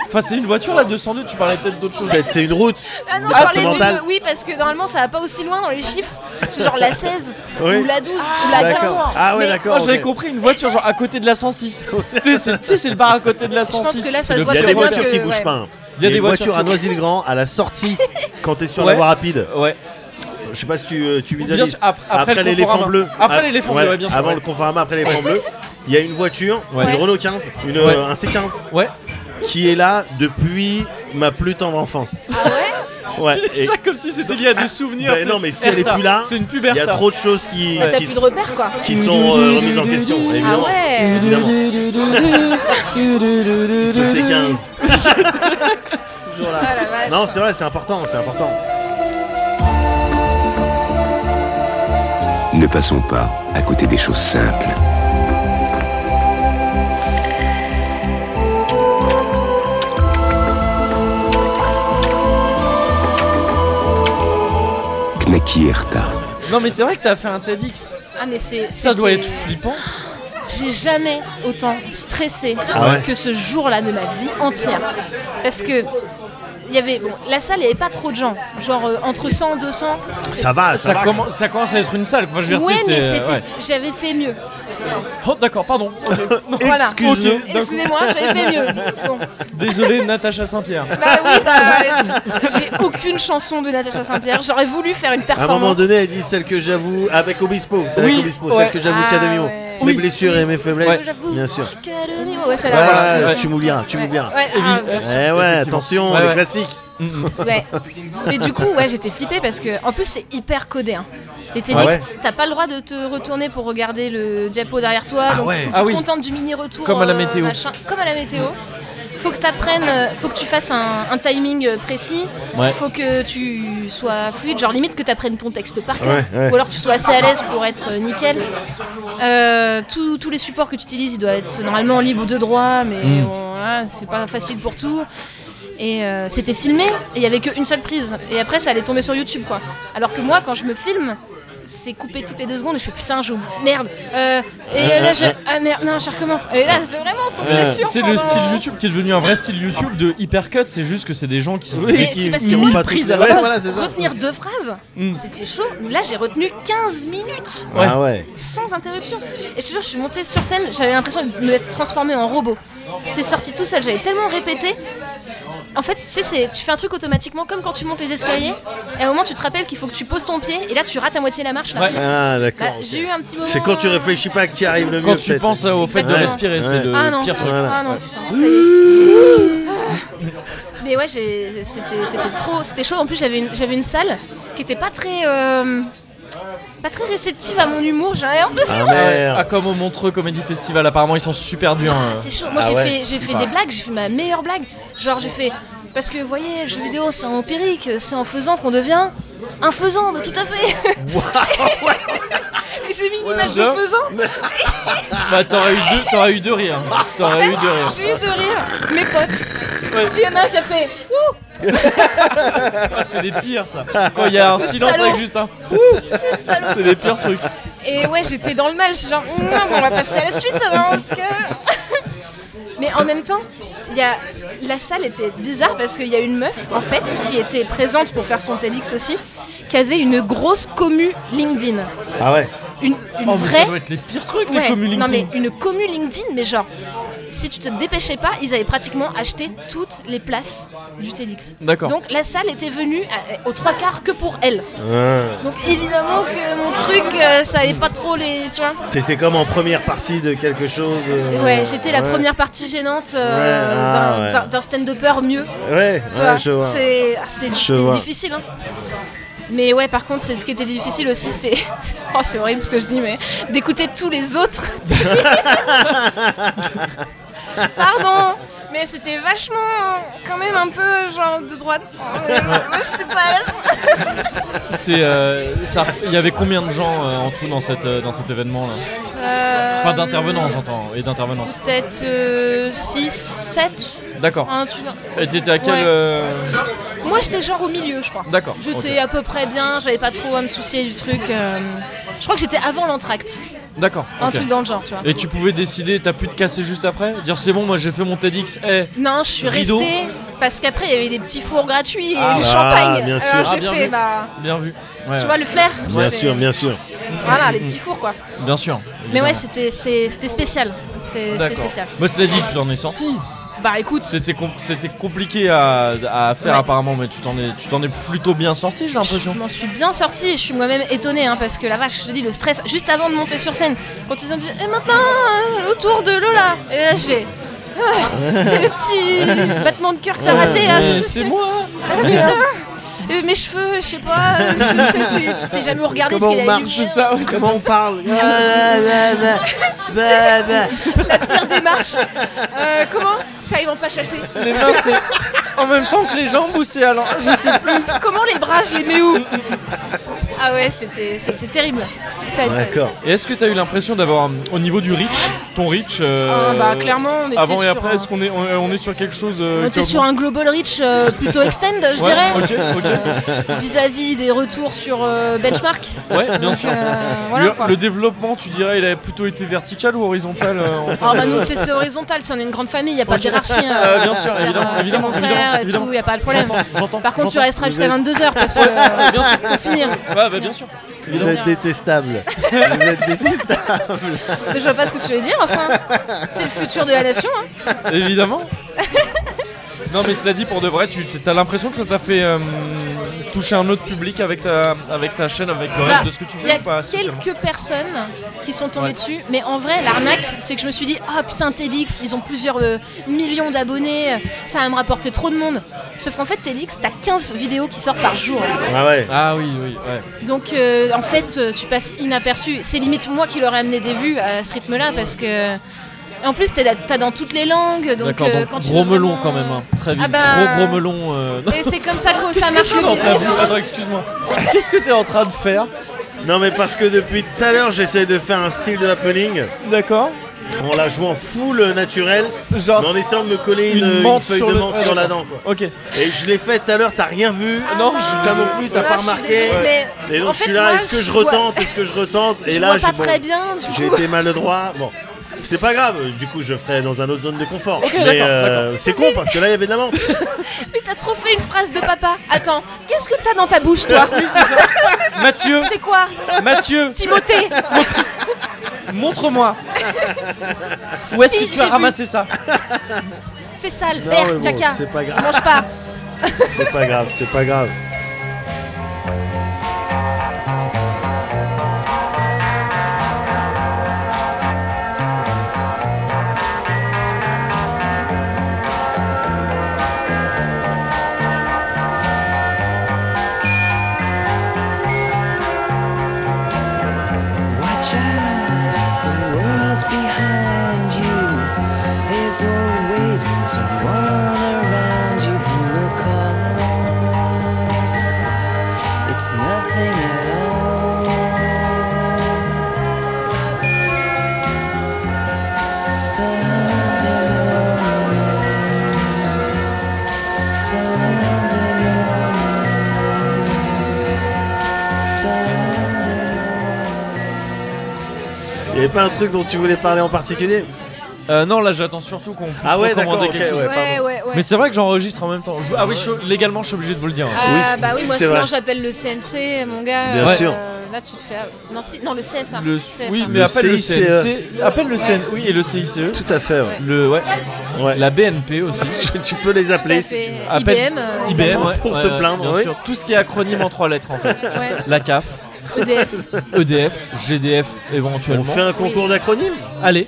B: Enfin c'est une voiture la 202, tu parlais peut-être d'autre chose.
C: Peut-être c'est une route.
A: Ah non,
C: Ah,
A: je
C: c'est
A: parlais du.
C: mental.
A: Oui, parce que normalement ça va pas aussi loin dans les chiffres. C'est
B: <laughs>
A: genre la 16
C: Oui.
A: ou la 12 ou la 15.
C: D'accord. Ah ouais,
A: Mais
C: d'accord.
B: Moi j'avais
C: ok.
B: compris une voiture genre à côté de la
C: <laughs>
B: 106. tu sais, c'est- tu sais, c'est le bar à côté de la 106.
A: pense que là, ça
B: C'est
A: se
B: le
A: voit
C: Il y a
A: très
C: des
A: bien
C: voitures
A: que-
C: qui bougent
A: ouais.
C: pas. hein.
B: Il y a des
C: une voiture
B: voitures
C: à
B: qui-
C: Noisy-le-Grand à la sortie quand t'es sur
B: Ouais.
C: la voie rapide.
B: Ouais.
C: Je sais pas si tu, euh, tu
B: Bien
C: visualises.
B: sûr, après- après le
C: l'éléphant
B: Conforama.
C: bleu.
B: Après
C: Ah,
B: l'éléphant bleu, ouais, bien sûr,
C: Avant
B: ouais.
C: le Conforama, après l'éléphant bleu. Il y a une voiture,
B: Ouais.
C: une Renault 15, une,
B: Ouais.
C: euh, un C15,
B: Ouais.
C: qui est là depuis ma plus tendre enfance. Ah ouais
B: Tu dis
C: et
B: ça comme si c'était lié à des souvenirs.
C: Bah
B: c'est
C: non, mais si elle est
B: Erta.
C: plus là,
B: c'est une pub
C: Il y a
B: Erta.
C: trop de choses qui,
B: Ouais.
A: T'as
C: qui,
A: plus de repères quoi.
C: qui sont euh, remises en question,
A: Ah
C: évidemment.
A: ouais
C: Évidemment. Ce C15. <laughs> Toujours là.
A: Ah la vache.
C: Non, c'est vrai, c'est important, c'est important.
I: Ne passons pas à côté des choses simples. Knacky Erta.
B: Non, mais c'est vrai que t'as fait un TEDx.
A: Ah mais c'est
B: Ça doit
A: c'était-
B: être flippant.
A: J'ai jamais autant stressé
C: Ah ouais
A: que ce jour-là de ma vie entière. Parce que il y avait bon, la salle, il n'y avait pas trop de gens. Genre euh, entre 100 200.
C: Ça va, ça,
B: Ça,
C: va.
B: commen- ça commence à être une salle. Enfin, je veux dire,
A: ouais,
B: tu sais, c'est-
A: mais
B: euh,
A: c'était.
B: ouais.
A: J'avais fait mieux.
B: Oh, d'accord, <laughs> pardon. Ok.
A: Voilà.
B: Excuse-nous. Ok, d'un coup.
A: Excusez-moi, j'avais fait
B: <laughs>
A: mieux. Bon.
B: Désolé, Natacha Saint-Pierre.
A: Bah oui, bah, j'ai aucune chanson de Natacha Saint-Pierre. J'aurais voulu faire une
C: À un moment
A: performance.
C: donné, elle dit celle que j'avoue avec Obispo. C'est avec
B: Oui,
C: Obispo,
B: ouais.
C: celle que j'avoue
A: Ah
C: qu'à demi-mot.
A: ouais.
C: Mes
B: Oui.
C: blessures et mes faiblesses.
A: J'avoue.
C: Bien sûr.
A: Que le mimo. Ouais, celle-là,
C: Voilà,
A: voilà.
B: ouais.
C: tu m'oublieras, tu
A: Ouais.
C: m'oublieras.
A: Ouais, ah,
B: Évi-
C: Eh ouais,
B: Effectivement.
C: attention,
B: Ouais,
C: les
B: ouais.
C: classiques.
A: Ouais. Mais du coup, ouais, j'étais flippée parce que, en plus, c'est hyper codé. hein. Les TEDx,
C: Ah ouais
A: t'as pas le droit de te retourner pour regarder le diapo derrière toi.
C: Ah
A: donc,
C: ouais.
A: tu, tu
B: Ah
A: te
B: oui.
A: contentes du mini retour.
B: Comme à la météo.
A: Comme à la météo. Faut que t'apprennes, euh, faut que tu fasses un, un timing euh, précis.
B: Ouais.
A: Faut que tu sois fluide, genre limite que t'apprennes ton texte par cœur.
C: Ouais, ouais.
A: Ou alors que tu sois assez à l'aise pour être euh, nickel. Euh, tous- tous les supports que tu utilises, ils doivent être normalement libres de droit, mais
B: Mm.
A: bon, voilà, c'est pas facile pour tout. Et euh, c'était filmé, et il y avait qu'une seule prise. Et après, ça allait tomber sur YouTube, quoi. Alors que moi, quand je me filme, c'est coupé toutes les deux secondes, et je fais putain, j'ai oublié- merde. Euh, et là, je. Ah merde, non, je recommence. Et là, c'est vraiment, faut que t'es sûr
B: C'est le
A: pendant-
B: style YouTube qui est devenu un vrai style YouTube de hypercut. C'est juste que c'est des gens qui.
A: Mais c'est parce que
C: ont
A: moi,
C: pas
B: prise
C: toutes-
B: à la
C: Ouais,
B: base.
C: voilà, c'est ça.
A: Retenir deux phrases,
B: Mm.
A: c'était chaud. Là, j'ai retenu 15 minutes
B: Ouais.
C: Ah ouais.
A: sans interruption. Et je te jure, je suis montée sur scène, j'avais l'impression de me être transformée en robot. C'est sorti tout seul, j'avais tellement répété. En fait, tu sais, c'est- tu fais un truc automatiquement, comme quand tu montes les escaliers, et à un moment, tu te rappelles qu'il faut que tu poses ton pied, et là, tu rates à moitié la marche. Là.
B: Ouais.
C: Ah
A: Bah,
C: d'accord. ok.
A: J'ai eu un petit moment. euh,
C: C'est quand tu réfléchis pas que tu arrives le mieux.
B: Quand tu
C: peut-être.
B: penses au fait de
A: Exactement.
B: respirer, c'est
C: Ouais.
B: le
A: Ah non,
B: pire truc.
C: Voilà.
A: ah non, putain, ça y est. Ah. Mais ouais, j'ai- c'était c'était trop, c'était chaud. En plus, j'avais une, j'avais une salle qui était pas très, euh, pas très réceptive à mon humour. J'avais l'impression.
C: Ah
B: Ah,
C: merde.
B: comme au Montreux Comedy Festival, apparemment ils sont super durs. hein.
A: C'est chaud. Moi,
C: Ah
A: j'ai
C: ouais.
A: fait, j'ai fait des blagues, j'ai fait ma meilleure blague. Genre, j'ai fait. Parce que, vous voyez, le jeu vidéo, c'est empirique, c'est en faisant qu'on devient un faisant, mais tout à fait. Et <laughs> j'ai mis une image de
B: genre.
A: faisant,
B: Bah, t'aurais eu deux, t'aurais eu deux rires. T'aurais eu deux rires.
A: j'ai eu de rire mes potes.
B: Ouais.
A: Il y en a un qui a fait Ouh,
B: Ah, c'est les pires ça. Quand il y a un silence
A: salaud.
B: avec juste un.
A: le salaud.
B: C'est les pires trucs.
A: Et ouais, j'étais dans le mal. Je suis genre, Merde, on va passer à la suite hein, parce que. Mais en même temps, il y a... la salle était bizarre parce qu'il y a une meuf, en fait, qui était présente pour faire son TEDx aussi, qui avait une grosse commu LinkedIn.
C: Ah ouais.
A: Une, une
B: Oh, mais ça
A: vraie.
B: doit être les pires trucs, les
A: Ouais,
B: communes
A: non mais
B: LinkedIn.
A: une commu LinkedIn, mais genre, si tu te dépêchais pas, ils avaient pratiquement acheté toutes les places du TEDx.
B: D'accord.
A: Donc la salle était venue à- aux trois quarts que pour elle.
C: Ah.
A: Donc évidemment que mon truc, euh, ça allait pas trop les, tu vois.
C: T'étais comme en première partie de quelque chose. euh,
A: Ouais, j'étais la
C: ouais.
A: première partie gênante
C: Ouais,
A: euh,
C: ah,
A: d'un-
C: ouais.
A: d'un- d'un stand-upper mieux.
C: Ouais,
A: Tu vois,
C: ouais, je vois.
A: c'est ah, c'était-
C: Je
A: c'était
C: vois.
A: difficile. hein. Mais ouais, par contre, c'est ce qui était difficile aussi, c'était. <laughs> Oh, c'est horrible ce que je dis, mais d'écouter tous les
C: <laughs>
A: autres. Pardon, mais c'était vachement, quand même un peu genre de droite. Moi, j'étais pas à l'aise.
B: C'est, euh, ça- il y avait combien de gens euh, en tout dans, cette, euh, dans cet événement là
A: Euh,
B: Enfin d'intervenants j'entends et d'intervenantes.
A: Peut-être euh, 6, 7,
B: D'accord.
A: un truc.
B: Et t'étais à quel
A: Ouais.
B: euh,
A: Moi, j'étais genre au milieu, je crois.
B: D'accord.
A: J'étais
B: ok.
A: à peu près bien, j'avais pas trop à me soucier du truc. euh, Je crois que j'étais avant l'entracte,
B: D'accord.
A: un
B: ok.
A: truc dans le genre, tu vois.
B: Et tu pouvais décider, t'as pu te casser juste après Dire c'est bon, moi j'ai fait mon TEDx, eh
A: Non, je suis
B: Rideau.
A: restée parce qu'après il y avait des petits fours gratuits et
B: Ah,
A: du
C: bah,
A: champagne.
C: bien
A: Alors
B: sûr. Ah,
A: j'ai
B: bien
A: fait
B: vu.
A: bah
B: bien vu. Ouais,
A: Tu vois le flair
C: Bien sûr, bien sûr.
A: Voilà, les petits fours quoi.
B: Bien sûr.
A: Mais
B: évidemment.
A: ouais, c'était c'était- c'était spécial. C'est- C'était
B: D'accord.
A: spécial.
B: Mais cela dit, tu t'en es sorti.
A: Bah écoute,
B: C'était com- c'était compliqué à, à faire
A: Ouais.
B: apparemment, mais tu t'en es, tu t'en es plutôt bien sorti, j'ai
A: je
B: l'impression.
A: m'en suis bien sortie et je suis moi-même étonnée hein, parce que la vache, je te dis, le stress, juste avant de monter sur scène, quand ils ont dit Et maintenant, euh, autour de Lola Et là, j'ai. Ah, c'est le petit battement de cœur que t'as raté là.
B: Mais
A: je
B: C'est
A: sais.
B: moi. hein.
A: Ah, putain. Euh, mes cheveux, je sais pas, euh, je- tu, sais, tu- tu sais jamais où regarder
C: Comment
A: ce
C: on
A: qu'il a
C: marche,
A: eu.
B: Ça, ouais, ça,
C: Comment on parle
A: bah,
C: Bah,
A: Pire démarche. Euh, comment J'arrive en pas chasser.
B: c'est- les mains, c'est en même temps que les jambes ou c'est à l'en- Je sais plus.
A: Comment les bras, je les mets où Ah ouais, c'était c'était terrible. Ça a
C: bah.
A: été-
C: D'accord.
B: Et est-ce que t'as eu l'impression d'avoir, au niveau du reach, ton reach euh,
A: Ah, bah clairement, on était
B: Avant et
A: sur
B: après,
A: un-
B: est-ce qu'on est, on, on est sur quelque chose euh,
A: On était
B: qui
A: sur un global reach euh, plutôt extend, je
B: Ouais,
A: dirais,
B: ok, ok.
A: vis-à-vis des retours sur euh, benchmark. <laughs>
B: Ouais, bien sûr.
A: Euh, voilà, quoi.
B: le, le développement, tu dirais, il a plutôt été vertical ou horizontal euh, en
A: Alors,
B: termes
A: bah,
B: de-
A: nous, c'est c'est horizontal, si on est une grande famille, il n'y a pas de hiérarchie. hein.
B: <laughs> Euh, bien sûr,
A: C'est-à-dire,
B: évidemment,
A: euh, t'es
B: évidemment,
A: mon frère et
B: évidemment,
A: tout, il n'y a pas de problème.
B: J'entends.
A: Par contre, tu
B: j'entends.
A: resteras jusqu'à 22h parce que euh,
B: Bien sûr.
A: faut finir.
B: Ouais, bah, bien sûr.
C: Vous êtes détestable. Vous êtes détestable.
A: Mais je vois pas ce que tu veux dire, enfin. C'est le futur de la nation. hein. <laughs>
B: Évidemment. non, mais cela dit, pour de vrai, tu as l'impression que ça t'a fait euh, toucher un autre public avec ta, avec ta chaîne, avec le
A: Bah,
B: reste de ce que tu
A: Il y
B: fais
A: a
B: ou pas spécialement
A: quelques personnes qui sont tombées
B: Ouais.
A: dessus, mais en vrai, l'arnaque, c'est que je me suis dit Ah putain, TEDx, ils ont plusieurs euh, millions d'abonnés, euh, ça va me rapporter trop de monde. Sauf qu'en fait, TEDx, t'as 15 vidéos qui sortent par jour.
C: Ah ouais.
B: Ah oui, oui, ouais.
A: Donc euh, en fait, euh, tu passes inaperçu. C'est limite moi qui leur ai amené des vues à ce rythme-là parce que. En plus, t'es là- t'as dans toutes les langues, donc,
B: D'accord,
A: euh,
B: donc
A: quand tu
B: gros
A: veux
B: melon
A: vraiment-
B: quand même, hein. très vite.
A: Ah bah-
B: Gros gros melon. euh, non.
A: Et c'est comme ça que
B: Qu'est-ce
A: ça
B: que
A: marche
B: t'as
A: le
B: dans ta
A: business. hein.
B: bouche Attends, excuse-moi. Qu'est-ce que t'es en train de faire
C: Non mais parce que depuis tout à l'heure j'essaie de faire un style de happening
B: D'accord
C: en la jouant full naturel, mais
B: Genre.
C: en essayant de me coller une,
B: Une
C: une
B: menthe
C: feuille
B: sur
C: de
B: le-
C: menthe
B: ouais,
C: sur la
B: d'accord.
C: dent. Quoi.
B: Ok.
C: Et je l'ai fait tout à l'heure, t'as rien vu.
B: non,
A: Ah,
C: t'as non plus, t'as
A: ouais,
C: pas
A: je suis
C: remarqué.
A: désolée, mais
C: Et donc
A: en
C: je suis
A: fait,
C: là,
A: moi,
C: est-ce que je
A: vois-
C: retente, est-ce que je retente Et
A: je
C: là,
A: vois pas
C: bon,
A: très bien. du
C: j'ai
A: coup.
C: été maladroit. Bon, c'est pas grave. Du coup, je ferai dans un autre zone de confort. mais
B: d'accord,
C: euh, c'est con parce que là, il y avait de la menthe.
A: Mais <laughs> t'as trop fait une phrase de papa. Attends, qu'est-ce que t'as dans ta bouche, toi
B: Mathieu,
A: C'est quoi
B: Mathieu,
A: Timothée
B: montre-moi. Où est-ce
A: Si,
B: que
A: j'ai
B: tu as
A: vu.
B: ramassé ça
A: C'est sale,
C: Non,
A: père,
C: mais bon,
A: caca.
C: c'est pas grave.
A: Mange pas.
C: C'est pas grave, c'est pas grave.
D: Watch out, the world's behind you. There's always someone around you who will call. It's nothing at all. Sunday morning, Sunday morning, Sunday
C: Il y avait pas un truc dont tu voulais parler en particulier
B: Euh, Non, là j'attends surtout qu'on puisse
C: Ah ouais,
B: recommander
C: d'accord,
B: quelque
C: ok,
B: chose.
C: <laughs> ouais,
A: Ouais,
C: pardon.
A: ouais, ouais.
B: Mais c'est vrai que j'enregistre en même temps. Je- Ah oui, je suis- légalement, je suis obligé de vous le dire.
A: Ah
C: Oui,
A: bah oui, moi
C: c'est
A: sinon
C: vrai.
A: j'appelle le CNC, mon gars. Euh,
C: Bien sûr.
A: Là tu te fais. Non, si- non le CSA.
B: Le,
A: CSA.
B: oui, mais
C: Le
B: appelle le
C: CICE.
B: CNC. Appelle le CN. Oui, et le CICE.
C: Tout à fait. Ouais.
B: E. Le, ouais.
C: Ouais.
B: La BNP aussi.
C: tu peux les
A: Tout à
C: appeler. si
A: fait.
C: tu veux.
B: Appelle-
A: IBM. euh,
B: IBM, ouais.
C: Pour
B: ouais,
C: te
B: ouais,
C: plaindre,
B: bien
C: oui.
B: sûr. Tout ce qui est acronyme en trois lettres, en fait.
A: Ouais,
B: La CAF,
A: EDF.
C: <laughs>
B: EDF, GDF,
C: On
B: éventuellement.
C: fait un concours d'acronymes
B: Allez,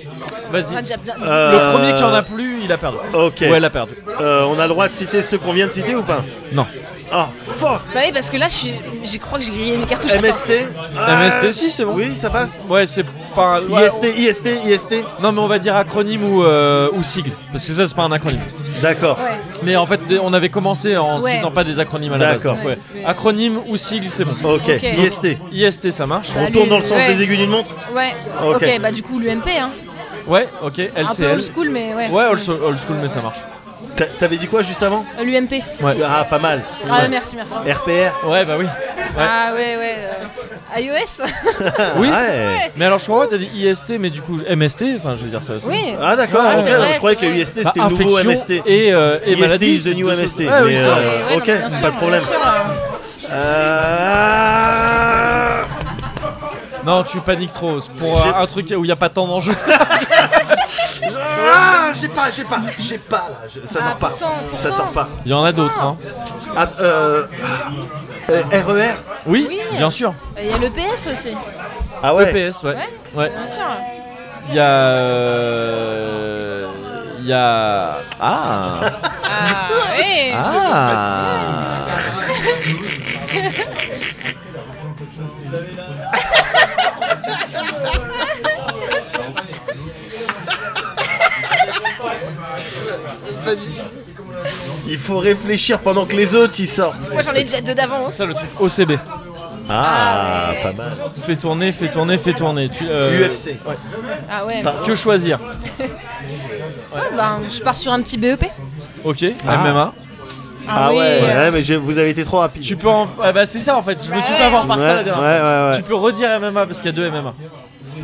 B: vas-y.
A: Ah, déjà bien.
B: Le
C: Euh,
B: premier qui en a plus, il a perdu.
C: Ok.
B: Ouais, il a perdu.
C: Euh, on a le droit de citer ceux qu'on vient de citer ou pas
B: Non.
C: Ah, fuck
A: Bah oui, parce que là je suis. Je crois que j'ai grillé mes cartouches. Attends.
C: MST Ah,
B: MST, si, c'est bon.
C: Oui, ça passe
B: Ouais, c'est pas. ouais,
C: IST, IST, IST
B: Non, mais on va dire acronyme ou, euh, ou sigle. Parce que ça, c'est pas un acronyme.
C: D'accord.
A: Ouais.
B: Mais en fait, on avait commencé en
A: Ouais.
B: citant pas des acronymes à la base.
C: D'accord. Oh.
B: donc, ouais. Acronyme ou sigle, c'est bon.
C: Ok,
A: Ok.
C: IST.
B: IST, ça marche.
A: Bah,
C: On tourne dans le
A: lui-
C: sens
A: ouais.
C: des aiguilles d'une montre
A: Ouais.
C: Ok.
A: ok, bah du coup l'UMP, hein.
B: Ouais, ok.
A: Un peu
B: LCL.
A: old school, mais ouais.
B: Ouais, old school, old school, mais ça marche.
C: T'a- T'avais dit quoi juste avant
A: Euh, L'UMP.
B: Ouais.
C: Ah, pas mal.
A: Ah ouais, merci, merci.
C: RPR
B: Ouais, bah oui.
A: Ah ouais, ouais. euh, iOS Ah.
B: Oui.
C: Ah, Ouais.
B: Mais alors, je crois que t'as dit IST, mais du coup, MST, enfin, je veux dire ça. ça-
A: <laughs> Oui.
C: Ah, d'accord.
A: Ah,
C: ok,
A: c'est
C: donc
A: vrai,
C: je croyais
A: c'est
C: que
A: vrai.
C: IST
B: Bah,
C: c'était le nouveau
B: infection
C: MST.
B: Et, euh, et
C: IST
B: maladie.
C: is the
B: c'est
C: new
B: deux
C: MST.
B: choses- Ouais, oui,
C: mais,
B: c'est vrai.
C: euh,
A: Ouais, ouais, non,
C: ok,
A: mais bien sûr,
C: pas de problème.
A: bien sûr, hein.
C: Euh,
B: Non, tu paniques trop. c'est Pour euh, un truc où il n'y a pas tant d'enjeux que ça.
C: Ah, j'ai pas, j'ai pas, j'ai pas là, je- ça
A: Ah,
C: sort pas.
A: pourtant, pourtant.
C: Ça sort pas.
B: Il y en a d'autres. Hein.
C: Ah, euh, euh, RER
B: Oui,
A: Oui.
B: bien sûr.
A: Il y a le PS aussi,
C: Ah ouais.
B: PS, ouais.
A: Ouais.
B: Ouais.
A: bien sûr.
B: Il y a. euh, Il y a. Ah
A: Ah, oui.
B: Ah
C: Il faut réfléchir pendant que les autres ils sortent.
A: Moi j'en ai déjà deux
B: C'est
A: d'avance.
B: ça le truc. OCB.
C: Ah, pas mal.
B: Fais tourner, fais tourner, fais tourner. Tu, euh,
C: UFC.
B: ouais.
A: Ah ouais.
C: Pas-
B: Que choisir
A: Ouais, ben, je pars sur un petit BEP.
B: Ok,
C: Ah.
B: MMA.
C: Ah ouais,
A: euh,
C: ouais, mais j'ai- vous avez été trop rapide.
B: Tu peux en... ouais, bah c'est ça en fait, je me suis fait avoir par
C: ouais,
B: ça la
C: ouais,
B: dernière
C: ouais,
B: fois.
C: ouais.
B: Tu peux redire MMA parce qu'il y a deux MMA.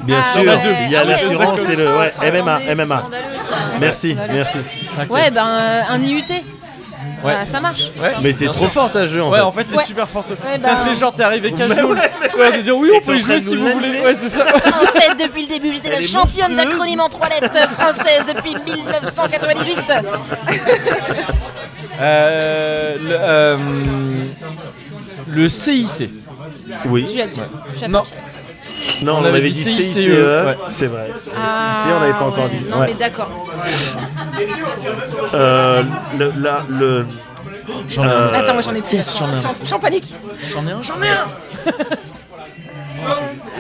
C: Bien
A: ah
C: sûr,
A: ouais.
C: il y a
A: Ah ouais,
C: l'assurance
A: ça
C: et
A: fait
C: le ouais,
A: sens.
C: MMA,
A: Attendez, c'est
C: MMA.
A: scandaleux, ça.
C: Merci, merci.
B: T'inquiète.
A: Ouais, ben euh, un IUT. Bah, ça marche.
B: Ouais.
A: Enfin,
C: Mais t'es
B: Bien
C: trop
B: sûr.
C: forte à jeu en
B: Ouais,
C: fait.
B: en fait, t'es
A: Ouais.
B: super forte.
A: bah-
B: T'as fait genre, t'es arrivé casual.
C: ouais,
B: Ouais, de dire oui,
C: Et
B: on
C: t'es
B: peut
C: en
B: y
C: train
B: jouer
C: de
B: si
C: nous
B: vous voulez.
C: l'annuler.
B: Ouais, c'est ça.
A: En fait, depuis le début, j'étais la
C: Elle est
A: championne
C: monstrueuse.
A: d'acronyme en trois lettres française
B: <laughs>
A: depuis 1998.
B: Euh, le, euh, le CIC.
A: Tu
C: Oui.
A: l'as dit. Tu l'as
B: Non.
A: pas dit.
C: Non, on, avait, dit CICE,
B: E. ouais.
C: E, c'est vrai.
A: Ah,
C: CICE, E, on n'avait pas encore
A: ouais.
C: dit.
A: Non,
C: ouais.
A: mais d'accord.
C: Euh, le, la- le,
B: J'en ai
C: Euh,
A: Attends, moi j'en ai plus.
B: Yes, j'en ai un.
A: J'en- J'en panique.
B: J'en ai un. J'en ai un.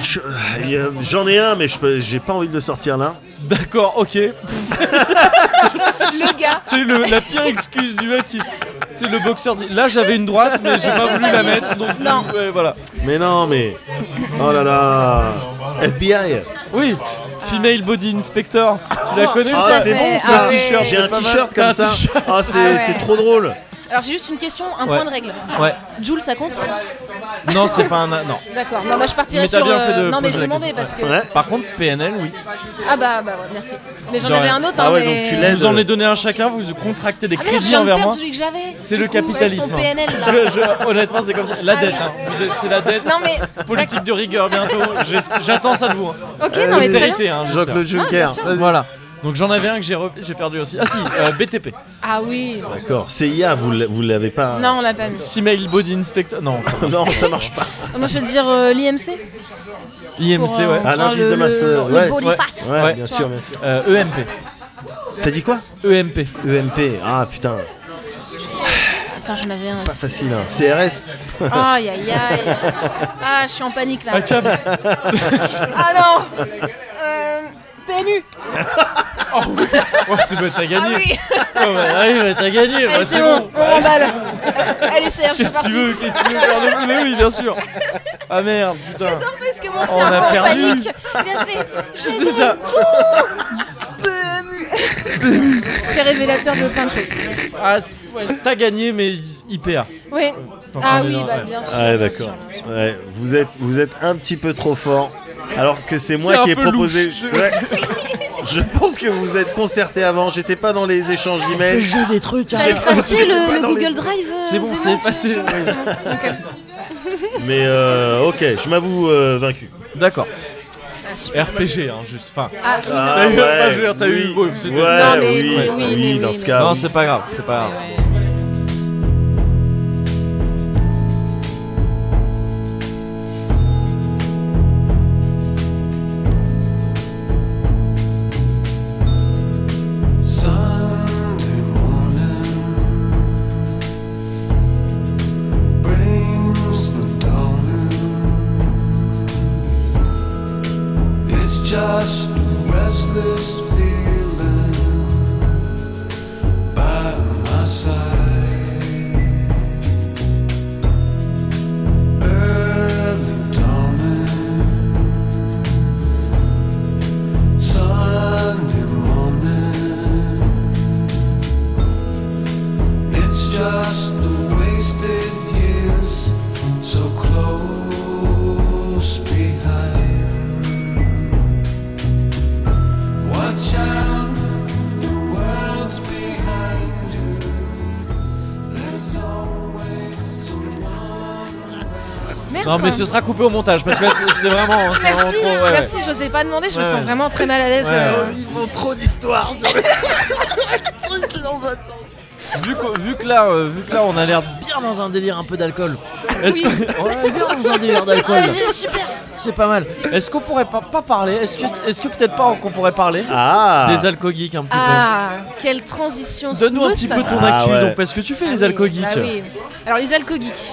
C: je- il y a- j'en ai un, mais je peux- j'ai pas envie de le sortir là.
B: D'accord, ok.
A: Le gars.
B: C'est le- la pire excuse du mec qui. C'est le boxeur dit là j'avais une droite mais j'ai pas
A: J'ai
B: voulu
A: pas
B: la
A: dit ça.
B: mettre donc
A: Non.
B: ouais, voilà.
C: Mais non, mais oh là là, FBI.
B: Oui, Female Body Inspector. Tu la connais
A: tout
B: ça
A: à
C: c'est
A: fait.
C: bon
A: Ah
C: ça.
A: ouais.
B: t-shirt,
C: J'ai un
B: c'est pas mal.
C: t-shirt
B: T'as
C: comme
B: un
C: ça.
B: t-shirt.
C: Ah,
A: Ah
C: c'est
A: ouais.
C: c'est trop drôle.
A: Alors j'ai juste une question, un
B: Ouais.
A: point de règle.
B: Ouais.
A: Joule, ça compte
B: Non, c'est pas un a- non.
A: D'accord. Non, bah je partirai
B: Mais t'as
A: sur.
B: bien fait de
A: euh, Non, mais
B: poser
A: je
B: la
A: demandais
B: question.
A: parce que.
C: Ouais.
B: Par contre PNL oui.
A: Ah bah bah ouais, merci. Mais j'en
B: De
A: avais
B: rien.
A: un autre.
C: Ah
A: hein,
C: ouais,
A: mais-
C: donc tu
B: Je
C: l'aimes.
B: vous en ai donné un chacun, vous contractez des
A: Ah merde, je
B: crédits
A: viens de
B: envers moi.
A: perdre celui que j'avais.
B: C'est
A: Du
B: le
A: coup, avec
B: capitalisme. hein.
A: Ton PNL. là.
B: <laughs> Je- je- honnêtement, c'est comme ça. La
A: Ah
B: dette,
A: oui.
B: hein. Vous êtes- c'est la dette.
A: Non mais.
B: Politique de rigueur bientôt. J'es- J'attends ça de vous. hein.
A: Ok, non mais très bien.
B: Austérité, hein, j'espère.
C: Jean-Claude
A: bien
C: Juncker.
A: sûr.
C: Vas-y.
B: Voilà. Donc j'en avais un que j'ai re- j'ai perdu aussi. Ah si, euh, BTP.
A: Ah oui.
C: D'accord. CIA, vous l'a- vous l'avez pas.
A: Non, on l'a pas mis.
B: Semail Body Inspector. Non. ça va.
C: <laughs> Non, ça marche pas.
A: Moi, je veux dire euh, l'IMC.
B: IMC,
A: pour, euh,
B: ouais.
C: Ah,
A: enfin,
C: l'indice
A: le-
C: de masse,
A: Le,
C: euh,
A: le
C: ouais.
A: body
B: Ouais.
A: fat.
C: Ouais,
B: Ouais.
C: bien sûr, bien sûr.
B: Euh, EMP.
C: T'as dit quoi
B: EMP.
C: EMP. Ah putain,
A: Attends, j'en avais un.
C: pas facile. Hein. CRS.
A: Aïe aïe aïe. Ah, je suis en panique là.
B: Ah, câble.
A: Ah non. Euh, PMU.
B: Oh, c'est bon, t'as
A: Ah
B: gagné.
A: oui.
B: Oh, bah, allez, bah, t'as gagné.
A: Allez,
B: Bah,
A: c'est bon. On
B: Allez,
A: remballe. Allez, Serge, c'est
B: Qu'est-ce que
A: parti.
B: tu veux Qu'est-ce que tu veux faire de plus Mais oui, bien sûr. Ah merde, putain.
A: Non, parce que mon
B: on a
A: cerveau en
B: perdu.
A: panique. Il a fait. j'ai
B: C'est
A: dit
B: ça.
A: tout. PMU. C'est révélateur de plein de choses.
B: Ah, c'est- ouais, t'as gagné, mais IPA.
A: Oui.
B: T'en
A: Ah
B: prends
A: oui,
B: les dents,
A: bah,
B: ouais.
A: bien sûr.
C: Ouais,
A: bien
C: d'accord.
A: sûr.
C: Ouais, vous êtes, vous êtes un petit peu trop fort. Alors que c'est
B: C'est
C: moi
B: un
C: qui ai
B: peu
C: proposé.
B: louche, je-
C: Ouais. Je pense que vous êtes concerté avant. J'étais pas dans les échanges d'emails.
B: des trucs, hein.
A: T'as effacé le, le
C: dans les-
A: Google Drive euh,
B: C'est bon,
A: de
B: c'est
A: Marc
B: effacé.
A: <laughs> sur- sur- Ok.
C: Mais euh, ok, je m'avoue euh, vaincu.
B: D'accord.
A: Ah, super.
B: RPG, hein, juste. Enfin,
A: Ah,
B: T'as
A: oui,
C: Ah,
B: eu un
C: ouais,
B: pas joueur, t'as eu-
C: oui,
B: ouais, c'était-
A: Non,
C: Ouais,
A: mais
C: oui,
A: oui, oui, mais
C: dans
A: oui,
C: ce
A: mais
C: cas.
B: non,
C: Ah oui.
B: c'est pas grave, c'est pas grave.
A: ouais.
D: Sunday morning brings the dawning. It's just a restless feeling by my side. Early dawning, Sunday morning. It's just the wasted years so close behind. What's
A: Merde.
B: Non, mais ce sera coupé au montage parce que là, c'est c'est vraiment. hein, c'est vraiment
A: Merci,
B: trop- ouais, ouais.
A: merci, je n'osais pas demander, je
B: Ouais,
A: me sens
B: ouais.
A: vraiment très mal à l'aise.
B: Ouais,
A: euh.
C: Ils font trop d'histoires sur les trucs qui n'ont pas de sens.
B: Vu que, vu, que là, euh, vu que là, on a l'air bien dans un délire un peu d'alcool. Est-ce
A: Oui.
B: que- on est bien dans un délire d'alcool.
A: Ouais, super.
B: C'est pas mal. Est-ce qu'on pourrait pas, pas parler Est-ce que, est-ce que peut-être pas qu'on pourrait parler
C: Ah
B: des alcogeeks un petit
A: Ah, quelle transition
B: peu Bah, Donne-nous un petit
A: smooth.
B: peu ton
C: Ah
B: actu.
C: ouais.
B: Donc, parce que tu fais
A: Ah
B: les
A: oui,
B: alcogeeks.
A: ah oui. Alors les alcogeeks.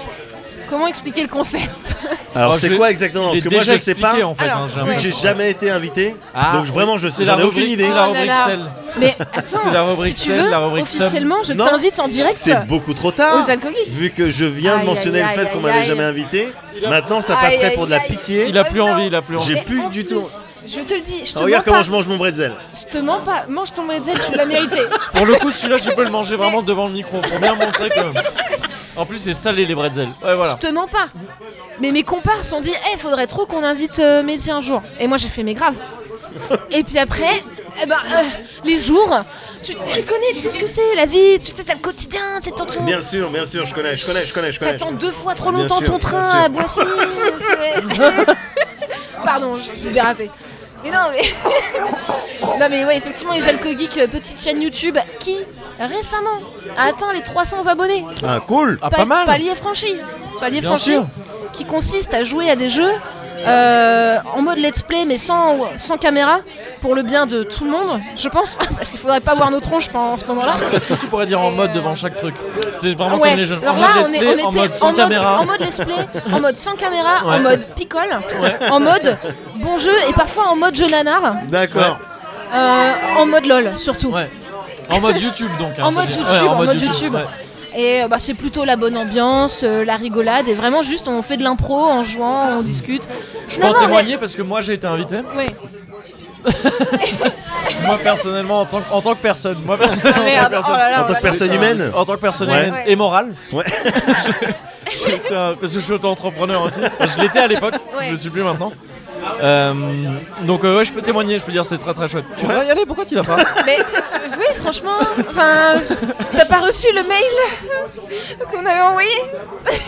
A: Comment expliquer le concept
C: Alors
B: Oh,
C: c'est
B: je-
C: quoi exactement
B: Il
C: Parce
B: est
C: que moi
B: déjà
C: je sais pas.
B: expliqué, en fait,
A: Alors,
B: hein, j'ai
A: ouais.
C: Vu que
B: l'impression.
C: j'ai jamais été invité,
B: Ah,
C: donc vraiment je
B: c'est
C: j'en
B: la
C: ai aucune
B: rubrique-
C: idée.
B: C'est la
A: Oh là
B: rubrique
A: là.
B: sel.
A: <laughs> Mais attends,
B: C'est la rubrique
A: si tu
B: sel,
A: veux,
B: la rubrique sel.
A: officiellement, je
C: Non,
A: t'invite en direct
C: C'est beaucoup trop tard.
A: aux alcooliques.
C: Vu que je viens de
A: Aïe,
C: mentionner
A: aïe,
C: le fait
A: aïe,
C: qu'on
A: aïe,
C: m'avait
A: aïe.
C: jamais invité, maintenant ça passerait pour de la pitié.
B: Il a plus envie, il a plus envie.
C: J'ai
A: Et
C: plus
A: en
C: du
A: plus,
C: tout.
A: Je te le dis, je te mens
C: Regarde comment
A: pas.
C: je mange mon bretzel.
A: Je te mens pas. Mange ton bretzel, tu l'as mérité.
B: Pour le coup, celui-là, tu peux le manger vraiment devant le micro pour bien montrer que. En plus, c'est salé les bretzels. Ouais, voilà.
A: Je te mens pas. Mais mes comparses ont dit, eh, faudrait trop qu'on invite euh, Mehdi un jour. Et moi, j'ai fait, mais grave. Et puis après, eh ben, euh, les jours, tu, tu connais, tu sais ce que c'est, la vie, tu sais, t'as le quotidien, tu sais, t'as ton-
C: Bien sûr, bien sûr, je connais, je connais, je connais, je connais.
A: T'attends deux fois trop
C: Bien
A: longtemps
C: sûr,
A: ton
C: bien
A: train
C: sûr.
A: à Boissy. tu sais. <laughs> Pardon, j- j'ai dérapé. Mais non, mais. <laughs> non, mais ouais, effectivement, les Alco Geeks, euh, petite chaîne YouTube qui, récemment, a atteint les 300 abonnés.
C: Ah cool
B: Ah, pas mal.
A: Palier franchi. Palier
B: Bien
A: franchi.
B: sûr.
A: Qui consiste à jouer à des jeux euh, en mode let's play, mais sans, sans caméra, pour le bien de tout le monde, je pense. <laughs> Parce qu'il faudrait pas voir nos tronches pendant ce moment-là.
B: Est-ce que tu pourrais dire en mode devant chaque truc C'est vraiment
A: euh, Ah Ouais,
B: comme les jeunes.
A: Alors
B: Ah En
A: là,
B: mode
A: on,
B: let's
A: est-
B: play,
A: on
B: en
A: était
B: mode sans
A: en, mode,
B: caméra.
A: en mode let's play, en mode sans caméra,
B: Ouais.
A: en mode picole, en mode bon jeu et parfois en mode jeu nanar,
C: D'accord.
A: euh, en mode lol surtout.
B: Ouais. En mode YouTube donc. hein,
A: En
B: t'as
A: mode
B: dit.
A: YouTube,
B: Ouais,
A: en mode YouTube.
B: ouais.
A: Et euh, bah, c'est plutôt la bonne ambiance, euh, la rigolade et vraiment juste on fait de l'impro en jouant, on discute.
B: Je peux en
A: Finalement, on est-
B: témoigner parce que moi j'ai été invité.
A: Ouais.
B: <laughs> Moi personnellement, en tant que, en tant que personne.
A: <laughs>
B: Moi personnellement, en tant
A: Merde,
B: que personne.
A: oh là là,
C: En
A: on
C: tant
A: va-
C: que
B: Ah,
C: personne humaine
B: En tant que personne
C: Ouais.
B: humaine
A: Ouais.
B: et morale. <laughs>
C: Ouais.
B: J'ai été un- parce que je suis auto-entrepreneur aussi. Je l'étais à l'époque,
A: Ouais.
B: je le suis plus maintenant. Euh, donc euh, ouais, je peux témoigner, je peux dire c'est très très chouette. Tu vas y aller Pourquoi tu vas pas
C: <laughs>
A: Mais euh, oui, franchement, enfin, t'as pas reçu le mail qu'on avait envoyé <laughs>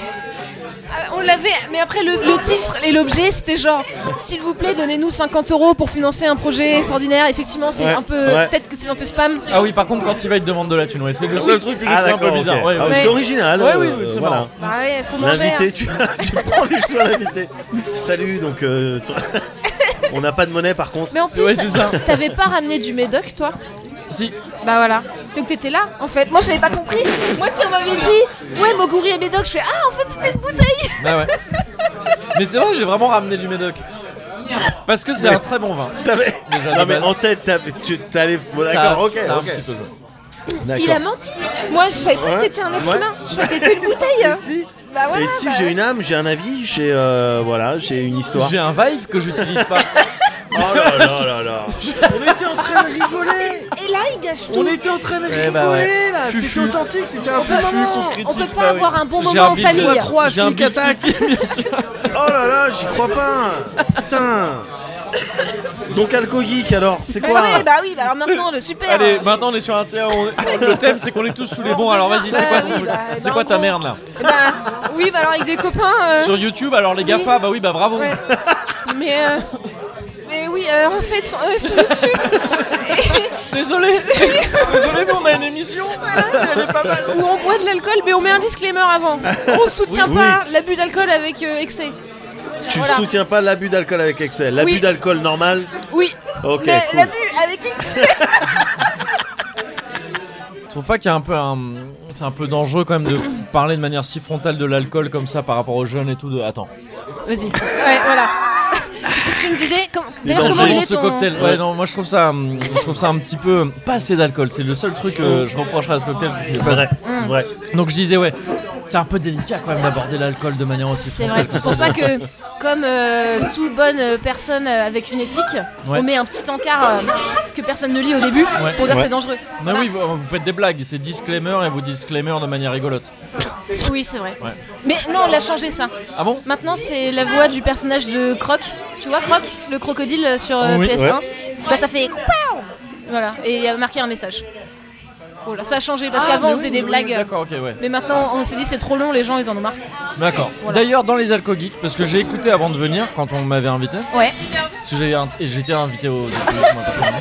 A: Ah, On l'avait, mais après le, le titre et l'objet, c'était genre, s'il vous plaît, donnez-nous 50 euros pour financer un projet extraordinaire. Effectivement, c'est
C: Ouais,
A: un peu,
C: ouais.
A: peut-être que c'est dans tes spams.
B: Ah oui, par contre quand il va, il te demande de la thune. Ouais, c'est le seul truc que j'ai
C: Ah
B: trouvé un peu
C: d'accord,
B: bizarre.
C: ok.
B: Ouais,
C: Ah,
B: ouais.
C: c'est original.
B: Ouais, oui,
C: euh,
B: oui, c'est
C: voilà.
B: marrant.
A: Bah ouais, faut manger. hein.
C: L'invité, tu, <laughs> tu prends les choix à l'invité. Salut, donc euh, tu- <laughs> on n'a pas de monnaie par contre.
A: Mais en plus,
B: ouais, c'est ça.
A: t'avais pas ramené du médoc, toi
B: Si,
A: Bah voilà. Donc t'étais là, en fait. Moi, je n'avais pas compris. Moi, tu sais, on m'avait dit, ouais, Moguri et médoc. Je fais, ah, en fait, c'était une bouteille.
B: Ah ouais. Mais c'est vrai, j'ai vraiment ramené du médoc. Parce que c'est un très bon vin.
C: T'avais-
B: Déjà, de
C: non mais
B: base.
C: en tête, t'avais- tu t'allais. bon,
B: Ça-
C: D'accord, ok,
B: ça a un
C: ok.
B: petit peu joué.
A: Il a
C: D'accord.
A: menti. Moi, je savais pas
C: Ouais.
A: que t'étais un être
C: Ouais.
A: humain. Je croyais que t'étais une bouteille.
C: Et si,
A: Bah voilà.
C: et si
A: bah.
C: j'ai une âme, j'ai un avis, j'ai euh, voilà, j'ai une histoire.
B: J'ai un vibe que j'utilise
C: <laughs>
B: pas.
C: Oh là là
A: <laughs>
C: là
A: Bah,
C: là. on était en train de rigoler.
A: Et là, il gâche tout.
C: On était en train de rigoler
B: Eh bah ouais.
C: là.
B: Fufu.
C: C'était authentique, c'était un
A: On peut,
C: peu
B: Fufu qu'on
A: on peut
B: critique,
A: pas
B: bah oui.
A: avoir un bon
B: J'ai
A: moment
B: un
A: en
B: bif de
A: famille.
B: la
A: Bah,
B: tro-
C: 3
B: J'ai un
C: sneak
B: big <laughs>
C: attack. oh là là, j'y crois pas. Putain. Donc Alco Geek alors, c'est quoi
A: ouais, bah oui, bah alors maintenant, le super.
B: Allez,
A: hein.
B: maintenant on est sur un terrain. on- Le thème c'est qu'on est tous sous les bons. Alors vas-y, c'est
A: Bah
B: quoi ton
A: oui,
B: truc
A: bah,
B: C'est
A: bah,
B: quoi
A: en
B: ta
A: gros.
B: merde là
A: Eh Bah, oui, bah alors avec des copains. euh,
B: Sur YouTube, alors les GAFA, bah oui, bah bravo.
A: ouais. Mais, euh, mais oui, euh, en fait, euh, sur YouTube, <laughs>
B: Désolé, désolé, mais on a une émission.
A: où on boit de l'alcool, mais on met un disclaimer avant. On soutient
C: Oui,
A: pas l'abus d'alcool avec euh, excès.
C: Tu
A: bah, Voilà.
C: soutiens pas l'abus d'alcool avec excès. L'abus
A: Oui.
C: d'alcool normal.
A: Oui,
C: Ok.
A: mais
C: cool.
A: l'abus avec excès.
B: Je trouve pas qu'il y a un peu un. C'est un peu dangereux quand même de parler de manière si frontale de l'alcool comme ça par rapport aux jeunes et tout. De... Attends.
A: Vas-y. Ouais, voilà. Qu'est-ce que tu me disais Comme- D'ailleurs, comment il
B: Dangereux
A: est
B: ce
A: ton...
B: cocktail. Ouais, non, moi je trouve ça, hum, je trouve ça un petit peu pas assez d'alcool. C'est le seul truc que je reprocherais à ce cocktail. c'est qu'il est pas
C: Vrai,
A: Mm.
C: vrai.
B: Donc je disais ouais, c'est un peu délicat quand même d'aborder l'alcool de manière aussi.
A: C'est vrai,
B: frontale.
A: c'est pour
B: <laughs>
A: ça que, comme euh, toute bonne euh, personne euh, avec une éthique,
B: Ouais.
A: on met un petit encart euh, que personne ne lit au début
B: Ouais.
A: pour dire
C: Ouais.
A: c'est dangereux.
B: Mais oui, vous, vous faites des blagues, c'est disclaimer et vous disclaimer de manière rigolote.
A: Oui, c'est vrai.
B: Ouais.
A: Mais non, on l'a changé ça.
B: Ah bon
A: Maintenant, c'est la voix du personnage de Croc. Tu vois, Croc, le crocodile euh, sur euh,
B: Oui.
A: PS1. Bah, ça fait. Voilà, et il y a marqué un message. Oh là, ça a changé
B: Ah,
A: parce qu'avant on faisait des blagues.
B: D'accord, ok, ouais.
A: Mais maintenant on s'est dit c'est trop long, les gens ils en ont marre.
B: D'accord.
A: Voilà.
B: D'ailleurs, dans les alcooliques, parce que j'ai écouté avant de venir quand on m'avait invité,
A: Ouais.
B: parce que j'ai- et j'étais invité au. moi, personnellement.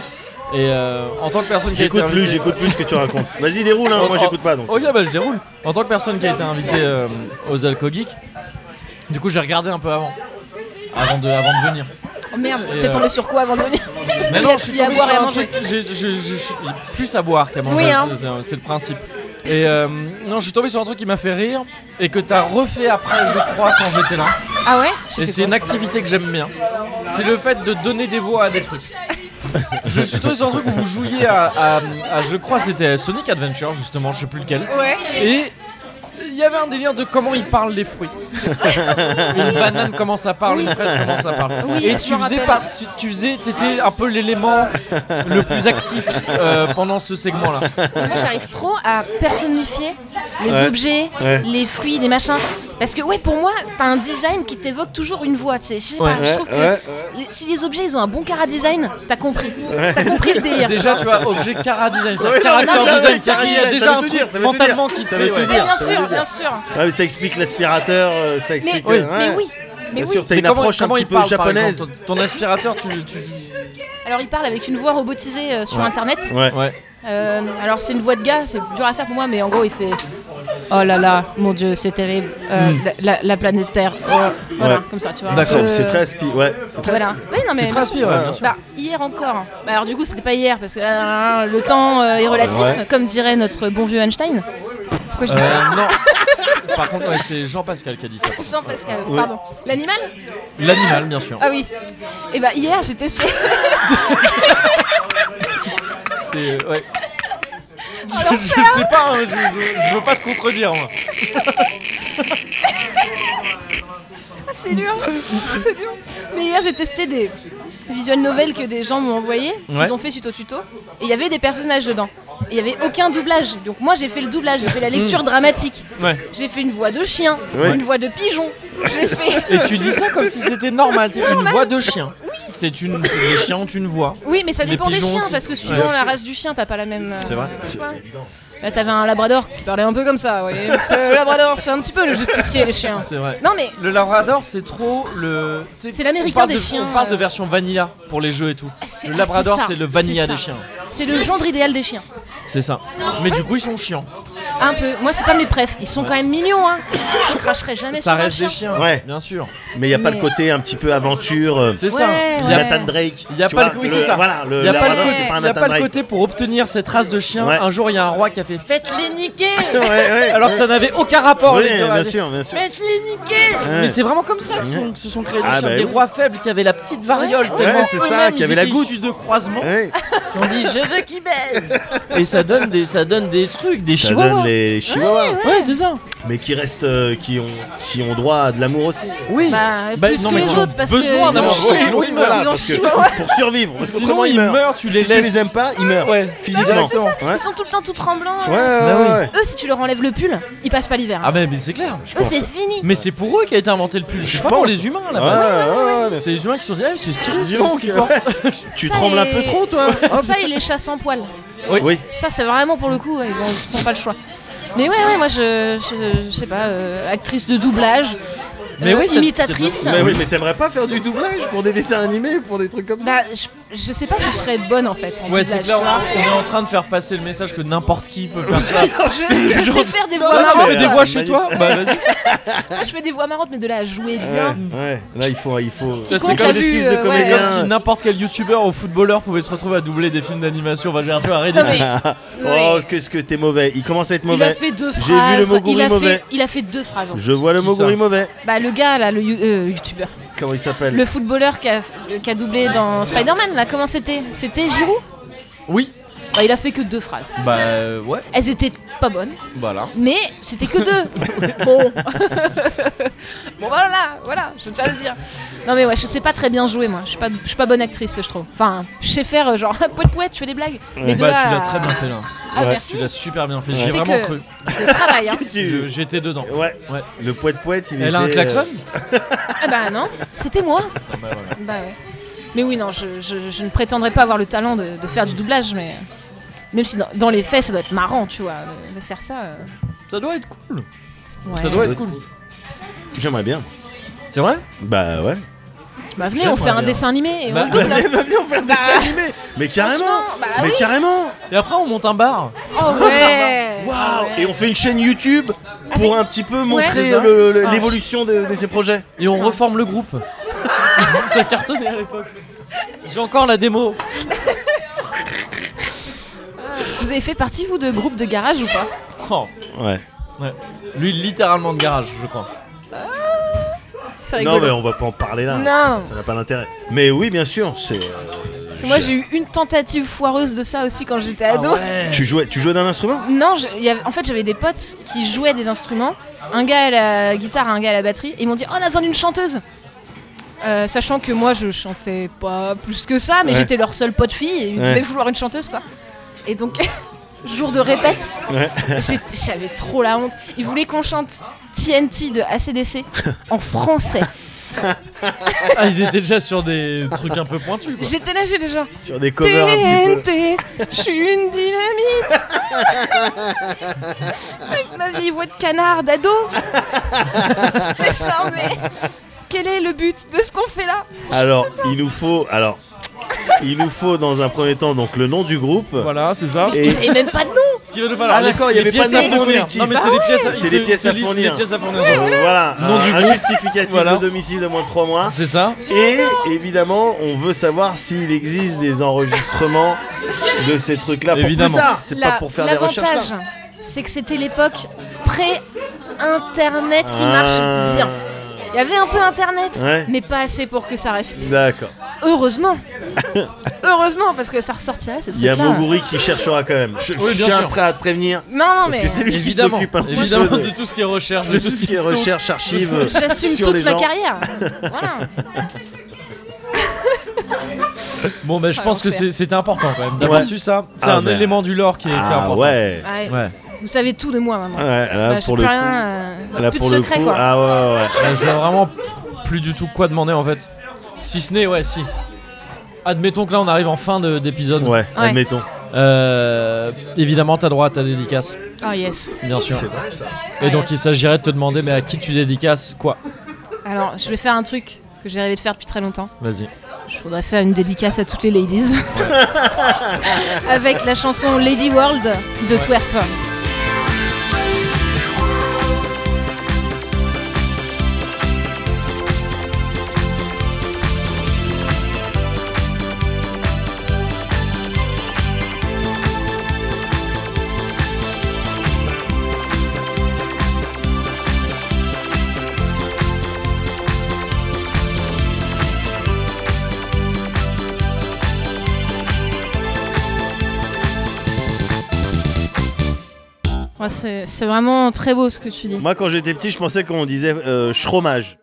B: Et euh, en tant que personne qui a été
C: J'écoute plus,
B: invitée-
C: j'écoute plus ce que tu racontes. Vas-y, déroule, hein,
B: Oh,
C: moi
B: oh,
C: j'écoute pas donc.
B: Ok, bah je déroule. En tant que personne qui a été invitée euh, aux Alco Geeks, du coup j'ai regardé un peu avant. Avant de, avant de venir.
A: Oh merde,
B: Et,
A: t'es
B: euh,
A: tombé sur quoi avant de venir Parce
B: Mais
A: qu'il
B: non,
A: a-
B: je suis
A: il y a à
B: tombé
A: boire
B: sur
A: et à
B: un
A: manger.
B: truc. j'ai- je- je- je suis plus à boire qu'à manger.
A: Oui, hein.
B: c'est- c'est- C'est le principe. Et euh, non, je suis tombé sur un truc qui m'a fait rire et que t'as refait après, je crois, quand j'étais là.
A: Ah ouais
B: Et c'est une activité que j'aime bien. C'est le fait de donner des voix à des trucs.
A: <laughs>
B: je suis tombé sur un truc où vous jouiez à, à- à- je crois, c'était Sonic Adventure, justement, je sais plus lequel.
A: Ouais.
B: Et il y avait un délire de comment ils parlent les
A: <laughs>
B: fruits. une banane, comment ça parle, une fraise, comment ça parle.
A: Oui,
B: et
A: je
B: tu
A: me
B: faisais,
A: rappelle.
B: par- tu, tu faisais, t'étais un peu l'élément le plus actif euh, pendant ce segment-là.
A: Moi, j'arrive trop à personnifier les
C: Ouais.
A: objets,
C: Ouais.
A: les fruits, les machins. Parce que, ouais, pour moi, t'as un design qui t'évoque toujours une voix, tu sais. Je sais
B: Ouais.
A: pas, je trouve que
C: ouais,
A: les- si les objets, ils ont un bon cara-design, t'as compris. T'as compris le
C: <laughs>
A: délire.
B: Déjà, tu vois, objet cara design,
C: Ouais,
B: caractère
C: non, non,
B: design,
C: ça veut
B: il y a
C: dire, ça
B: déjà
C: veut
B: un
C: tout
B: truc
C: dire, ça veut tout
B: mentalement
C: dire.
B: qui se
C: Ça
B: fait.
C: veut tout
B: ouais.
A: Mais
C: dire.
A: bien
C: ça veut
A: sûr,
C: dire.
A: bien sûr.
C: Ouais, mais Ah ça explique l'aspirateur, euh, ça
A: Mais,
C: explique.
A: oui,
C: euh, ouais.
A: mais oui. Mais
C: Bien
A: oui.
C: sûr, t'as
B: Mais
C: une
B: comment-
C: approche
B: comment
C: un
B: ils
C: petit peu
B: parlent, par
C: japonaise.
B: exemple Ton ton aspirateur, tu. tu-
A: Alors, il parle avec une voix robotisée euh, sur
B: Ouais.
A: Internet.
C: Ouais.
B: Ouais.
A: Euh, alors, c'est une voix de gars, c'est dur à faire pour moi, mais en gros, il fait... Oh là là, mon dieu, c'est terrible. Euh, la, la- la planète Terre. Oh. Voilà,
C: Hmm. Ouais.
A: comme ça, tu vois.
B: D'accord.
A: Euh,
C: C'est c'est très aspi. Ouais, c'est très
A: Voilà. Oui, non, mais
B: C'est transpire, ouais, bien sûr.
A: Bah, hier encore. Bah, alors du coup, c'était pas hier parce que euh, le temps euh, est relatif,
C: Ouais.
A: comme dirait notre bon vieux Einstein. Pourquoi je dis ça
B: Euh, non. Par contre, ouais, c'est Jean-Pascal qui a dit ça.
A: Jean-Pascal, pardon. L'animal
B: L'animal, bien sûr.
A: Ah oui. Et bah hier, j'ai testé. <laughs>
B: C'est. Ouais.
A: Alors,
B: je sais pas, hein, je, je- je veux pas te contredire. Moi.
A: c'est dur. C'est dur. Mais hier, j'ai testé des visual novels que des gens m'ont envoyé,
B: Ouais.
A: qu'ils ont fait suite au tuto. Et il y avait des personnages dedans. Et il n'y avait aucun doublage. Donc moi, j'ai fait le doublage, j'ai fait la
B: Hmm.
A: lecture dramatique.
B: Ouais.
A: J'ai fait une voix de chien,
C: Ouais.
A: une voix de pigeon. J'ai fait...
B: Et tu dis ça comme si c'était normal. C'est une voix de chien. C'est une. c'est- Les chiens ont une voix.
A: Oui, mais ça
B: Les
A: dépend des
B: pigeons
A: chiens,
B: aussi.
A: parce que suivant
B: Ouais.
A: la race du chien, t'as pas la même. euh,
B: C'est vrai.
A: tu vois. Là, t'avais un labrador qui parlait un peu comme ça, vous voyez, parce que le labrador, c'est un petit peu le justicier, les chiens.
B: C'est vrai.
A: Non, mais
B: Le Labrador, c'est trop le. tu sais,
A: C'est l'américain
B: on parle
A: des
B: de-
A: chiens,
B: On parle de
A: euh.
B: version vanilla pour les jeux et tout.
A: C'est-
B: Le
A: ah,
B: Labrador,
A: c'est ça,
B: c'est le
A: c'est
B: vanilla
A: ça. Ah,
B: des chiens.
A: c'est le gendre idéal des chiens.
B: C'est ça. Mais du coup, ils sont chiants.
A: Un peu. Moi, c'est pas mes préfs. Ils sont quand même mignons, hein. Je cracherai jamais
B: Ça
A: sur un
B: reste
A: chien.
B: des chiens.
C: Ouais.
B: Bien sûr.
C: Mais il y a pas
A: Mais-
C: le côté un petit peu aventure. euh,
B: C'est ça.
A: Ouais,
B: Il y a-
A: ouais.
C: Nathan Drake.
B: Il y a
C: tu
B: pas
C: vois,
B: le- oui, c'est ça.
C: Voilà, le
B: Il n'y a, pas le
C: Labrador,
B: côté-
C: c'est pas un
B: y a
C: Nathan
B: pas le
C: Drake.
B: côté pour obtenir cette race de chien.
C: Ouais.
B: Un jour, il y a un roi qui a fait Faites-les niquer
C: Ouais, ouais,
B: Alors que ça n'avait aucun rapport
C: Oui,
B: avec le
C: bien
B: racisme.
C: sûr, bien sûr.
B: Faites-les niquer Mais c'est vraiment comme ça que, sont- que se sont créés des
C: Ah,
B: chiens.
C: bah
B: des
C: oui.
B: rois faibles qui avaient la petite variole.
C: Ouais,
B: tellement
C: c'est ça,
B: eux-mêmes,
C: qui
B: ils
C: avaient la
B: étaient
C: goutte.
B: issus de croisement.
C: Ouais,
B: On dit Je veux qu'ils baisent Et ça donne des, ça donne des trucs, des
C: ça
B: chihuahuas.
C: donne les chihuahuas,
B: Ouais, c'est ça.
C: mais qui restent, euh, qui ont, qui ont droit à de l'amour aussi.
B: Oui.
A: Bah,
B: Bah,
A: plus
B: non,
A: que
B: mais ils
A: les
B: ont
A: autres, parce
B: besoin
A: que.
B: d'avoir-
A: ils ont
B: Oui,
A: chié.
B: sinon, ils meurent.
A: Ils ont
C: parce
A: chié.
C: que pour survivre, parce
B: Sinon,
C: qu'autrement,
B: ils meurent, tu les
C: si
B: laisses.
C: tu les aimes pas, ils meurent.
B: Ouais.
C: Physiquement.
A: bah, C'est ça.
C: Ouais.
A: Ils sont tout le temps tout tremblants.
C: Ouais,
A: là.
B: Bah oui.
C: ouais, ouais.
A: Eux, si tu leur enlèves le pull, ils passent pas l'hiver.
B: Ah, mais, mais c'est clair.
A: Eux, c'est fini.
B: Mais c'est pour eux qu'a été inventé le pull.
C: Je
B: C'est pas pour
C: pense.
B: les humains
C: Ouais,
B: là-bas.
C: ouais, ouais, bien sûr.
B: C'est les humains qui se sont dit Ah, c'est stylé.
C: Dis
B: c'est
C: donc,
B: ce qu'ils portent.
C: <laughs> Tu
A: Ça,
C: trembles un
A: les-
C: peu trop, toi Hop.
A: <laughs> Ça, il les chasse en poil.
C: Oui.
A: Ça, c'est vraiment pour le coup, ouais, ils ont, ils ont pas le choix. Mais ouais, ouais moi, je, je, je sais pas, euh, actrice de doublage,
B: Mais
A: euh,
B: oui, ça-
A: imitatrice.
B: c'est-
C: Mais oui, mais t'aimerais pas faire du doublage pour des dessins animés, pour des trucs comme ça
A: Bah, je, je sais pas si je serais bonne en fait. En
B: Ouais, c'est
A: doublage,
B: clair,
A: tu vois.
B: on on est en train de faire passer le message que n'importe qui peut
A: <laughs>
B: faire ça. <laughs>
A: Je, je sais faire des voix
B: Ah, tu
A: marrantes.
B: fais des
A: quoi.
B: voix chez toi Bah vas-y.
A: Ah, je fais des voix marrantes, mais de là à jouer
B: Bah,
A: bien.
C: Ouais, ouais. Là, il faut, il faut.
A: Ça,
C: Ça,
A: c'est comme
C: des
A: vu,
C: skills
A: euh,
C: de
A: ouais.
B: C'est
C: comédien.
B: comme si n'importe quel youtubeur ou footballeur pouvait se retrouver à doubler des films d'animation. Va gérer, tu vas arrêter.
A: Non, mais,
C: Oh,
A: ouais.
C: qu'est-ce que t'es mauvais. Il commence à être
A: Il a
C: mauvais.
A: fait deux
C: J'ai vu
A: phrases.
C: le Moguri
A: il, a fait,
C: mauvais.
A: il a fait deux phrases. en fait.
C: Je vois le
B: Qui
C: Moguri
B: ça
C: mauvais.
A: Bah, le gars là, le you- euh, youtubeur,
C: Comment il s'appelle
A: le footballeur qui a, euh, qui a doublé dans Spider-Man là, comment c'était C'était Giroud
B: Oui.
A: Bah, il a fait que deux phrases.
B: Bah euh, ouais, bah
A: Elles étaient pas bonnes.
B: voilà.
A: Mais c'était que deux. bon. <laughs> bon voilà, voilà, je tiens à le dire. Non mais ouais, je sais pas très bien jouer moi. Je suis pas, je suis pas bonne actrice, je trouve. Enfin, je sais faire euh, genre <laughs> poète poète, je fais des blagues. Mais de
B: bah
A: là
B: tu
A: à-
B: l'as très bien fait là.
A: Ah
C: Ouais,
B: Tu
A: merci.
B: l'as super bien fait. J'ai
A: Tu sais
B: vraiment
A: que-
B: cru.
A: Le travail. Hein.
B: Je- J'étais dedans.
C: Ouais.
B: Ouais.
C: Le poète poète, il
B: Elle a un
C: était, euh,
B: klaxon Ah
A: Ah bah non, c'était moi. Bah ouais. Mais oui non, je, je- je ne prétendrai pas avoir le talent de, de faire du doublage, mais Même si dans, dans les faits, ça doit être marrant, tu vois, de, de faire ça. euh.
B: Ça doit être cool.
A: Ouais.
B: Ça doit être cool.
C: J'aimerais bien.
B: C'est vrai
C: Bah
A: <laughs>
C: ouais.
A: Bah venez, on fait
B: J'aimerais
A: un
B: bien.
A: dessin animé et
B: Bah,
A: on le double.
C: Mais bah, viens, on fait un dessin animé Mais carrément
A: franchement, bah
C: Mais
A: oui.
C: carrément
B: Et après, on monte un bar.
A: Oh ouais Ah
C: Waouh Et on fait une chaîne YouTube pour un petit peu
B: C'est
C: montrer
B: ça.
C: le- le- l'évolution de, de ces projets.
B: Et on reforme le groupe. <laughs> ça cartonnait à l'époque. J'ai encore la démo.
A: Vous avez fait partie, vous, de groupe de garage ou pas
B: Oh,
C: Ouais.
B: lui, littéralement de garage, je crois.
A: C'est
C: Non mais on va pas en parler là.
A: Non.
C: Ça n'a pas d'intérêt. Mais oui, bien sûr, c'est... euh,
A: Parce que Ah, Moi, j'ai eu une tentative foireuse de ça aussi quand j'étais ado.
C: Ah
B: Ah
C: Tu jouais, tu jouais d'un instrument
A: Non, je- il y avait- en fait, j'avais des potes qui jouaient des instruments. Un gars à la guitare, un gars à la batterie. Et ils m'ont dit Oh, on a besoin d'une chanteuse Euh, Sachant que moi, je chantais pas plus que ça, mais
C: Ouais.
A: j'étais leur seule pote fille et ils
C: Ouais.
A: devaient vouloir une chanteuse, quoi. Et donc, <laughs> jour de répète,
C: Ouais.
A: j'ai- j'avais trop la honte. Ils voulaient qu'on chante TNT de ACDC en français.
C: <laughs>
B: Ah, ils étaient déjà sur des trucs un peu pointus. Quoi.
A: J'étais là, j'étais genre
C: <laughs> Sur des covers un petit peu.
A: TNT, je suis une dynamite Avec ma vieille voix de canard d'ado C'était ça, mais Quel est le but de ce qu'on fait là
C: Alors, il nous faut... Alors, il nous faut dans un premier temps donc le nom du groupe.
B: Voilà, c'est ça.
C: Et-
A: Ils avaient même pas de nom
B: Ce qui va nous falloir.
C: Ah, d'accord, il y
B: les
C: avait pas
B: pièces
C: de
B: à
C: nouveau
B: fournir.
C: collectif.
B: Non, mais
C: Ah
B: c'est les pièces à-
C: C'est
B: ils
C: les
B: te-
C: pièces à
B: ils te lisent
C: fournir.
B: les pièces à fournir.
C: Voilà,
B: Nom
C: un,
B: du
C: un
B: groupe.
C: justificatif
B: Voilà.
C: de domicile de moins de 3 mois.
B: C'est ça.
C: Et évidemment, on veut savoir s'il existe des enregistrements de ces trucs-là pour plus
B: Évidemment.
C: tard. C'est pas
A: La-
C: pour faire des recherches.
A: L'avantage,
C: là.
A: c'est que c'était l'époque pré-internet qui marche bien. Il y avait un peu internet,
C: Ah. Ouais.
A: mais pas assez pour que ça reste.
C: D'accord. <laughs>
A: Heureusement Heureusement, parce que ça ressortirait cette
C: Il y a
A: truc là
C: Moguri qui cherchera quand même. Je,
B: Oui,
C: je
B: bien
C: tiens
B: sûr.
C: prêt à te prévenir.
A: Non, non,
C: Parce
A: mais
C: que c'est lui qui
B: Évidemment.
C: s'occupe un petit
B: Évidemment
C: peu
B: de
C: de,
B: tout ce qui est recherche,
C: de tout ce qui est
B: stocke.
C: recherche, archive.
A: j'assume
C: sur les
A: toute ma
C: gens. <laughs>
A: carrière Voilà
B: Bon, mais je pense que c'est- c'était important quand même d'avoir
C: Ouais.
B: su ça. C'est
C: Ah,
B: un
C: mais-
B: élément du lore qui est, qui est
C: Ah
B: important.
C: ouais.
A: Ouais.
B: Ouais.
A: Vous savez tout de moi, maman.
C: Ouais,
A: Bah,
C: là,
A: j'ai
C: Ah, pour
A: plus
C: le coup.
A: rien, euh,
C: Là,
A: plus
C: pour
A: de
C: le
A: secret
C: coup.
A: quoi.
C: Ah ouais, ouais, ouais.
B: Là, je vois vraiment plus du tout quoi demander en fait. Si ce n'est, ouais, si. Admettons que là on arrive en fin de- d'épisode.
C: Ouais, admettons.
B: Euh, évidemment, t'as droit à ta dédicace,
A: Oh yes.
B: bien sûr.
C: vrai ça.
B: Et donc il s'agirait de te demander, mais à qui tu dédicaces quoi
A: Alors, je vais faire un truc que j'ai rêvé de faire depuis très longtemps.
B: Vas-y.
A: Je voudrais faire une dédicace à toutes les
C: <laughs>
A: ladies. Avec la chanson Lady World de Twerp. Ouais, c'est c'est vraiment très beau ce que tu dis.
C: Moi, quand j'étais petit, je pensais qu'on disait euh, chromage.